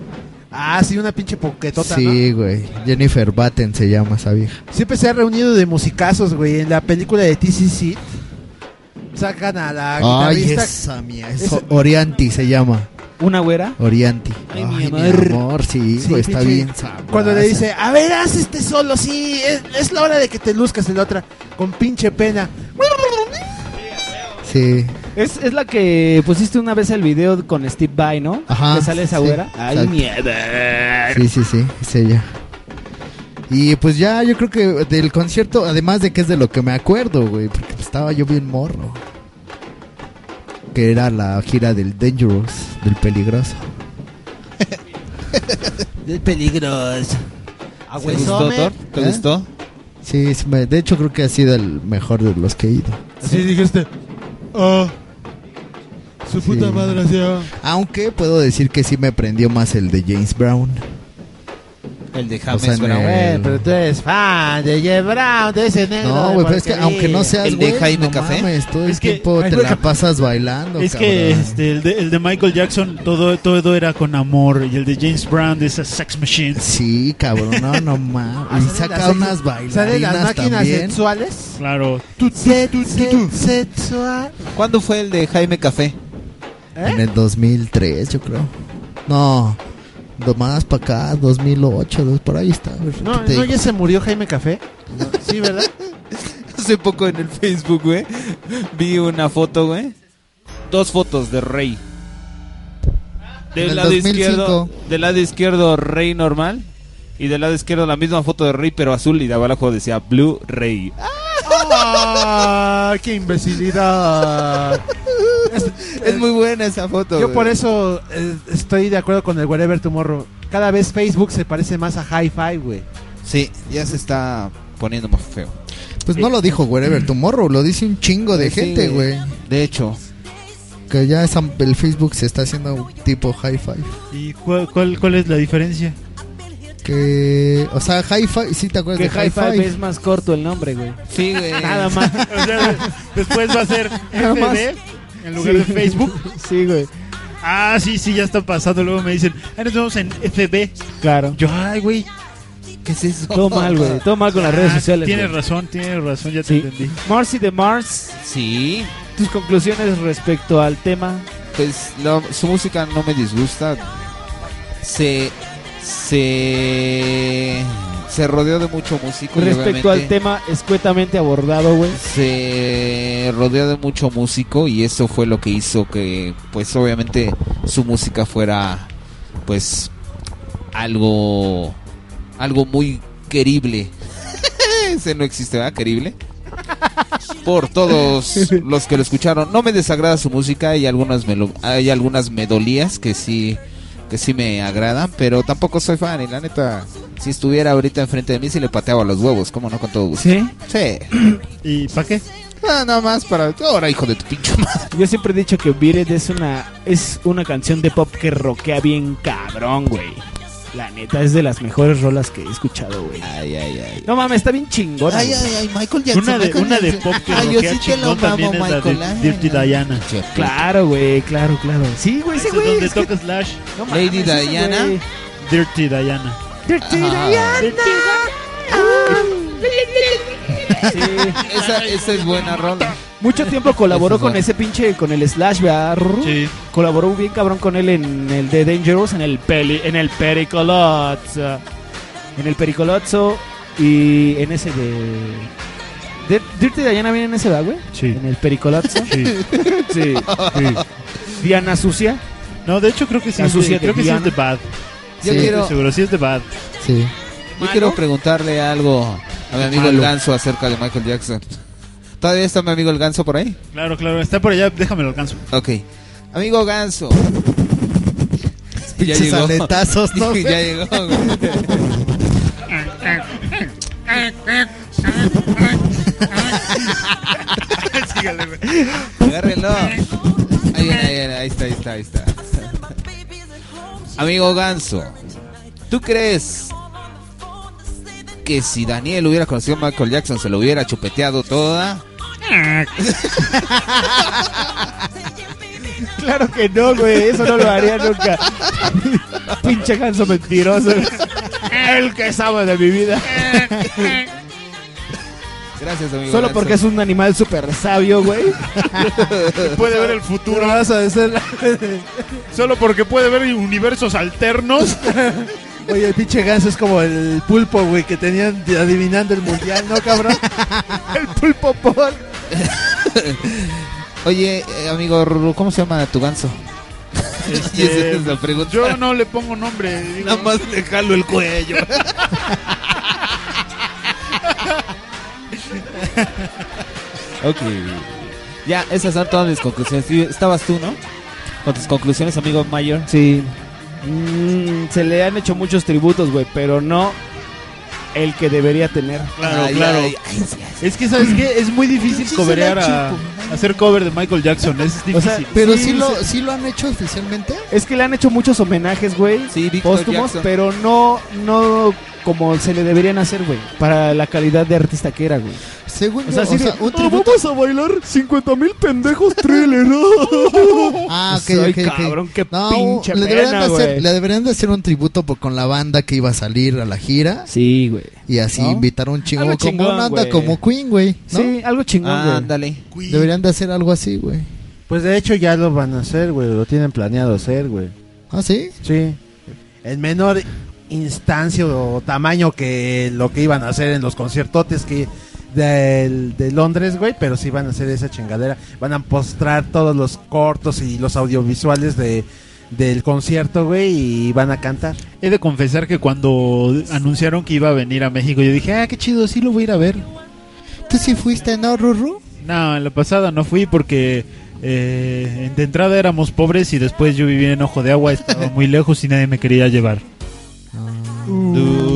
E: Ah, sí, una pinche poquetota, ¿no?
G: sí, güey. Jennifer Batten se llama esa vieja.
E: Siempre se ha reunido de musicazos, güey. En la película de TCC sacan a la
G: Ay,
E: guitarrista.
G: esa mía, es O- Orianti se llama.
J: ¿Una güera?
G: Orianti. Ay, mi amor. sí, güey, está
E: pinche-
G: bien. sabrosa.
E: Cuando le dice, a ver, haz este solo, sí, es, es la hora de que te luzcas en la otra, con pinche pena.
G: Sí.
J: Es, es la que pusiste una vez el video con Steve Vai, ¿no?
G: Ajá,
J: Que sale esa
G: sí,
J: güera. Ay,
G: exacto.
J: mierda.
G: Sí, sí, sí, es ella. Y pues ya, yo creo que del concierto, además de que es de lo que me acuerdo, güey, porque pues estaba yo bien morro. Que era la gira del Dangerous, del peligroso.
E: Del peligros. A
D: ¿Te gustó, Thor? ¿Te
G: ¿Eh?
D: gustó?
G: Sí, sí, me- de hecho creo que ha sido el mejor de los que he ido.
E: "Ah, Así dijiste. Oh.
W: Su puta madre hacía.
E: ah".
G: Aunque puedo decir que sí me prendió más el de James Brown.
D: El de
G: James Brown.
E: Eh, pero tú eres fan de J. Brown, de ese negro.
G: No,
E: de
G: güey, pero es que
E: porquería.
G: aunque no seas güey, no mames, todo el tiempo te la pasas bailando,
H: Es que
G: cabrón.
H: este, el, de, el de Michael Jackson todo, todo era con amor y el de James Brown es a sex machine.
G: Sí, cabrón, no, no
D: Ah,
G: mames. Y saca unas
E: ¿Salen las
G: bailarinas
E: máquinas
G: también.
E: sexuales?
H: Claro.
E: Sexual.
D: ¿Cuándo fue el de Jaime Café?
F: ¿Eh?
G: En el 2003, yo creo. No, do- más para acá, 2008, dos- por ahí está. a ver,
E: No,
G: ¿qué te
E: ¿no
G: digo?
E: ya se murió Jaime Café? Sí, ¿verdad?
D: Hace poco en el Facebook, güey, vi una foto, güey. Dos fotos de Rey.
G: En
D: Del
G: el
D: lado
G: 2005.
D: izquierdo, del lado izquierdo Rey normal y del lado izquierdo la misma foto de Rey pero azul y de abajo decía Blue Rey.
E: ¡Ah! ¡Qué imbecilidad! Es,
G: muy buena esa foto.
E: Yo
D: güey.
E: por eso eh, estoy de acuerdo con el Wherever Tomorrow. Cada vez Facebook se parece más a Hi-Fi, güey.
D: Sí, ya se está poniendo más feo.
G: Pues no lo dijo Wherever Tomorrow, lo dice un chingo de
D: Sí,
G: gente, güey.
D: De hecho.
G: Que ya esa- el Facebook se está haciendo un tipo hi-fi.
H: ¿Y cuál, cuál, cuál es la diferencia?
G: Que, o sea, hi-fi, sí te acuerdas
J: Que
G: de
J: High
G: hi-fi.
J: Five es más corto el nombre, güey.
D: Sí, güey.
J: Nada más.
H: O sea, después va a ser
J: Nada más.
H: FB en lugar de
J: Sí.
H: Facebook.
J: Sí, güey.
H: Ah, sí, sí, ya está pasando. Luego me dicen, ah, nos vemos en FB.
J: Claro.
H: Yo, ay, güey.
D: ¿Qué es eso?
J: Todo mal, güey. Todo mal con las redes
H: Ah,
J: sociales.
H: Tienes
J: güey.
H: razón, tienes razón, ya te
J: Sí.
H: entendí.
J: Marcy de Mars.
D: Sí.
J: Tus conclusiones respecto al tema.
D: Pues la- su música no me disgusta. Se se se rodeó de mucho músico. y
J: Respecto al
D: obviamente
J: tema escuetamente abordado, güey.
D: se rodeó de mucho músico y eso fue lo que hizo que pues obviamente su música fuera pues algo algo muy querible. Ese no existe, ¿verdad? Querible. Por todos los que lo escucharon. No me desagrada su música, hay algunas me lo- hay algunas medolías que sí que sí me agradan, pero tampoco soy fan y la neta, si estuviera ahorita enfrente de mí si le pateaba los huevos, como no con todo gusto.
J: ¿Sí?
D: Sí. Ah,
H: ¿Y para qué?
D: nada más para ahora, hijo de tu pinche madre.
J: Yo siempre he dicho que Beat It es una es una canción de pop que roquea bien cabrón, güey. La neta es de las mejores rolas que he escuchado, güey.
D: Ay, ay, ay.
J: No mames, está bien chingona.
G: Ay,
J: güey.
G: ay, ay, Michael Jackson.
J: Una de-
G: Michael
J: una de
G: Jackson.
J: pop que
G: Ay, yo
J: roquea
G: sí te lo
J: chingón también
D: Oh
G: mamo,
J: es la de
G: Michael. ay.
H: Dirty Diana.
D: pues.
J: Claro, güey, claro, claro. Sí, güey, ese
H: Ese es
J: güey.
H: donde
J: es que-
H: toca Slash.
J: No mames, Lady ese Diana. güey.
H: Dirty Diana.
J: Dirty
H: Ajá.
D: Esa, esa es buena ronda.
J: Mucho tiempo colaboró con ese pinche, con el Slash, ¿verdad? Ruru?
H: Sí.
J: Colaboró bien cabrón con él en el de Dangerous, en el peli, en el Pericolozzo. En el Pericolozzo y en ese de... de Dirty Diana viene en ese, ¿verdad, güey? Sí. En el Pericolozzo.
H: Sí.
J: sí. Diana Sucia.
H: No, de hecho creo que sí.
J: La
H: es de-
J: sucia de
H: creo que sí es
J: Diana.
H: de Bad.
D: Yo
H: Sí,
D: quiero-
H: estoy seguro, sí es de Bad.
G: Sí.
D: Yo quiero preguntarle algo a mi amigo el ganso acerca de Michael Jackson. ¿Todavía está mi amigo el ganso por ahí?
H: Claro, claro, está por allá, déjame lo alcanzo.
D: Ok. Amigo ganso.
G: Pinches aletazos, ¿no?
D: ya llegó.
C: Sígale,
D: Agárrenlo. Ahí viene, ahí viene, ahí está, ahí está, ahí está. Amigo Ganso, ¿tú crees que si Daniel hubiera conocido a Michael Jackson se lo hubiera chupeteado toda?
J: Claro que no, güey. Eso no lo haría nunca. Pinche ganso mentiroso. El que sabe de mi vida.
D: Gracias, amigo.
J: Solo
D: Ganso.
J: porque es un animal súper sabio, güey.
H: Puede ver el futuro.
J: Vas a decir-
H: Solo porque puede ver universos alternos.
E: Oye, el pinche ganso es como el pulpo, güey, que tenían de- adivinando el mundial, ¿no, cabrón? el pulpo por.
D: Oye, eh, amigo Ruru, ¿cómo se llama tu ganso?
H: Este,
D: Y esa es la pregunta.
H: Yo no le pongo nombre. digo-
D: Nada más le jalo el cuello. Ok. Ya, esas son todas mis conclusiones. Sí, Estabas tú, ¿no? Con tus conclusiones, amigo Mayer.
J: Sí. Mm, se le han hecho muchos tributos, güey, pero no
F: el que debería tener.
H: Claro, claro. Es que, ¿sabes qué? Es muy difícil
F: Pinche
H: coverear
F: será
H: a... Hacer cover de Michael Jackson es difícil.
F: O sea,
G: Pero
F: Sí,
G: sí, lo,
F: sí.
G: sí lo han hecho oficialmente.
F: Es que le han hecho muchos homenajes, güey. póstumos,
G: Jackson.
F: pero no, no como se le deberían hacer, güey. Para la calidad de artista que era, güey.
G: Según
F: O sea,
G: yo,
F: sí, de- "Ah, vamos a bailar 50 mil pendejos thriller.
G: Ah, ok,
F: Soy
G: ok, ok.
F: cabrón, qué
G: No,
F: pinche
G: le deberían,
F: pena,
G: de hacer,
F: güey.
G: le deberían de hacer un tributo por- con la banda que iba a salir a la gira.
F: Sí, güey.
G: Y así
F: ¿No?
G: invitar a un chingo
F: Algo
G: como
F: chingón,
G: una banda
F: güey.
G: como Queen, güey. ¿no?
F: Sí, algo chingón,
G: Ah,
F: güey.
G: ándale. Deberían de hacer algo así, güey.
E: Pues de hecho ya lo van a hacer, güey. Lo tienen planeado hacer, güey.
G: ¿Ah, sí?
E: Sí. En menor instancia o tamaño que lo que iban a hacer en los conciertotes que del- de Londres, güey. Pero sí van a hacer esa chingadera. Van a postrar todos los cortos y los audiovisuales de, del concierto, güey. Y van a cantar.
H: He de confesar que cuando anunciaron que iba a venir a México, yo dije, ah, qué chido, sí lo voy a ir a ver.
G: ¿Tú sí fuiste, no, Ruru?
H: No, en la pasada no fui porque eh, de entrada éramos pobres y después yo vivía en Ojo de Agua, estaba muy lejos y nadie me quería llevar. Sí.
F: Mm.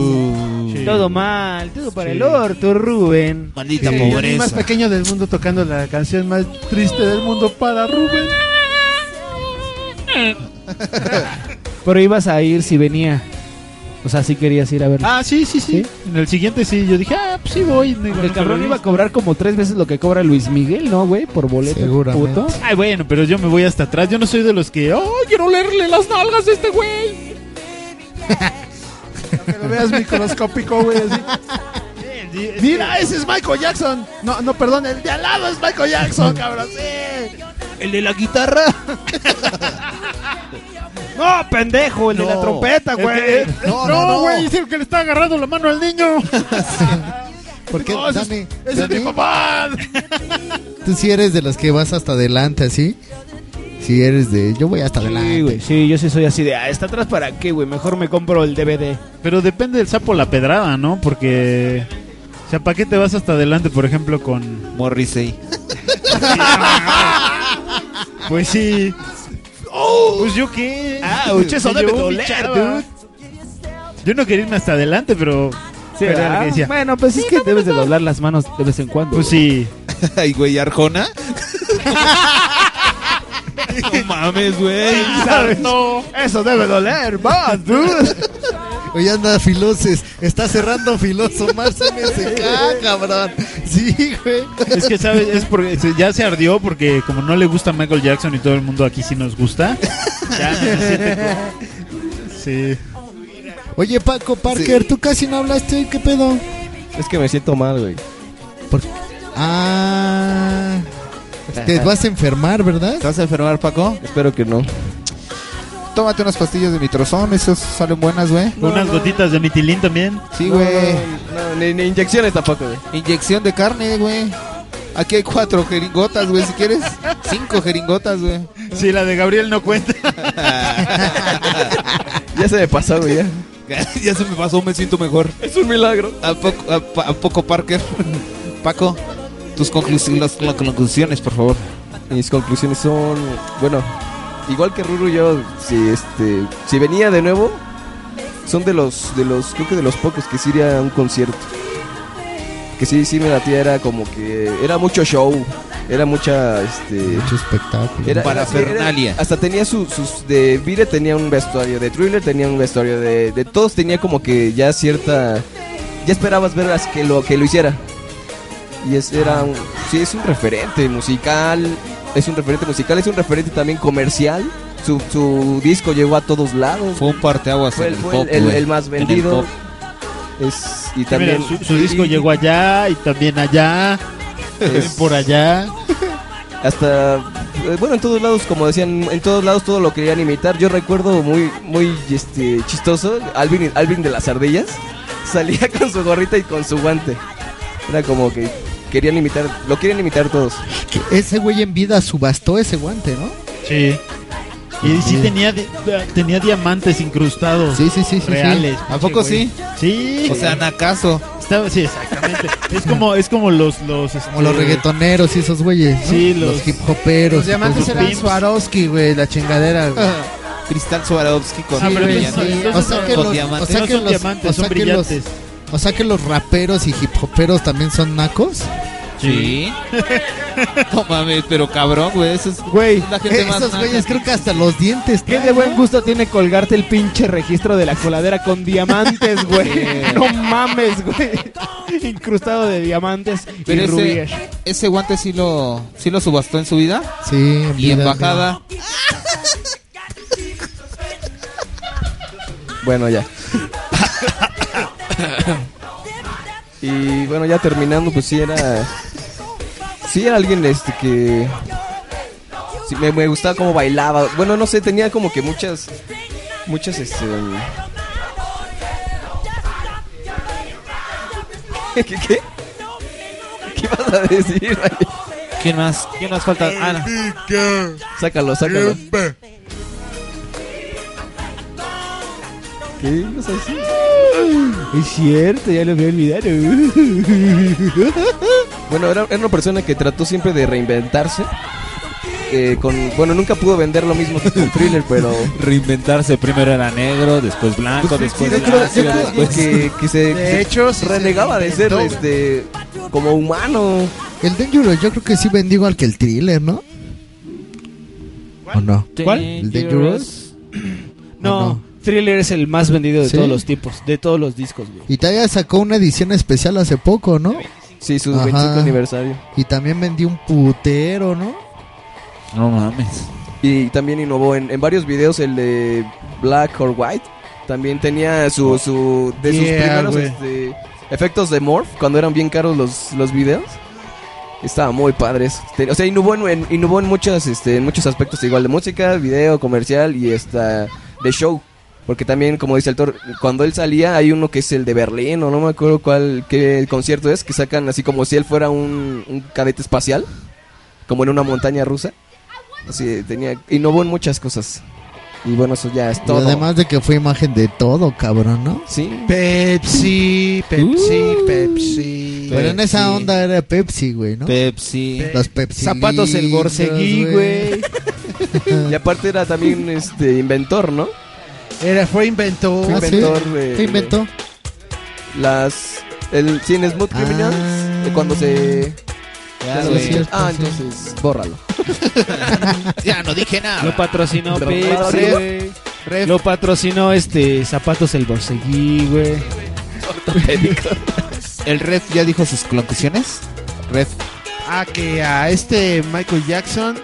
F: Todo mal, todo para
E: Sí.
F: el orto, Rubén.
E: Sí, el más pequeño del mundo tocando la canción más triste del mundo para Rubén.
F: Pero ibas a ir si venía. O sea, sí querías ir a verlo.
H: Ah, sí, sí, sí, En el siguiente sí, yo dije, ah, pues sí voy. Digo,
F: El
H: no,
F: cabrón
H: pero-
F: iba a cobrar como tres veces lo que cobra Luis Miguel, ¿no, güey? Por boleto.
H: Seguramente.
F: Puto.
H: Ay, bueno, pero yo me voy hasta atrás. Yo no soy de los que, oh, quiero leerle las nalgas a este güey.
E: Que lo veas microscópico, güey, así. Mira, ese es Michael Jackson. No, no, perdón, el de al lado es Michael Jackson, cabrón. Sí.
F: El de la guitarra. no, pendejo, el eh, de la trompeta,
H: El
F: güey.
H: que- el- No, güey, es el que le está agarrando la mano al niño.
G: ¿Por qué,
H: No, ese es-
G: Dani?
H: ese es mi
G: Dani?
H: papá.
G: Tú sí eres de los que vas hasta adelante, así. Sí eres de. Yo voy hasta adelante.
F: Sí, güey, sí, yo sí soy así de, ah, está atrás para qué, güey, mejor me compro el DVD.
H: Pero depende del sapo la pedrada, ¿no? Porque. O sea, ¿para qué te vas hasta adelante, por ejemplo, con.
D: Morrissey.
H: pues sí.
E: Uh.
H: Pues yo qué.
F: Ah, uche, eso
H: Me
F: debe
H: llevó mi
F: doler,
H: chava.
F: dude.
H: Yo no quería irme hasta adelante, pero.
F: Sí,
H: pero era
F: ¿verdad?
H: lo que decía.
F: Bueno, pues es que debes de doblar las manos de vez en cuando. Pues
H: sí.
D: Ay, güey, Arjona. no mames, güey.
H: Ah,
F: No. Eso debe doler más,
G: Oye, anda, Filoses. Está cerrando Filoso Mars MSK, cabrón. Sí, güey.
H: Es que, ¿sabes? Es porque se- ya se ardió porque como no le gusta Michael Jackson y todo el mundo aquí sí nos gusta. Ya se siente como- Sí.
G: Oye, Paco Parker, tú casi no hablaste hoy, ¿qué pedo?
I: Es que me siento mal, güey.
G: Ah. Te vas a enfermar, ¿verdad?
I: ¿Te vas a enfermar, Paco? Espero que no.
W: Tómate unas pastillas de mitrozón, esas salen buenas, güey.
H: Unas gotitas de mitilín también.
W: Sí, güey.
I: No, ni, ni inyecciones tampoco, güey.
W: Inyección de carne, güey. Aquí hay cuatro jeringotas, güey, si quieres. Cinco jeringotas, güey.
H: Sí, la de Gabriel no cuenta.
I: Ya se me pasó, güey. Ya.
D: ya se me pasó, me siento mejor.
I: Es un milagro.
D: A poco, a pa- a poco Parker. Paco, tus conclusiones, las- las conclusiones, por favor.
I: Mis conclusiones son, bueno, igual que Ruru yo, si este, si venía de nuevo, son de los, de los, creo que de los pocos que sí iría a un concierto. Que sí, sí me latía, era como que, era mucho show, era mucha, este... Mucho
G: espectáculo.
I: Era,
D: Para
I: sí, era-
D: Fernalia.
I: hasta tenía su- sus, de Vire tenía un vestuario, de Thriller tenía un vestuario, de, de todos tenía como que ya cierta, ya esperabas ver as- que lo, que lo hiciera. Y es, era un, sí, es un referente musical, es un referente musical, es un referente también comercial. Su, su disco llegó a todos lados.
D: Fue un parteaguas
I: Fue
D: en
I: el,
D: el
I: fue
D: pop,
I: el- el-
D: güey.
I: el más
D: En el
I: vendido.
D: pop.
I: es, y
H: Sí, mira,
I: también
H: su, su disco
I: y-
H: llegó allá y también allá.
I: Es-
H: Eh, Por allá.
I: hasta eh, bueno en todos lados como decían en todos lados todo lo querían imitar yo recuerdo muy muy este chistoso Alvin Alvin de las ardillas salía con su gorrita y con su guante era como que querían imitar lo quieren imitar todos
G: Ese güey en vida subastó ese guante, ¿no?
H: Sí. Y sí
G: Sí.
H: tenía, di- tenía diamantes incrustados.
G: Sí, sí, sí, sí, sí.
H: Reales.
G: ¿A
H: pinche
G: poco
H: güey.
G: sí?
H: Sí.
G: O sea,
D: ¿acaso?
H: Estaba, sí, exactamente. es como, es como los, los, este,
G: Como los reggaetoneros y esos güeyes. ¿no?
H: Sí, los-
G: hip hoperos.
E: Los diamantes
G: Los
E: eran
G: pimps.
E: Swarovski, güey, la chingadera, güey.
D: Cristal Swarovski con
E: Sí, güey,
H: Ah,
D: brillantes.
E: sí.
G: O sea que
D: Con
G: los, o
D: diamantes.
G: sea que los- o sea que los- O sea que los raperos y hip hoperos también son nacos.
D: Sí. no mames, pero cabrón, güey. Eso es
J: Güey,
D: la gente más naca que-
G: eh, creo que hasta los dientes.
J: Qué de buen gusto tiene colgarte el pinche registro de la coladera con diamantes, güey. no mames, güey. Incrustado de diamantes
D: Pero
J: y
D: ese,
J: rubíes.
D: ese guante sí lo, sí lo subastó en su vida.
G: Sí, en
D: Y
G: vida,
D: en bajada.
I: Bueno, ya. y bueno, ya terminando, pues sí era. Sí era alguien este que. sí, me, me gustaba cómo bailaba. Bueno, no sé, tenía como que muchas. Muchas este. ¿Qué? ¿Qué, ¿Qué vas a decir?
D: ¿Quién más? ¿Quién más falta?
J: Ah,
D: Ana.
I: Sácalo, sácalo. ¿Qué ibas a decir?
J: Es cierto, ya lo había olvidado.
I: Bueno, era, era una persona que trató siempre de reinventarse. eh, con, bueno, nunca pudo vender lo mismo que con Thriller, pero.
D: Reinventarse primero era negro, después blanco, después blanco, después
I: pues que, que se, que se renegaba de ser este, como
E: Ah,
I: humano.
G: El Dangerous yo creo que sí bendigo al que el thriller, ¿no? ¿O no?
F: ¿Cuál?
G: ¿El Dangerous?
F: No, Thriller es el más vendido de
G: ¿Sí?
F: todos los tipos, de todos los discos, güey.
G: Y todavía sacó una edición especial hace poco, ¿no?
I: Sí, su
G: Ajá.
I: 25 aniversario.
G: Y también vendí un putero, ¿no?
D: No mames.
I: Y también innovó en, en varios videos el de Black or White. También tenía su, su de sus
J: Yeah,
I: primeros
J: güey.
I: este, efectos de Morph cuando eran bien caros los, los videos. Estaba muy padres. Te- O sea, innovó en, en- innovó en muchas, este, en muchos aspectos, igual de música, video, comercial y esta de show. Porque también, como dice el Thor, cuando él salía hay uno que es el de Berlín o no me acuerdo cuál, qué concierto es, que sacan así como si él fuera un, un cadete espacial, como en una montaña rusa. Así tenía, innovó en muchas cosas. Y bueno, eso ya es
G: Y
I: todo.
G: además de que fue imagen de todo, cabrón, ¿no?
I: Sí.
E: Pepsi, Pepsi, Pepsi.
G: Uh. Pero en esa onda era Pepsi, güey, ¿no?
D: Pepsi.
G: Los Pepsi.
I: Zapatos el Borseguí,
G: Gorseguí,
I: güey. y aparte era también este inventor, ¿no?
E: Era, fue inventor.
I: Fue inventor de-
G: ¿Qué inventó?
I: Las el sí, en Smooth Criminals eh, cuando se
F: Ya,
I: ya se
F: güey.
I: decía, ah, entonces bórralo.
F: este, ya no dije nada. Lo patrocinó
I: Pero-
F: Pepsi,
I: Ref,
F: güey. Lo patrocinó este Zapatos el Borseguí, güey.
W: El ref ya dijo sus conclusiones. Ref.
E: Ah, que a este Michael Jackson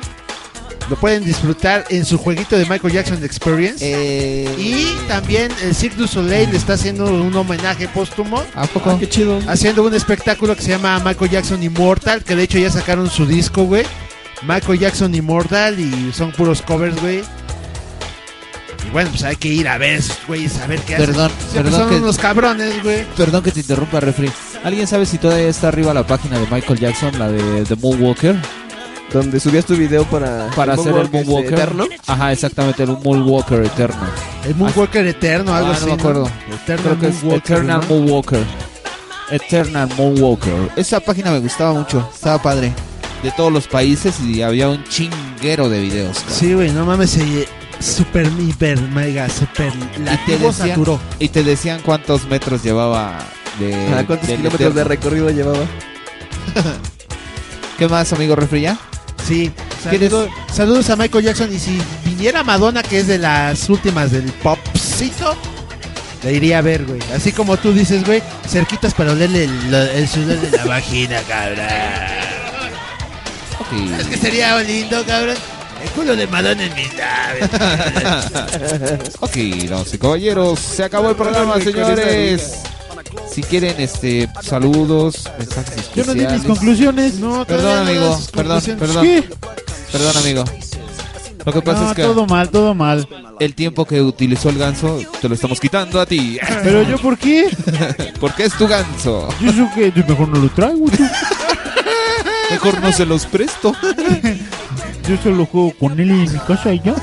E: lo pueden disfrutar en su jueguito de Michael Jackson Experience. Y también el Cirque du Soleil le está haciendo un homenaje póstumo.
G: ¿A poco?
E: qué chido. Haciendo un espectáculo que se llama Michael Jackson Immortal, que de hecho ya sacaron su disco, güey. Michael Jackson Immortal y son puros covers, güey. Y bueno, pues hay que ir a ver, esos güeyes, a ver qué
D: Perdón,
E: hacen. Siempre
D: perdón
E: son
D: que-
E: unos cabrones, güey.
D: Perdón que te interrumpa, refri. ¿Alguien sabe si todavía está arriba la página de Michael Jackson, la de The Moonwalker?
I: Donde subías tu video para
D: para
I: el
D: hacer el
I: Moonwalk
D: Moonwalker
I: eterno.
D: Ajá, exactamente, el Moonwalker eterno.
E: El Moonwalker Eterno, algo
D: Ah, no
E: así.
D: me acuerdo.
E: Eternal
D: Creo que es
E: Moonwalker,
D: Eternal
E: ¿no?
D: Moonwalker. Eternal Moonwalker.
W: Esa página me gustaba mucho, estaba padre.
D: De todos los países y había un chinguero de videos. cabrón.
E: Sí, güey, no mames, se super hiper mega super
D: Y te,
E: lativo
D: decían,
E: saturó.
D: y te decían cuántos metros llevaba de.
I: Ajá, ¿Cuántos
D: del
I: kilómetros
D: eterno.
I: de recorrido llevaba?
W: ¿Qué más, amigo refri ya?
E: Sí.
W: ¿Quieres-
E: Saludo- saludos a Michael Jackson y si viniera Madonna, que es de las últimas del popcito, la iría a ver, güey. Así como tú dices, güey, cerquitas para olerle el, el sudor de la vagina, cabrón. Es que sería lindo, cabrón. El culo de Madonna en mis labios.
D: Ok, damas y caballeros, se acabó el programa, señores. Si quieren, este, saludos, mensajes
E: Yo no di mis
D: especiales.
E: conclusiones. No,
D: Perdón,
E: todavía no
D: amigo,
E: das
D: perdón,
E: conclusiones.
D: perdón.
E: ¿Qué?
D: Perdón, amigo. Lo que pasa
H: No,
D: es que
H: todo mal, todo mal.
D: el tiempo que utilizó el ganso te lo estamos quitando a ti.
H: Pero yo, ¿por qué?
D: Porque es tu ganso.
H: Yo creo que yo mejor no lo traigo. Yo,
D: Mejor no se los presto.
H: yo solo juego con él en mi casa y ya.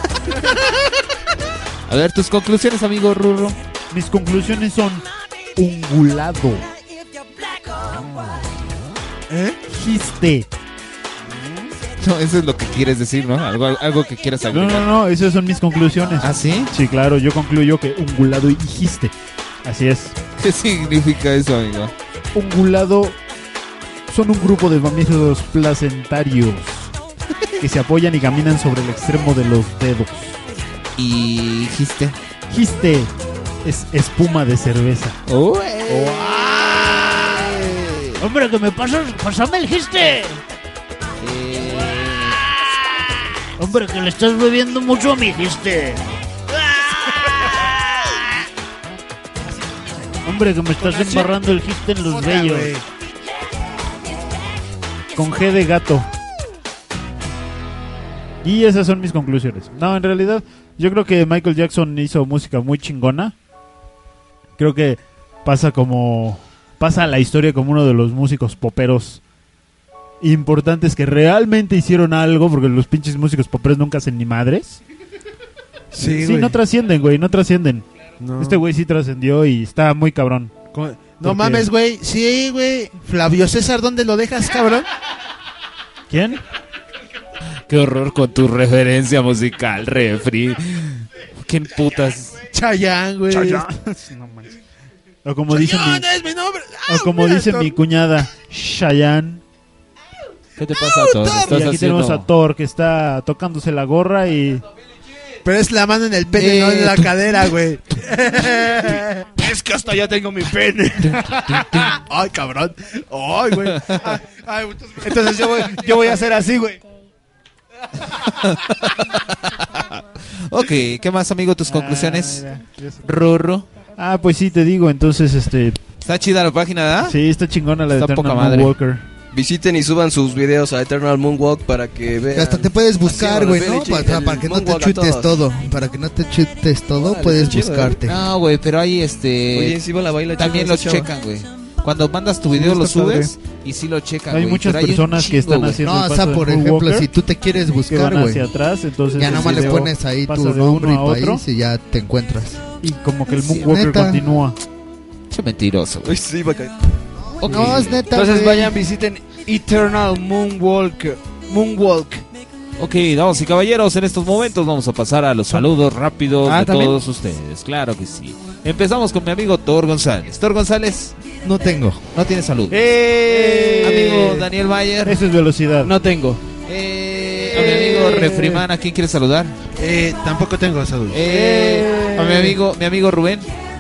D: A ver, tus conclusiones, amigo Rurro.
H: Mis conclusiones son ungulado. ¿Eh? Giste.
D: No, eso es lo que quieres decir, ¿no? Algo, algo que quieras
H: No,
D: agregar.
H: no, no, esas son mis conclusiones.
D: ¿Ah, sí?
H: Sí, claro, yo concluyo que ungulado y giste. Así es.
D: ¿Qué significa eso, amigo?
H: ungulado son un grupo de mamíferos placentarios que se apoyan y caminan sobre el extremo de los dedos.
W: Y giste.
H: Giste es espuma de cerveza. Hombre, que me pasas, pasame el giste. Hombre, que le estás bebiendo mucho a mi giste. Hombre, que me estás
C: Con H.
H: embarrando el giste en los
C: Puta,
H: vellos.
C: güey.
H: Con G de gato. Y esas son mis conclusiones. No, en realidad, yo creo que Michael Jackson hizo música muy chingona. Creo que pasa como. pasa a la historia como uno de los músicos poperos importantes que realmente hicieron algo, porque los pinches músicos poperos nunca hacen ni madres.
E: Sí,
H: sí
E: güey.
H: no trascienden, güey, no trascienden. Este güey sí trascendió y está muy cabrón.
E: No
H: Porque-
E: mames, güey. Sí, güey. Flavio César, ¿dónde lo dejas, cabrón?
H: ¿Quién?
D: Qué horror con tu referencia musical, refri. ¿Quién putas?
E: Chayán, güey.
H: Chayán. O como dice mi,
E: es mi nombre.
J: Ah,
H: o como
E: mira,
H: dice
E: Thor.
H: mi cuñada, Shayan.
D: ¿Qué te pasa, Thor?
H: Y aquí
D: Estás
H: tenemos
D: haciendo-
H: a Thor que está tocándose la gorra y
E: Pero es la mano en el pene, no en la cadera, güey.
J: Es que hasta ya tengo mi pene.
E: Ay, cabrón. Ay, güey. Ay, ay, entonces-
J: Entonces yo voy, yo voy a hacer así, güey.
D: ok, ¿qué más, amigo? ¿Tus conclusiones? Rorro.
H: Ah, pues sí, te digo, entonces este
D: Está chida la página, ¿verdad?
H: Sí, está chingona la de
D: Está
H: Eternal
D: poca madre.
H: Moonwalker.
I: Visiten y suban sus videos a Eternal Moonwalk para que vean.
W: Hasta te puedes buscar,
I: Haciendo
W: güey,
I: el
W: ¿no?
I: Benji,
W: Para,
I: el
W: para que no te
I: Moonwalk a
W: chutes
I: todos.
W: todo. Para que no te chutes todo,
I: Órale,
W: puedes
I: está chido,
W: buscarte.
D: ¿eh? No, güey, pero ahí este.
I: Oye, encima la baila
D: También
I: chido
D: los
I: esa chava.
D: checan, güey. Cuando mandas tu
I: Sí,
D: video, lo
I: está
D: subes y sí lo checan.
H: Hay
D: güey,
H: muchas
D: pero un
H: personas que están
D: güey.
H: haciendo
W: No,
H: el
W: o
H: paso
W: sea,
H: del
W: por ejemplo,
H: Moonwalker,
W: si tú te quieres
H: que
W: buscar,
H: van
W: güey.
H: hacia atrás, entonces
W: Ya
H: el
W: nomás le
H: video
W: pones ahí
H: pasa
W: tu
H: de uno
W: nombre y
H: a otro.
W: país y ya te encuentras.
H: Y como que el
W: Sí,
H: Moonwalker
W: neta.
H: continúa.
D: Qué mentiroso, güey.
I: Sí, va a caer.
W: No, es neta,
J: Entonces
W: güey.
J: vayan, visiten Eternal Moonwalker. Moonwalk.
D: Ok, vamos y caballeros, en estos momentos vamos a pasar a los saludos rápidos
J: Ah,
D: de
J: ¿también?
D: todos ustedes. Claro que sí. Empezamos con mi amigo Thor González. Thor González.
W: No tengo.
D: No tiene salud. Amigo Daniel Mayer.
H: Eso es velocidad.
J: No tengo.
D: A mi amigo Refrimán, ¿a quién quieres saludar?
H: Eh, tampoco tengo salud.
D: Eh, a mi amigo, mi amigo Rubén.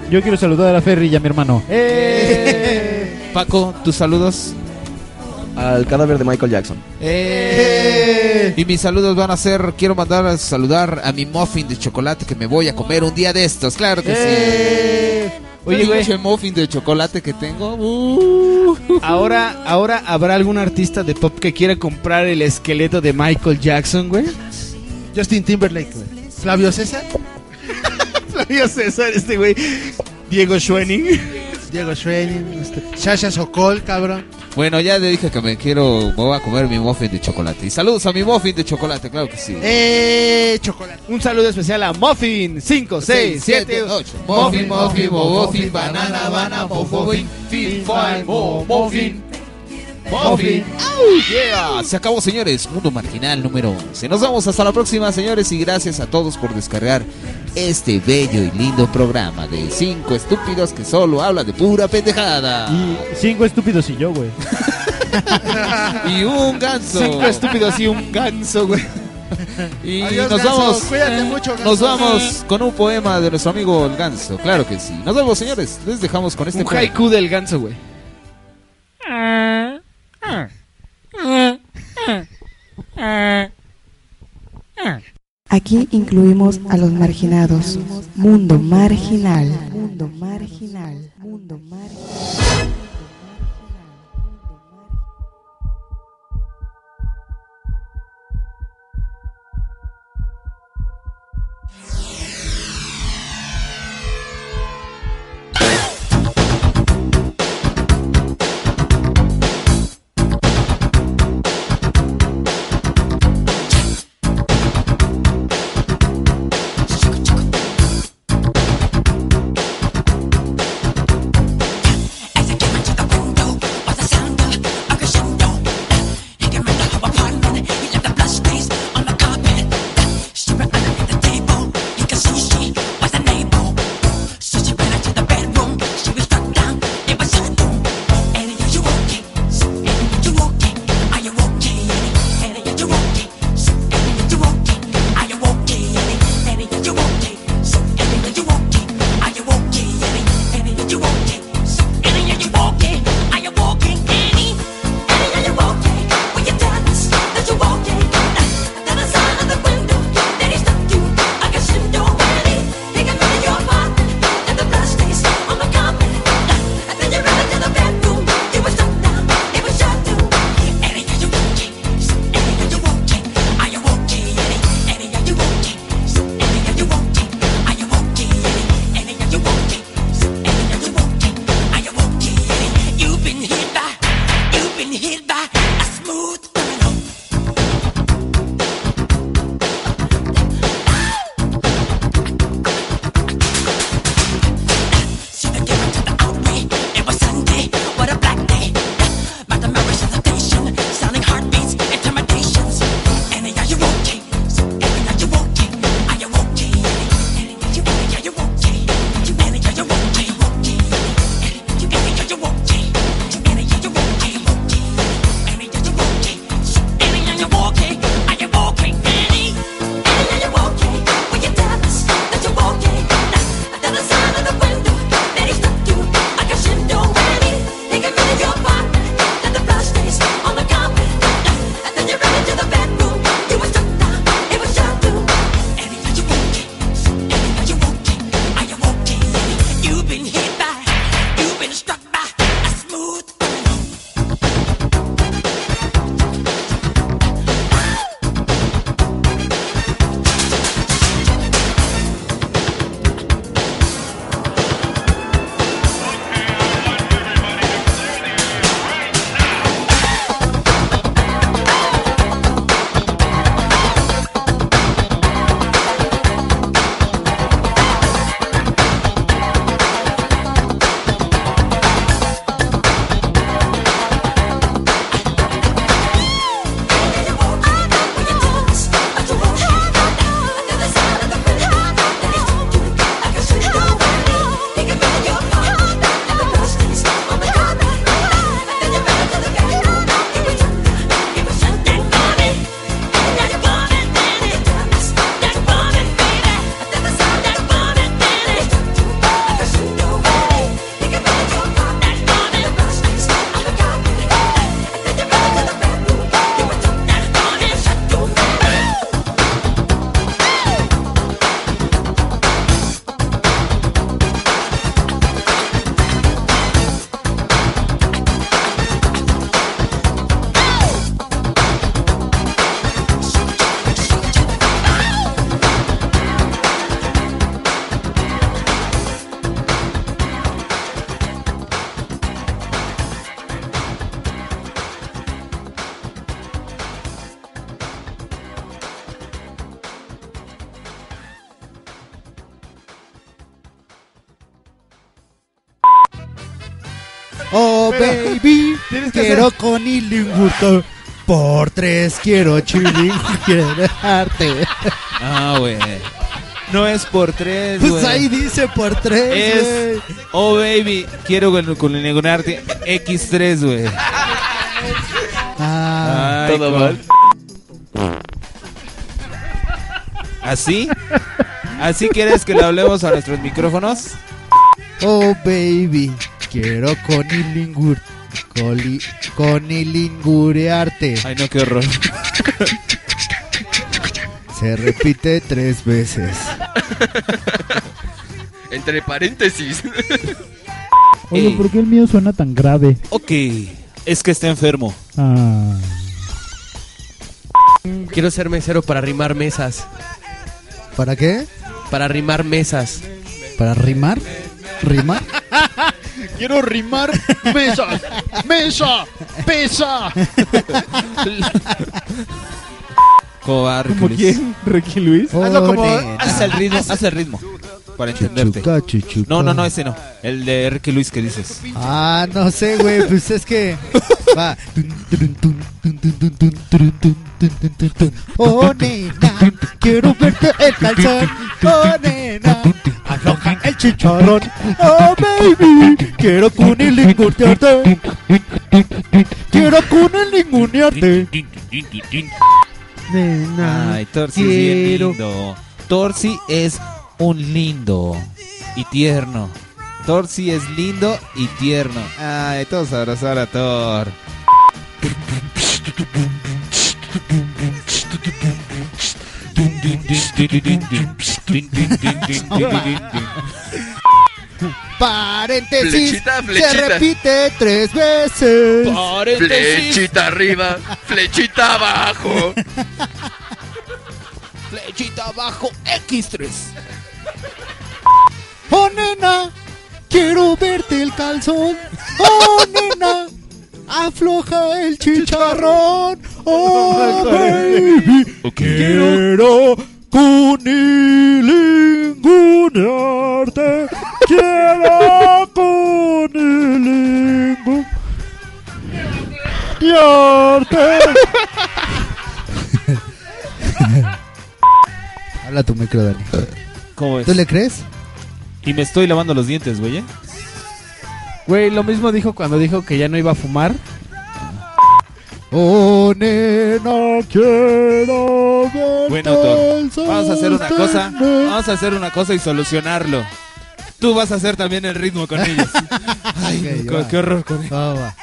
H: Yo quiero saludar a Ferry y a mi hermano.
J: ¡Eh!
D: Paco, tus saludos.
I: Al cadáver de Michael Jackson.
J: Eh,
D: Eh. Y mis saludos van a ser, quiero mandar a saludar a mi muffin de chocolate que me voy a comer un día de estos, claro que sí.
J: ¡Eh! Oye, güey.
D: Pinche muffin de chocolate que tengo.
F: Uh.
J: Ahora, ahora habrá algún artista de pop que quiera comprar el esqueleto de Michael Jackson, güey.
E: Justin Timberlake, güey. Flavio César.
J: Flavio César, este güey. Diego Schwenning.
E: Diego Schwenning. Este, Sasha Sokol, cabrón.
D: Bueno, ya le dije que me quiero, me voy a comer mi muffin de chocolate. Y saludos a mi muffin de chocolate, claro que sí.
J: Eh, chocolate. Un saludo especial a Muffin 5, 6, 7, 8.
D: Muffin, muffin, muffin,
J: banana, banana,
D: muffin,
J: fin, fine, mo, muffin.
D: Muffin. Yeah. Se acabó, señores. Mundo Marginal número 11. Nos vamos hasta la próxima, señores. Y gracias a todos por descargar este bello y lindo programa de cinco estúpidos que solo hablan de pura pendejada.
H: Y cinco estúpidos y yo, güey.
D: Y un ganso.
J: Cinco estúpidos y un ganso, güey.
D: Y
J: Adiós,
D: nos
J: ganso.
D: vamos.
J: Cuídate mucho,
D: Nos
J: ganso.
D: vamos con un poema de nuestro amigo el ganso. Claro que sí. Nos vamos, señores. Les dejamos con este
J: Un
D: poema.
J: haiku del ganso, güey.
N: Uh,
L: Aquí incluimos a los marginados. Mundo marginal. Mundo marginal. Mundo marginal.
C: As I get my
G: Oh,
C: Pero-
G: baby,
C: Tienes que
G: quiero
C: hacer-
G: con Ilinguto. Por tres quiero chilling, quiero dejarte.
D: Ah, güey. No es por tres,
G: Pues
D: güey.
G: ahí dice por tres.
D: Es,
G: güey.
D: oh baby, quiero con, con arte X3, güey.
G: Ah,
D: Ay,
G: todo
D: con-
G: mal.
D: ¿Así? ¿Así quieres que le hablemos a nuestros micrófonos?
G: Oh, baby, quiero con Ilingur. coli- Con Ilingurearte.
D: Ay, no, qué horror.
G: Se repite tres veces.
I: Entre paréntesis.
H: Oye,
D: Ey.
H: ¿por qué el mío suena tan grave?
D: Ok, es que está enfermo.
H: Ah.
I: Quiero ser mesero para arrimar mesas.
G: ¿Para qué?
I: Para arrimar mesas.
G: ¿Para rimar? ¿Rimar?
C: Quiero rimar mesa, mesa, pesa.
D: ¿Cómo va, Ricky Luis?
J: Ricky Luis.
D: Hazlo como.
J: nena.
D: Haz el ritmo, haz el ritmo. Para entenderte.
G: Chuchuca, chuchuca.
D: No, no, no, ese no. El de Ricky Luis que dices.
G: Ah, no sé, güey. Pues es que. Va. Oh, nena, quiero verte el calzón. Oh, nena, afloja el chicharrón. Oh, baby, quiero cunilingunearte. Quiero cunilingunearte.
E: Nena.
D: Ay, Torsi es bien
E: quiero-
D: lindo. Torsi es un lindo y tierno. Torsi es lindo y tierno. Ay, todos abrazar a Thor.
G: Paréntesis.
I: Flechita, flechita.
G: Se repite tres veces.
I: Flechita arriba, flechita abajo.
D: Flechita abajo, X3.
G: Oh, nena, quiero verte el calzón. Oh, nena, afloja el chicharrón. Oh, baby, quiero cunilingunearte. Quiero cunilingunearte. Habla tu micro, Dani.
D: ¿Cómo es?
G: ¿Tú le crees?
D: Y me estoy lavando los dientes, güey. ¿eh?
J: Güey, lo mismo dijo cuando dijo que ya no iba a fumar.
G: Oh, nena, quiero verte
D: Bueno, Thor.
G: el sol
D: Vamos a hacer una
G: de-
D: cosa. Vamos a hacer una cosa y solucionarlo. Tú vas a hacer también el ritmo con ellos. Ay,
G: Ok,
D: no,
G: va.
D: qué horror con ellos.
G: Va, va.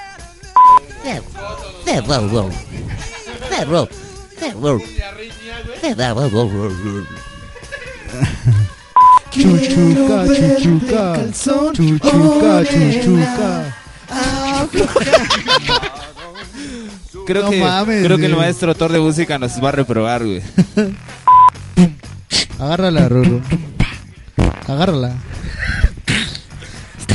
C: Chuchuca, chuchuca, chuchuca, Ah, chuchuca.
D: Creo,
G: No
D: que,
G: mames,
D: creo que el
G: güey.
D: maestro Thor de música nos va a reprobar, güey.
G: Agárrala, Ruru. Agárrala.